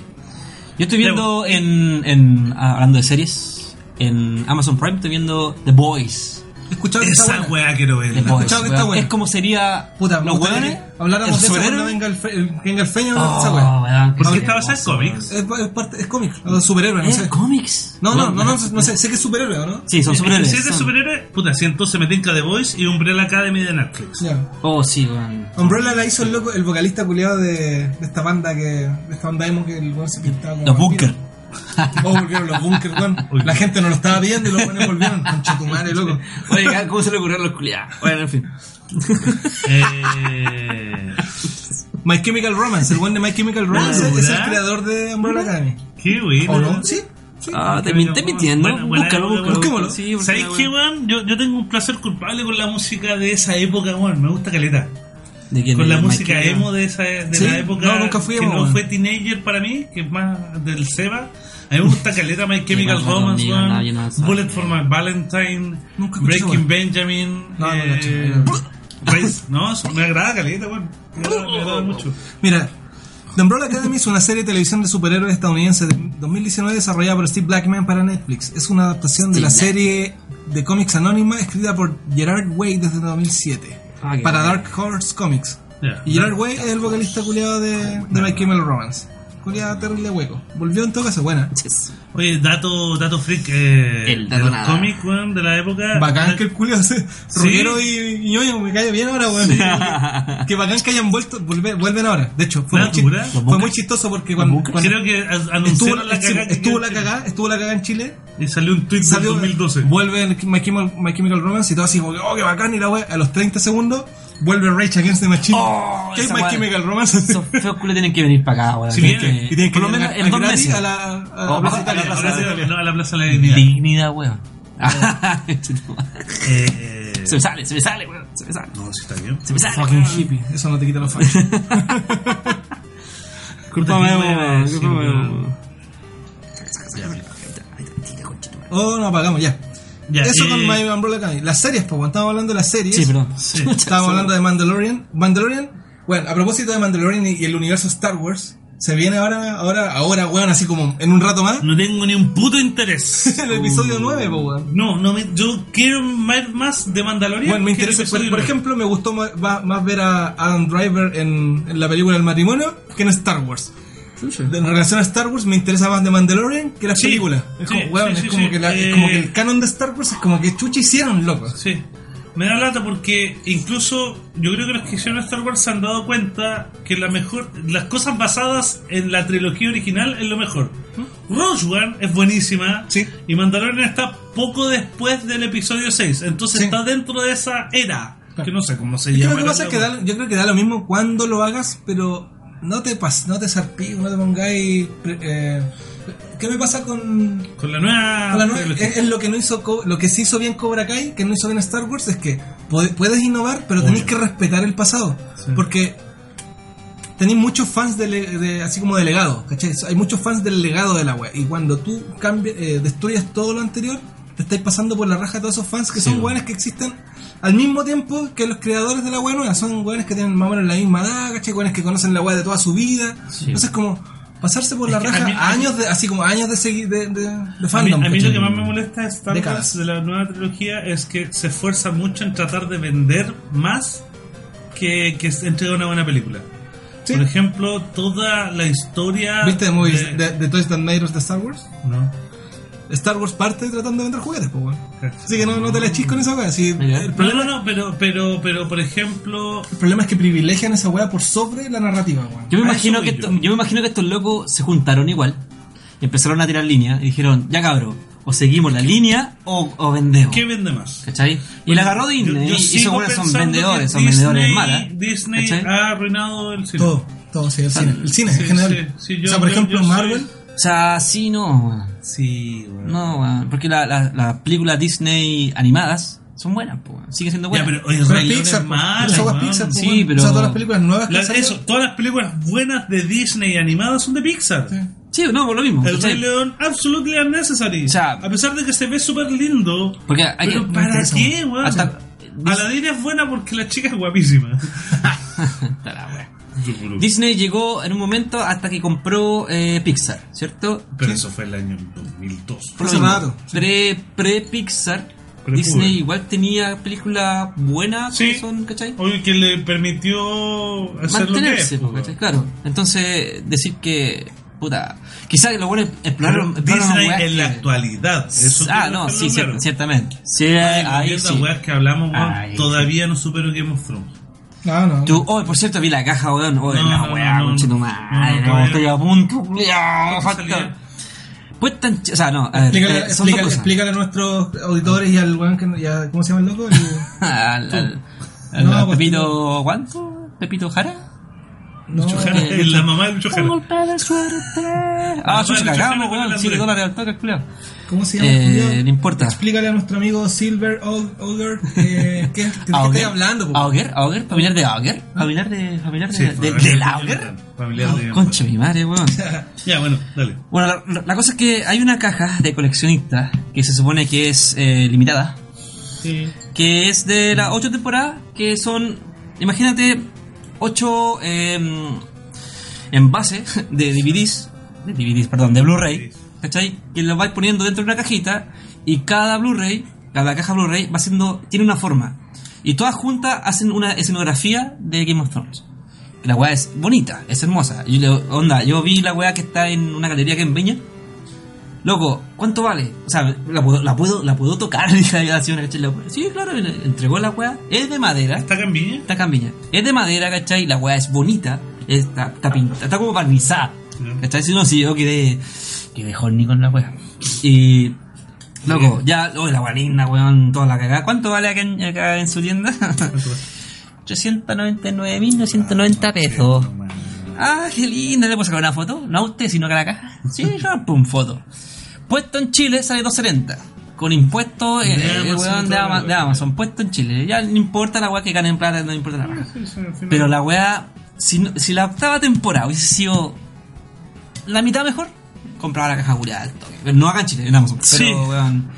S3: Yo estoy viendo en, en. ah, Hablando de series. En Amazon Prime estoy viendo The Boys.
S2: He escuchado que está
S1: Esa
S2: buena.
S1: weá quiero
S3: The
S1: verla.
S3: Boys.
S2: escuchado que
S3: weón.
S2: está buena.
S3: Es como sería.
S2: Puta, me
S3: los
S2: gustaría
S3: weones. Ah.
S2: que Habláramos de eso cuando venga el, fe- el- venga el feño de esa
S3: Oh,
S2: weá.
S1: ¿Por qué estaba esa cómics?
S2: Es, es parte, es cómic, o superhéroe, Eh, no sé.
S3: ¿Eh? cómics? eh.
S2: No, no, no, no, no sé, sé que es superhéroe, ¿o ¿no?
S3: Sí, son superhéroes.
S1: Si es de
S3: son-
S1: superhéroes, puta, si entonces me tinca The Voice y Umbrella Academy de Netflix.
S2: Ya.
S3: Oh, sí, weón.
S2: Umbrella la hizo el loco, el vocalista culiado de, de esta banda que. de esta banda emo que el weón se pintaba como.
S3: Los
S2: vampiro.
S3: Bunker.
S2: Oh, volvieron los bunker, weón.
S1: Uy.
S2: La gente no lo estaba viendo y los weones volvieron. Concha tu madre, loco.
S3: Oye, ¿cómo se le ocurrió a los culiados? Bueno, en fin.
S1: Eh,
S2: My Chemical Romance, el weón de My Chemical Romance
S1: Ah,
S2: es el
S1: ¿verdad?
S2: creador de Umbrella Academy.
S1: qué buena.
S2: ¿O no? Sí. sí.
S3: Ah, te min- te mintiendo.
S1: Buena- buena
S3: búscalo,
S1: época,
S3: búscalo.
S2: busquémoslo.
S3: Sí, porque
S1: ¿Sabéis
S3: era
S1: qué,
S3: bueno.
S1: weón? Yo, yo tengo un placer culpable con la música de esa época, weón. Me gusta caleta.
S3: ¿De quién?
S1: Con la
S3: ¿De
S1: música
S3: Michael?
S1: emo de, esa, de
S2: Sí,
S1: la época
S2: no, nunca fui
S1: que
S2: emo,
S1: no
S2: weón.
S1: fue teenager para mí, que es más del Seba. A mí me gusta Caleta, My Chemical
S3: pasa
S1: Romance,
S3: conmigo?
S1: weón,
S3: No, yo no sabía.
S1: Bullet for My Valentine,
S2: Nunca escuché,
S1: Breaking
S2: weón.
S1: Benjamin.
S2: No, no,
S1: eh,
S2: no,
S1: Race- no, eso me agrada Caleta, weón. Me agrada- me agrada mucho.
S2: Mira, The Umbrella Academy es una serie de televisión de superhéroes estadounidense de 2019 desarrollada por Steve Blackman para Netflix. Es una adaptación de la
S3: Steve
S2: serie de cómics anónima escrita por Gerard Way desde 2007
S3: Ah, qué
S2: para
S3: bueno.
S2: Dark Horse Comics.
S1: Ya.
S2: Y Gerard Way es el vocalista culiado de, de My Chemical Romance. Culiado terrible hueco. Volvió en todo caso buena.
S3: Yes.
S1: Oye, dato, dato freak. Eh,
S3: El
S1: de
S3: dato
S1: los
S3: nada.
S1: cómics, weón, de la época.
S2: Bacán que el culiado se rockero y, y ñoño, me cae bien ahora, weón. que bacán que hayan vuelto, volve- vuelven ahora. De hecho, fue, muy, chi-
S1: Natura.
S2: fue muy chistoso porque cuando,
S3: Bunkers?
S2: cuando-
S1: Creo que a-
S2: estuvo,
S1: anunciaron la
S2: estuvo-
S1: cagada. que-
S2: estuvo la cagada, estuvo la cagada en Chile.
S1: Y salió un tweet del
S2: Salió,
S1: 2012.
S2: Vuelve el My Chemical, My Chemical Romance y todo así como que, oh, qué bacán y la wea. A los 30 segundos vuelve Rage Against the Machine.
S3: Oh,
S2: ¿Qué es
S3: esa
S2: My
S3: wea-
S2: Chemical Romance?
S3: Esos feos culos tienen que venir para acá, weón.
S1: Sí,
S3: Tienen
S1: vienen.
S3: que-
S2: y tienen que
S3: Por lo
S2: llegar
S3: menos
S2: a-
S3: en dos
S2: gratis
S3: meses.
S2: A la, a la
S3: Oh,
S2: Plaza
S3: a- a
S2: Italia.
S3: la Plaza
S2: Plaza
S3: de-
S2: Italia.
S1: No, a la Plaza de la Dignidad.
S3: Dignidad, weón.
S1: Ah. Eh,
S3: Se me sale, se me sale, weón. Se me sale.
S1: no, sí está bien.
S3: Se me sale.
S2: Fucking
S3: weón.
S2: hippie, eso no te quita los fans.
S3: Culpa
S1: Puta,
S3: mía,
S1: ¿qué voy a
S3: weón.
S1: decir,
S3: Culpa mía,
S1: weón?
S3: weón. Saca, saca, saca. Ahí está, ahí está, tira, conchetumare.
S2: Oh, no apagamos, ya.
S1: Ya,
S2: Eso
S1: eh,
S2: con My Umbrella Academy. Las series, pues, estamos hablando de las series.
S3: Sí, perdón.
S1: Sí.
S2: Estábamos hablando de Mandalorian. Mandalorian, bueno, a propósito de Mandalorian y- y el universo Star Wars, se viene ahora, ahora, ahora, weón, así como en un rato más,
S1: No tengo ni un puto interés.
S2: el episodio 9, po, weón.
S1: No, no me, yo quiero ver más de Mandalorian.
S2: Bueno, me
S1: que el
S2: interesa, por,
S1: episodio
S2: por
S1: nueve.
S2: ejemplo, me gustó más, va- más ver a Adam Driver en, en la película El matrimonio que en Star Wars. En relación a Star Wars, me interesa más de Mandalorian que la
S1: Sí,
S2: película. Es
S1: sí,
S2: como, weón,
S1: sí,
S2: es,
S1: sí,
S2: como
S1: sí.
S2: que la- es como que
S1: Eh,
S2: el canon de Star Wars es como que chucha hicieron, loco.
S1: Sí. Me da lata porque incluso yo creo que los que hicieron Star Wars se han dado cuenta que la mejor, las cosas basadas en la trilogía original es lo mejor. Rogue One es buenísima
S2: Sí.
S1: y Mandalorian está poco después del episodio 6, entonces
S2: Sí.
S1: está dentro de esa era, que no sé cómo se
S2: Yo
S1: llama.
S2: creo que pasa es que da- yo creo que da lo mismo cuando lo hagas, pero no te pas, no te zarpí, no te pongáis. pre- eh, ¿Qué me pasa con,
S1: Con la nueva...
S2: con la nueva?
S1: trilogía.
S2: Es, es lo que no hizo, Co- lo que sí hizo bien Cobra Kai, que no hizo bien Star Wars, es que pode- puedes innovar, pero tenés
S1: Obvio.
S2: que respetar el pasado,
S1: Sí.
S2: porque tenéis muchos fans de, le- de- así como de legado, ¿cachai? Hay muchos fans del legado de la web y cuando tú cambias, eh, destruyes todo lo anterior, te estáis pasando por la raja a todos esos fans que son
S3: bueno.
S2: weones que existen al mismo tiempo que los creadores de la web nueva, son weones que tienen más o menos la misma edad, ¿cachai? Weones que conocen la web de toda su vida,
S3: Sí.
S2: entonces como pasarse por la
S1: que
S2: raja
S1: a mí- a mí-
S2: años de, así como años de seguir de, de- de
S1: A mí,
S2: fandom.
S1: a mí lo
S2: ¿cachai?
S1: que más me molesta de Star
S2: Décadas.
S1: Wars de la nueva trilogía es que se esfuerza mucho en tratar de vender más que, que se entrega una buena película.
S2: Sí.
S1: Por ejemplo, toda la historia.
S2: ¿Viste de, movies-
S1: de-
S2: de, de Toys That Made Us de Star Wars?
S1: No.
S2: Star Wars parte tratando de vender juguetes, pues, weón. Así que no, no te la echís con esa weá. Si
S3: Mira.
S2: el,
S1: No,
S2: problema,
S1: no, no, pero, pero, pero por ejemplo,
S2: el problema es que privilegian esa weá por sobre la narrativa, weón.
S3: Yo me,
S1: A
S3: imagino
S1: eso
S3: que
S1: voy
S3: esto-
S1: yo.
S3: yo me imagino que estos locos se juntaron igual y empezaron a tirar líneas y dijeron, ya cabro, o seguimos la línea o, o vendemos.
S1: ¿qué vende más?
S3: ¿Cachai? Y la agarró Disney.
S1: Yo- yo
S3: y esos
S1: sigo
S3: güeyes son
S1: pensando
S3: vendedores,
S1: que
S3: son vendedores
S1: Disney-
S3: malas.
S1: Disney ah.
S3: ¿cachai?
S1: ha arruinado el cine.
S2: Todo, todo, sí, el cine. El cine
S1: Sí,
S2: en general.
S1: sí, sí, yo-
S2: o sea, por
S1: yo-
S2: ejemplo,
S1: yo
S2: Marvel.
S1: soy-
S3: O sea, sí, no. weón.
S1: Sí, weón.
S3: No, weón, porque la- la- las películas Disney animadas son buenas, pues, weón, siguen siendo
S1: Ya,
S3: buenas.
S1: pero oye,
S2: Pero
S1: Rey León
S2: Pixar,
S1: es
S2: po.
S1: mala,
S2: Esas weas
S1: weón.
S2: Pixar, po,
S3: Sí,
S2: weón.
S3: pero-
S2: O sea, todas las películas nuevas que
S1: La-
S2: salen-
S1: eso, todas las películas buenas de Disney animadas son de Pixar.
S2: Sí.
S3: Sí, no, por lo mismo.
S1: El Rey
S3: ¿cachai?
S1: León, absolutely unnecessary.
S3: O sea,
S1: a pesar de que se ve súper lindo.
S3: Porque hay
S1: pero
S3: que-
S1: ¿para
S2: interesa
S1: qué, weón?
S3: Hasta-
S1: Aladdin es buena porque la chica es guapísima.
S3: Está la wea. Disney llegó en un momento hasta que compró eh, Pixar, ¿cierto?
S1: Pero eso fue el año 2002.
S2: Fue
S3: Por lo
S2: hace
S3: mismo,
S2: rato, sí.
S3: pre- Pre-Pixar,
S1: Pre-Uber.
S3: Disney igual tenía películas buenas,
S1: Sí.
S3: que son, ¿cachai?
S1: Oye, que le permitió hacer lo que es. pues.
S3: Mantenerse,
S1: po,
S3: po, ¿cachai?
S1: weón.
S3: Claro. Entonces, decir que, puta, quizás los buenos exploraron, exploraron
S1: Disney
S3: weas
S1: en la
S3: que-
S1: actualidad. Eso
S3: eh, Ah,
S1: quiero
S3: no,
S1: dejarlo
S3: sí, cier-
S1: claro.
S3: ciertamente. Sí,
S1: Ahí
S3: ahí
S1: las
S3: sí.
S1: weas que hablamos, weón,
S3: Ahí
S1: todavía no supero Game of Thrones.
S2: No, no.
S3: Tú, oh, por cierto, vi la caja, weón.
S1: No,
S3: Oh, la
S1: no,
S3: weá,
S1: no,
S3: conche tu
S1: no,
S3: madre.
S1: no, no,
S3: no, Estoy
S1: no.
S3: a punto,
S1: ¿Cuánto
S3: culiao, falta.
S1: salía?
S3: Pues tan. ch- O sea, no, a ver,
S2: Explícale,
S3: eh, son dos
S2: explícale-
S3: cosas.
S2: explícale a nuestros auditores y al weón que no- ya- ¿Cómo se llama el loco? El-
S3: Al- al-
S2: No,
S3: al
S2: pues,
S3: Pepito, ¿cuánto? ¿Pepito Jara?
S2: no,
S1: Lucho Jara,
S3: eh,
S1: la mamá de Lucho Jara.
S3: de suerte. Ah,
S1: mamá
S3: chucha,
S1: de Lucho
S3: cagamos,
S1: Jara con
S3: weón.
S1: la
S3: 7
S1: dura.
S3: dólares al toque, culiao.
S2: ¿Cómo se llama?
S3: Eh,
S2: Julio?
S3: no importa.
S2: Explícale a nuestro amigo Silver Ol- Olger eh, ¿qué, de qué estoy
S3: Auger.
S2: hablando. po?
S3: Auger, Auger, familiar de Auger. Familiar de. Familiar de.
S1: Sí,
S3: de-
S1: familiar
S3: ¿Del
S1: de-
S3: Auger?
S1: familiar de-
S3: Oh, Concha, mi madre, weón.
S1: Ya, bueno, dale.
S3: Bueno, la- la, la cosa es que hay una caja de coleccionista que se supone que es eh, limitada,
S1: Sí.
S3: que es de las ocho temporadas, que son, imagínate, ocho em, envases de DVDs, de DVDs, perdón, de Blu-ray,
S1: DVDs.
S3: ¿cachai? Que los vais poniendo dentro de una cajita y cada Blu-ray, cada caja Blu-ray va siendo, tiene una forma. Y todas juntas hacen una escenografía de Game of Thrones. La weá es bonita, es hermosa. Y le- onda, yo vi la weá que está en una galería que en Viña. Loco, ¿cuánto vale? O sea, la puedo, la puedo, la puedo tocar, dije a la señora, ¿cachai? La weá- Sí, claro, y le entregó la weá. Es de madera,
S1: ¿Está acá en Viña?
S3: está cambiña. Es de madera, ¿cachai? La weá es bonita, está, está pintada, está como barnizada.
S1: Ya.
S3: ¿Cachai? Si no, si yo quedé, quedé horny con la weá. Y, loco, ya, oye, la weá linda, weón, toda la cagada. ¿Cuánto vale acá en, acá en su tienda?
S1: ¿Cuánto va?
S3: 399.990 pesos. Ah, qué linda, le puedo sacar una foto. No a usted, sino que a la caja. Sí, yo, pum, foto. Puesto en Chile sale 270. Con impuestos, eh,
S1: De
S3: eh,
S1: Amazon,
S3: weón,
S1: toda
S3: de,
S1: la
S3: Ama- de
S1: weá.
S3: Amazon, puesto en Chile. Ya no importa la weá que ganen plata, no importa la raja. Pero la weá, si, no- si la octava temporada hubiese sido la mitad mejor, compraba la caja curada al toque. No acá en Chile, en Amazon. Pero,
S1: Sí.
S3: weón,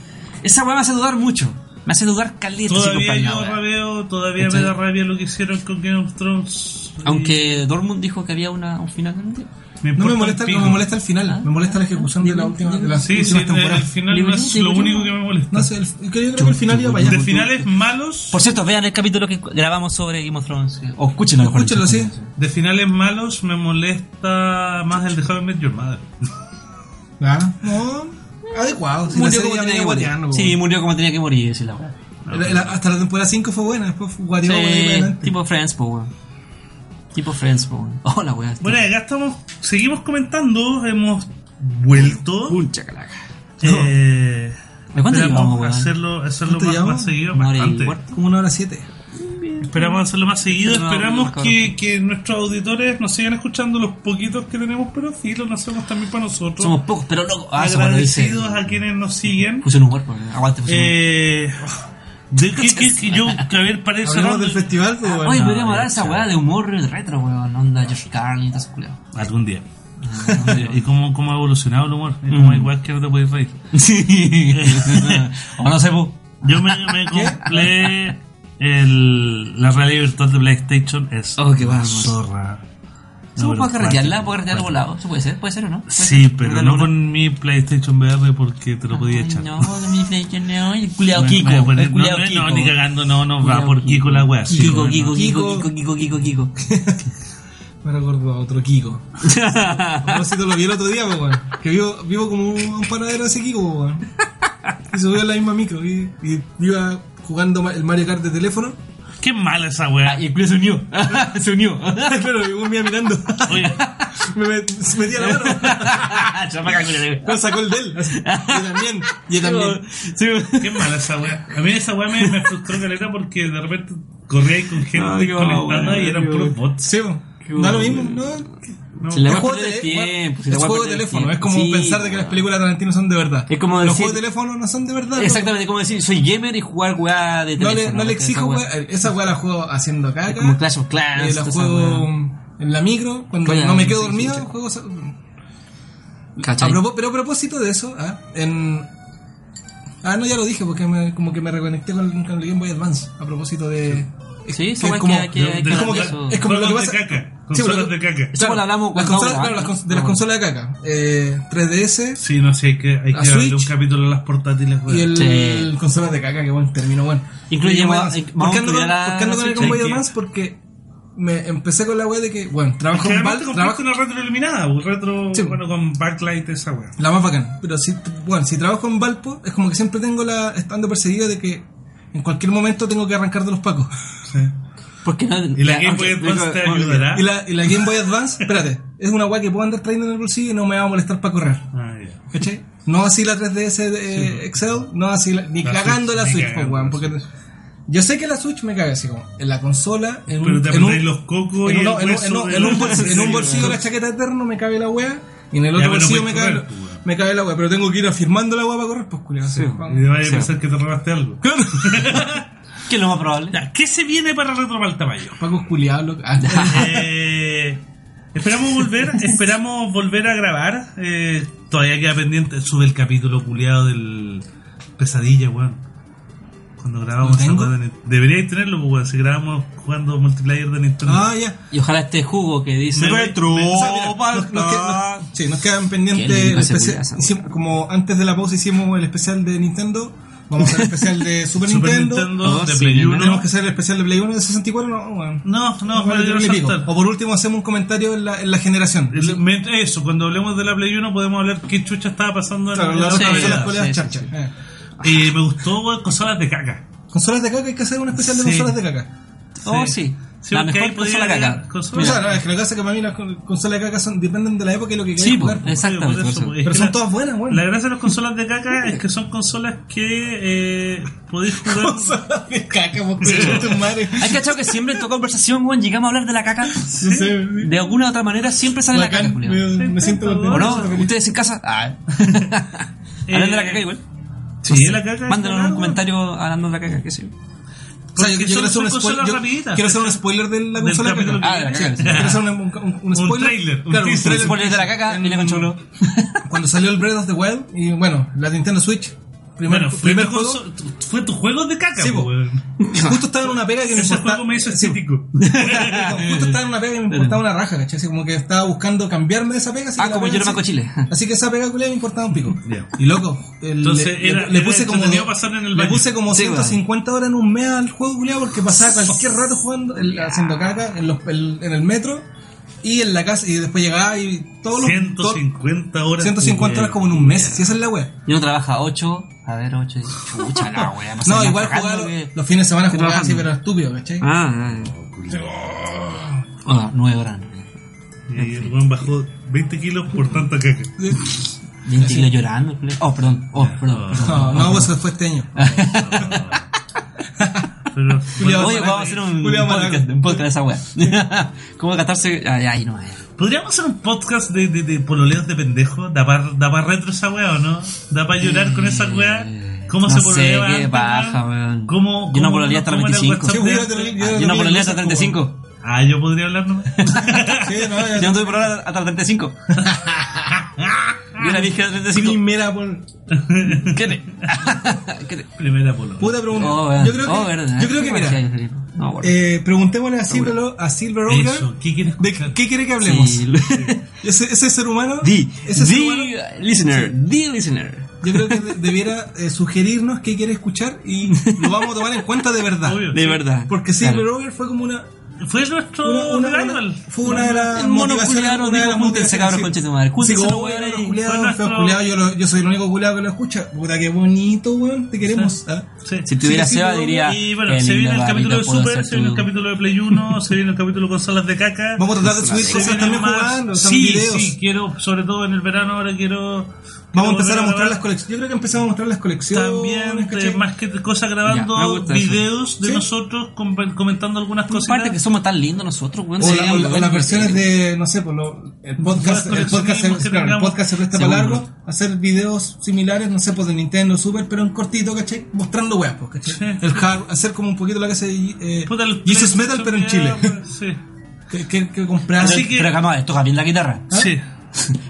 S3: esa weá me hace dudar mucho. Me hace dudar caliente si
S1: Todavía
S3: comprar la
S1: yo
S3: weá.
S1: rabeo, todavía me
S3: ¿Cachai?
S1: da rabia lo que hicieron con Game of Thrones. Y
S3: Aunque Dortmund dijo que había una, un final. ¿no?
S2: No
S1: importa
S2: me
S1: un
S2: molesta,
S1: pico.
S2: no me molesta el final,
S3: Ah.
S2: me molesta la ejecución de la última de las
S1: Sí, sí, el,
S2: últimas
S1: el
S2: temporadas.
S1: final no es lo único que me molesta.
S2: No sé, el- yo creo que el final iba para
S1: De
S2: allá.
S1: finales malos,
S3: Por cierto, vean el capítulo que grabamos sobre Game of Thrones. eh, O escúchenlo, mejor
S2: Escúchenlo,
S3: dicho.
S2: sí.
S1: de finales malos me molesta más el de How I Met Your Mother.
S2: Ah, No, adecuado. si la
S3: Murió
S2: serie
S3: como tenía
S2: ya venía
S3: que morir.
S2: guateando, po.
S3: Sí, murió como tenía que morir, sí, la weá.
S2: La- la- Hasta la temporada 5 fue buena, después fue guateó por ahí para
S3: Sí,
S2: adelante.
S3: tipo Friends, po, weón. Tipo Friends, po, weón. Oh, la weá.
S1: Bueno, eh, acá estamos, seguimos comentando, hemos vuelto.
S3: Un chacalaca.
S1: Eh,
S3: ¿De cuánto
S1: esperamos
S3: llevamos, weón?
S1: hacerlo, hacerlo
S2: ¿Cuánto
S1: más,
S2: llevamos?
S1: más seguido,
S3: Una hora y
S1: bastante.
S3: cuarto.
S2: Como una hora siete.
S3: Mm.
S1: Esperamos hacerlo más seguido,
S3: Pero no,
S1: esperamos
S3: no,
S1: que, que nuestros auditores nos sigan escuchando los poquitos que tenemos, pero sí, lo hacemos también para nosotros.
S3: Somos pocos, pero locos. Ah, eso cuando dice.
S1: agradecidos a quienes nos siguen.
S3: Fusión humor, po, weón. Aguante, fusión humor.
S1: Eh, de que, que, que yo, que a ver, para ir
S2: Hablamos
S1: cerrando.
S2: del festival, pues, bueno.
S3: Oye,
S2: No,
S3: podríamos
S1: ya,
S3: hablar de esa
S1: ya.
S3: weá de humor retro, weón. Onda Josh Carlin y todo eso, culiao.
S1: Algún día.
S3: Ah,
S1: ¿Y cómo, cómo ha evolucionado el humor? Es
S3: Mm.
S1: como igual que no te puedes reír.
S3: Sí. o no sé, po.
S1: Yo me, me compré el, la realidad virtual de PlayStation. Es
S3: Oh, qué
S1: una
S3: vamos.
S1: zorra.
S3: Sí, po,
S1: Número
S3: ¿Puedo carretearla?
S1: cuatro,
S3: ¿Puedo carretearla
S1: cuatro.
S3: volado? ¿Eso puede ser? ¿Puede ser o no? ¿Puede
S1: Sí,
S3: ser?
S1: pero
S3: ¿Carretearla
S1: no
S3: volado?
S1: con mi PlayStation VR porque te lo podía
S3: Ay,
S1: echar.
S3: No, mi PlayStation no, el culiao
S1: Me-
S3: Kiko.
S1: me voy a poner-
S3: el culiao
S1: no,
S3: Kiko.
S1: no, ni cagando, no, no
S3: Culiao
S1: va por Kiko la wea. sí,
S3: Kiko,
S1: bueno.
S3: Kiko, Kiko,
S2: Kiko.
S3: Kiko, Kiko, Kiko, Kiko.
S2: Me recuerdo a otro Kiko. A propósito, lo vi el otro día, pues, weón. Que vivo, vivo como un panadero de ese Kiko, pues, weón. Y subió a la misma micro. Y, y iba jugando ma- el Mario Kart de teléfono.
S1: Qué mala esa weá.
S3: incluso se unió.
S1: Ah,
S3: se unió.
S2: claro, y weón me iba mirando.
S1: Oye,
S2: Me met- se metía la mano.
S1: Ah,
S3: Chamaca, culiao.
S2: Pero sacó el del. Yo también. Yo también.
S3: Sí, weón.
S1: qué mala esa weá. A mí esa weá me, me frustró caleta porque de repente corría ahí con gente
S3: Ay, qué
S1: conectando
S3: weá,
S1: y eran
S3: qué
S1: puros
S3: weá.
S1: bots.
S2: Sí, pues.
S3: Qué
S2: Da
S3: bueno,
S2: lo mismo,
S3: weón.
S2: ¿no?
S3: Si la
S2: Es
S3: weá
S2: juego
S3: pierde
S2: de,
S3: tiempo, si
S2: es
S3: la weá
S2: juego de
S3: pierde
S2: teléfono.
S3: tiempo.
S2: Es como
S3: Sí,
S2: pensar de que las
S3: weón.
S2: películas de Tarantino son de verdad.
S3: Es como
S2: Los
S3: decir-
S2: juegos de teléfono no son de verdad.
S3: Exactamente, como decir, soy gamer y jugar weá de
S2: No
S3: teléfono.
S2: le, no
S3: ¿cachai?
S2: le exijo,
S3: Esa weá.
S2: weá. Esa weá la juego haciendo caca.
S3: Es como Clash of Clans.
S2: Eh, la
S3: toda esa
S2: juego
S3: Ah, weá.
S2: en la micro. Cuando
S3: Coño,
S2: no me
S3: sí,
S2: quedo
S3: sí,
S2: dormido,
S3: sí.
S2: juego. esa-
S3: ¿Cachai?
S2: A propó- pero a propósito de eso, ah, en. Ah, no, ya lo dije, porque me- como que me reconecté con, con el Game Boy Advance. A propósito de. es-
S3: Sí,
S2: es
S3: esa weá
S2: como-
S3: que- que-
S1: de-
S3: que-
S1: de-
S2: es como, que-
S3: eso.
S2: es como lo que
S1: Juegos
S2: pasa.
S1: de caca,
S2: Sí,
S1: consolas
S2: pero-
S1: de caca.
S3: Eso lo hablamos
S2: las
S3: cuando
S2: consolas,
S3: hablamos,
S2: claro, las
S3: ¿no?
S2: cons- de las
S3: No.
S2: consolas de caca. Eh, 3DS
S1: Sí, no sé, hay que, hay
S2: La
S1: que darle un
S2: Switch.
S1: capítulo a las portátiles, weón.
S2: y el,
S3: Sí.
S2: consolas de caca, que bueno, termino bueno.
S3: Incluye
S2: Game Boy
S3: más-
S2: Advance.
S3: eh,
S2: ¿Por
S3: vamos
S2: qué
S3: a
S2: ando con-
S3: incluir a-
S2: por qué ando con el
S3: sí,
S2: Game Boy
S1: sí.
S2: Advance? Porque me empecé con la wea de que, bueno, trabajo con
S1: Generalmente
S2: Val,
S1: compraste
S2: trabajo,
S1: una retro iluminada, un retro
S2: Sí.
S1: bueno con backlight esa weá.
S2: La más bacán. Pero si, bueno, si trabajo en Valpo, es como que siempre tengo la. estando perseguido de que en cualquier momento tengo que arrancar de los pacos.
S3: Porque no,
S1: Y la
S3: ya,
S1: Game Boy
S3: aunque-
S1: Advance te
S3: bueno,
S1: ayudará.
S2: Y la, y la Game Boy Advance, espérate, es una guay que puedo andar trayendo en el bolsillo y no me va a molestar para correr.
S1: Ah, ya.
S2: ¿Cachai? No así la 3DS de eh, Excel, no así la- ni
S1: pues. La
S2: cagando
S1: Switch,
S2: la
S1: ni
S2: Switch,
S1: cagando
S2: po, weón,
S1: la
S2: porque yo sé que la Switch me caga así como en la consola, en
S1: Pero
S2: un,
S1: te
S2: en
S1: apretáis
S2: un-
S1: los cocos
S2: en
S1: y
S2: un-
S1: el
S2: no, en un-
S1: hueso
S2: en un-
S1: de
S2: en un
S1: la-
S2: bolsillo, en un
S1: Sí,
S2: bolsillo la chaqueta eterno me cabe la wea y en el otro
S1: pero no
S2: bolsillo me
S1: puedes
S2: cabe,
S1: correr,
S2: la-
S1: po, weón.
S2: me cabe la wea, pero tengo que ir afirmando la wea para correr, pues culiao, así,
S1: Y
S2: vamos.
S1: te vayas
S3: Sí.
S1: a pensar que te robaste algo.
S3: Que es lo más probable.
S1: Ya, ¿Qué se viene para Retro Paltamayo?
S2: Pacos culiados, loco. Ah,
S1: Eh, esperamos volver, esperamos volver a grabar. Eh, todavía queda pendiente. Sube el capítulo culiado del pesadilla, weón. Cuando grabamos
S2: ¿Lo tengo?
S1: esa weá de Nin- Deberíais tenerlo, pues, weón, si grabamos jugando multiplayer de Nintendo.
S2: ah, ya.
S3: Y ojalá este jugo que dice
S1: Me- me-
S3: Retro.
S1: me-
S2: O sea, mira, nos, nos que- nos- sí, nos quedan pendientes
S3: Qué
S2: el
S3: lindo ese
S2: especial.
S3: culiao, esa
S2: hicimos- Como antes de la pausa hicimos el especial de Nintendo, vamos a hacer el especial de Super,
S1: Super
S2: Nintendo.
S1: Nintendo,
S3: Oh,
S1: de
S3: sí,
S1: Play
S3: ¿no?
S1: uno.
S2: Tenemos que hacer el especial de Play 1 de 64, no, weón.
S1: No, no,
S2: Vale,
S1: me lo quiero
S2: triple pico.
S1: saltar.
S2: O por último hacemos un comentario en la, en la generación.
S1: El- me- Eso, cuando hablemos de la Play 1 podemos hablar qué chucha estaba pasando en
S2: Claro,
S1: en
S2: la
S3: sí,
S2: otra
S3: sí,
S2: vez las
S1: realidad.
S2: colegas
S3: sí,
S2: charcha.
S3: sí.
S2: Eh.
S1: Eh, me gustó weón, consolas de caca.
S2: Consolas de caca, hay que hacer un especial de
S1: Sí.
S2: consolas de caca.
S3: Oh, sí.
S1: Sí,
S3: la
S1: porque ahí
S3: mejor
S1: podía
S3: consola
S1: agregar
S3: caca.
S2: O
S1: consolas.
S2: sea, no, es que lo que pasa es que para mí las con- consolas de caca son, dependen de la época y lo que quieras
S3: Sí,
S2: jugar.
S3: pues,
S1: Sí,
S3: exactamente.
S1: por eso,
S3: por
S1: es
S3: eso.
S2: Pero
S1: que
S2: son
S1: la-
S2: todas buenas, weón.
S1: La gracia de las consolas de caca es que son consolas que eh, podéis jugar.
S2: Consolas de caca, vos, pero tu madre.
S3: Hay que achar que siempre en tu conversación, weón, llegamos a hablar de la caca.
S2: Sí, sí, sí.
S3: De alguna u otra manera siempre sale la caca,
S2: Bacán,
S3: culiao.
S2: me, me siento
S1: Bueno,
S3: ¿O
S2: contento.
S3: no?
S2: me siento feliz.
S3: ¿Ustedes en casa? Ah. Hablan de la caca igual.
S1: Sí,
S3: No sé.
S1: la caca es
S3: Mándanos
S1: bacán,
S3: un comentario hablando de la caca, qué sé yo.
S2: O sea, yo,
S1: Porque
S2: yo quiero
S1: son-
S2: hacer
S1: son
S2: un spoiler.
S1: consolas
S2: yo
S1: rapiditas.
S2: quiero hacer un spoiler de la
S1: Del
S2: consola de
S1: capítulo
S2: caca.
S3: Ah, de la
S2: Sí,
S3: caca.
S2: Quiero hacer un, em, un, un, un spoiler.
S1: trailer, un
S2: claro,
S1: teaser.
S2: trailer.
S3: Spoiler de la caca, y le con choclo.
S2: Cuando salió el Breath of the Wild, y bueno, la Nintendo Switch, primer,
S1: Bueno, fue,
S2: primer
S1: tu
S2: juego,
S1: conso- tu- fue tu juego de caca,
S2: Sí,
S1: po,
S2: po.
S1: weón.
S2: justo estaba en una pega que me
S1: Ese
S2: importaba.
S1: juego me hizo estético.
S2: no, justo estaba en una pega que me importaba una raja, ¿cachai? Así como que estaba buscando cambiarme de esa pega. Así
S3: Ah,
S2: que la
S3: como
S2: pega
S3: yo no
S2: así-
S3: banco Chile.
S2: Así que esa pega culia me importaba un pico.
S1: Ya.
S2: Y loco, el-
S1: Entonces,
S2: le,
S1: era-
S2: le
S1: era
S2: puse como.
S1: entretenido pasar en el
S2: le
S1: baño.
S2: puse como
S3: Sí,
S2: 150 horas en un mes al juego culiado porque pasaba cualquier rato jugando, el- haciendo caca en, los, el- en el metro y en la casa. Y después llegaba y todos los. todos-
S1: 150 horas.
S2: 150 horas
S1: weón.
S2: como en un mes, si esa es la wea.
S3: Y uno trabaja 8, a ver, 8 chucha la wea. me
S2: No,
S3: sale
S2: igual
S3: cagando
S2: jugar
S3: que-
S2: los fines de semana
S3: que
S2: jugaba así,
S3: trabajando.
S2: pero estúpido, ¿cachai?
S3: Ah, ah. Ah, 9 horas.
S1: Y el weón bajó 20 kilos por tanta caca.
S3: 20 kilos llorando. culiao. Oh, perdón. Oh, perdón. perdón.
S2: No, no, pues eso fue este año.
S1: Pero,
S2: Julián,
S3: Oye,
S2: Maraco.
S3: vamos a hacer un,
S2: Julián
S3: podcast,
S2: Maraco.
S3: un podcast de esa wea. ¿Cómo gastarse? Ay, ay, no, eh. ay.
S1: Podríamos hacer un podcast de, de, de pololeos de pendejo. Da para da pa retro esa weá o no? Da para llorar con esa weá. ¿Cómo
S3: Eh, no
S1: se
S3: sé,
S1: pololeaba?
S3: qué
S1: antes,
S3: paja,
S1: weón?
S3: weón.
S1: ¿Cómo,
S3: Yo no
S1: cómo-
S3: pololeé hasta los
S1: cómo era el
S3: 25.
S1: WhatsApp
S2: Sí,
S1: de
S2: yo
S1: antes?
S2: también-
S3: Ah, Yo no pololeé hasta 35.
S1: Ah, yo podría hablar nomás.
S2: Sí, no, ya-
S3: Yo no tuve problema hasta 35. Yo la virgen de 35.
S2: Primera por.
S3: ¿Qué te? ¿Qué te?
S1: Primera polola.
S2: Puta pregunta.
S3: Oh, weón.
S2: yo creo que,
S3: Oh, verdad.
S2: yo creo que
S3: ¿Qué
S2: mira,
S3: hacía yo, Felipe? No, bueno.
S2: eh, preguntémosle a Silver, a Silver Oga
S1: Eso, ¿qué quieres
S2: de
S1: escuchar?
S2: qué quiere que hablemos.
S3: Sí.
S2: Ese, ese ser humano,
S3: The,
S2: ese ser humano,
S3: the listener, the listener.
S2: yo creo que de- debiera eh, sugerirnos qué quiere escuchar y lo vamos a tomar en cuenta de verdad.
S1: Obvio.
S3: De verdad.
S2: Porque
S3: Claro.
S2: Silver Oga fue como una
S1: Fue nuestro
S2: Una- una-
S1: regalo.
S2: una-
S1: el-
S2: fue una de las
S3: El mono
S2: motivaciones-
S3: culiado
S2: una de
S3: dijo,
S2: las
S3: "Júntense, cabros,
S2: motivaciones".
S3: conche tu madre. Júntense,
S2: Sí,
S3: los
S2: como,
S3: hueones
S2: "Los
S3: ahí".
S2: culiados,
S1: Fue
S2: feos
S1: nuestro-
S2: culiados, yo, lo- yo soy el único culiado que lo escucha. Puta, qué bonito, weón. Te queremos. ah.
S1: Sí.
S3: Si tuviera
S2: Sí, sí,
S3: Seba
S2: yo-
S3: diría.
S1: Y bueno,
S3: "Qué
S1: se
S3: lindo
S1: viene el capítulo de
S3: barrito puedo
S1: Super,
S3: ser
S1: se viene el
S3: tú".
S1: capítulo de Play 1, se viene el capítulo con salas de caca.
S2: Vamos a tratar de subir
S1: Se
S2: cosas
S1: viene
S2: también
S1: más.
S2: jugando, son
S1: Sí,
S2: videos.
S1: sí, quiero, sobre todo en el verano ahora quiero... quiero
S2: Vamos a empezar
S1: volver
S2: a mostrar
S1: grabar.
S2: las colecciones. Yo creo que empezamos a mostrar las colecciones.
S1: eh, También,
S2: ¿cachai?
S1: eh, más que cosas,
S3: Ya, me
S1: grabando
S3: gusta eso.
S1: videos de
S2: Sí.
S1: nosotros com- comentando algunas cositas.
S3: Aparte que somos tan lindos nosotros, weón.
S2: O, la- o la- o
S1: eh,
S2: las versiones
S3: de
S2: de, no sé, por lo, el
S1: Las
S2: podcast, el podcast,
S1: coleccionismos
S2: se,
S1: que
S2: claro, el
S1: tengamos.
S2: podcast se presta para
S3: Seguro.
S2: largo, hacer videos similares, no sé, pues de Nintendo Super, pero en cortito, ¿cachai? Mostrando weas, pues, ¿cachai?
S1: Sí.
S2: El hard, hacer como un poquito la que hace eh,
S1: Puta, el
S2: Jesus
S1: PlayStation
S2: Metal, pero en Chile.
S1: queda, pues, Sí.
S2: que, que, que comprar.
S1: Así
S3: Pero,
S1: que-
S3: pero calma, él toca bien la guitarra.
S2: ¿Ah?
S1: Sí.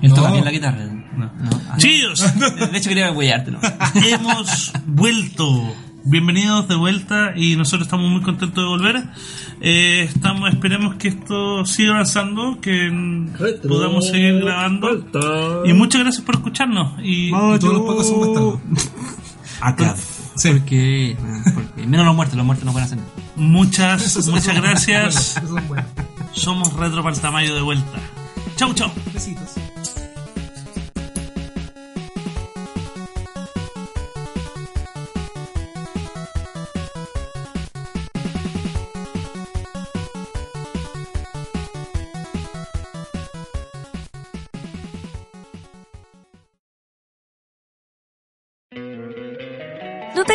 S3: Él
S2: No.
S3: toca bien la guitarra. No, no. Ah,
S1: Chillos,
S3: no. De hecho, quería apoyártelo.
S1: hemos vuelto. Bienvenidos de vuelta y nosotros estamos muy contentos de volver. Eh, estamos, esperemos que esto siga avanzando, que mm, podamos seguir grabando. Y muchas gracias por escucharnos. Y
S2: y todos los pocos son bastardos.
S3: Acá.
S2: Sí.
S3: ¿Por qué? ¿Por qué? Menos los muertos, los muertos no pueden hacer nada.
S1: muchas, muchas gracias.
S2: Esos son buenos.
S1: Somos Retro Paltamayo de vuelta. Chau, chau.
S2: Besitos.
S4: ¿No te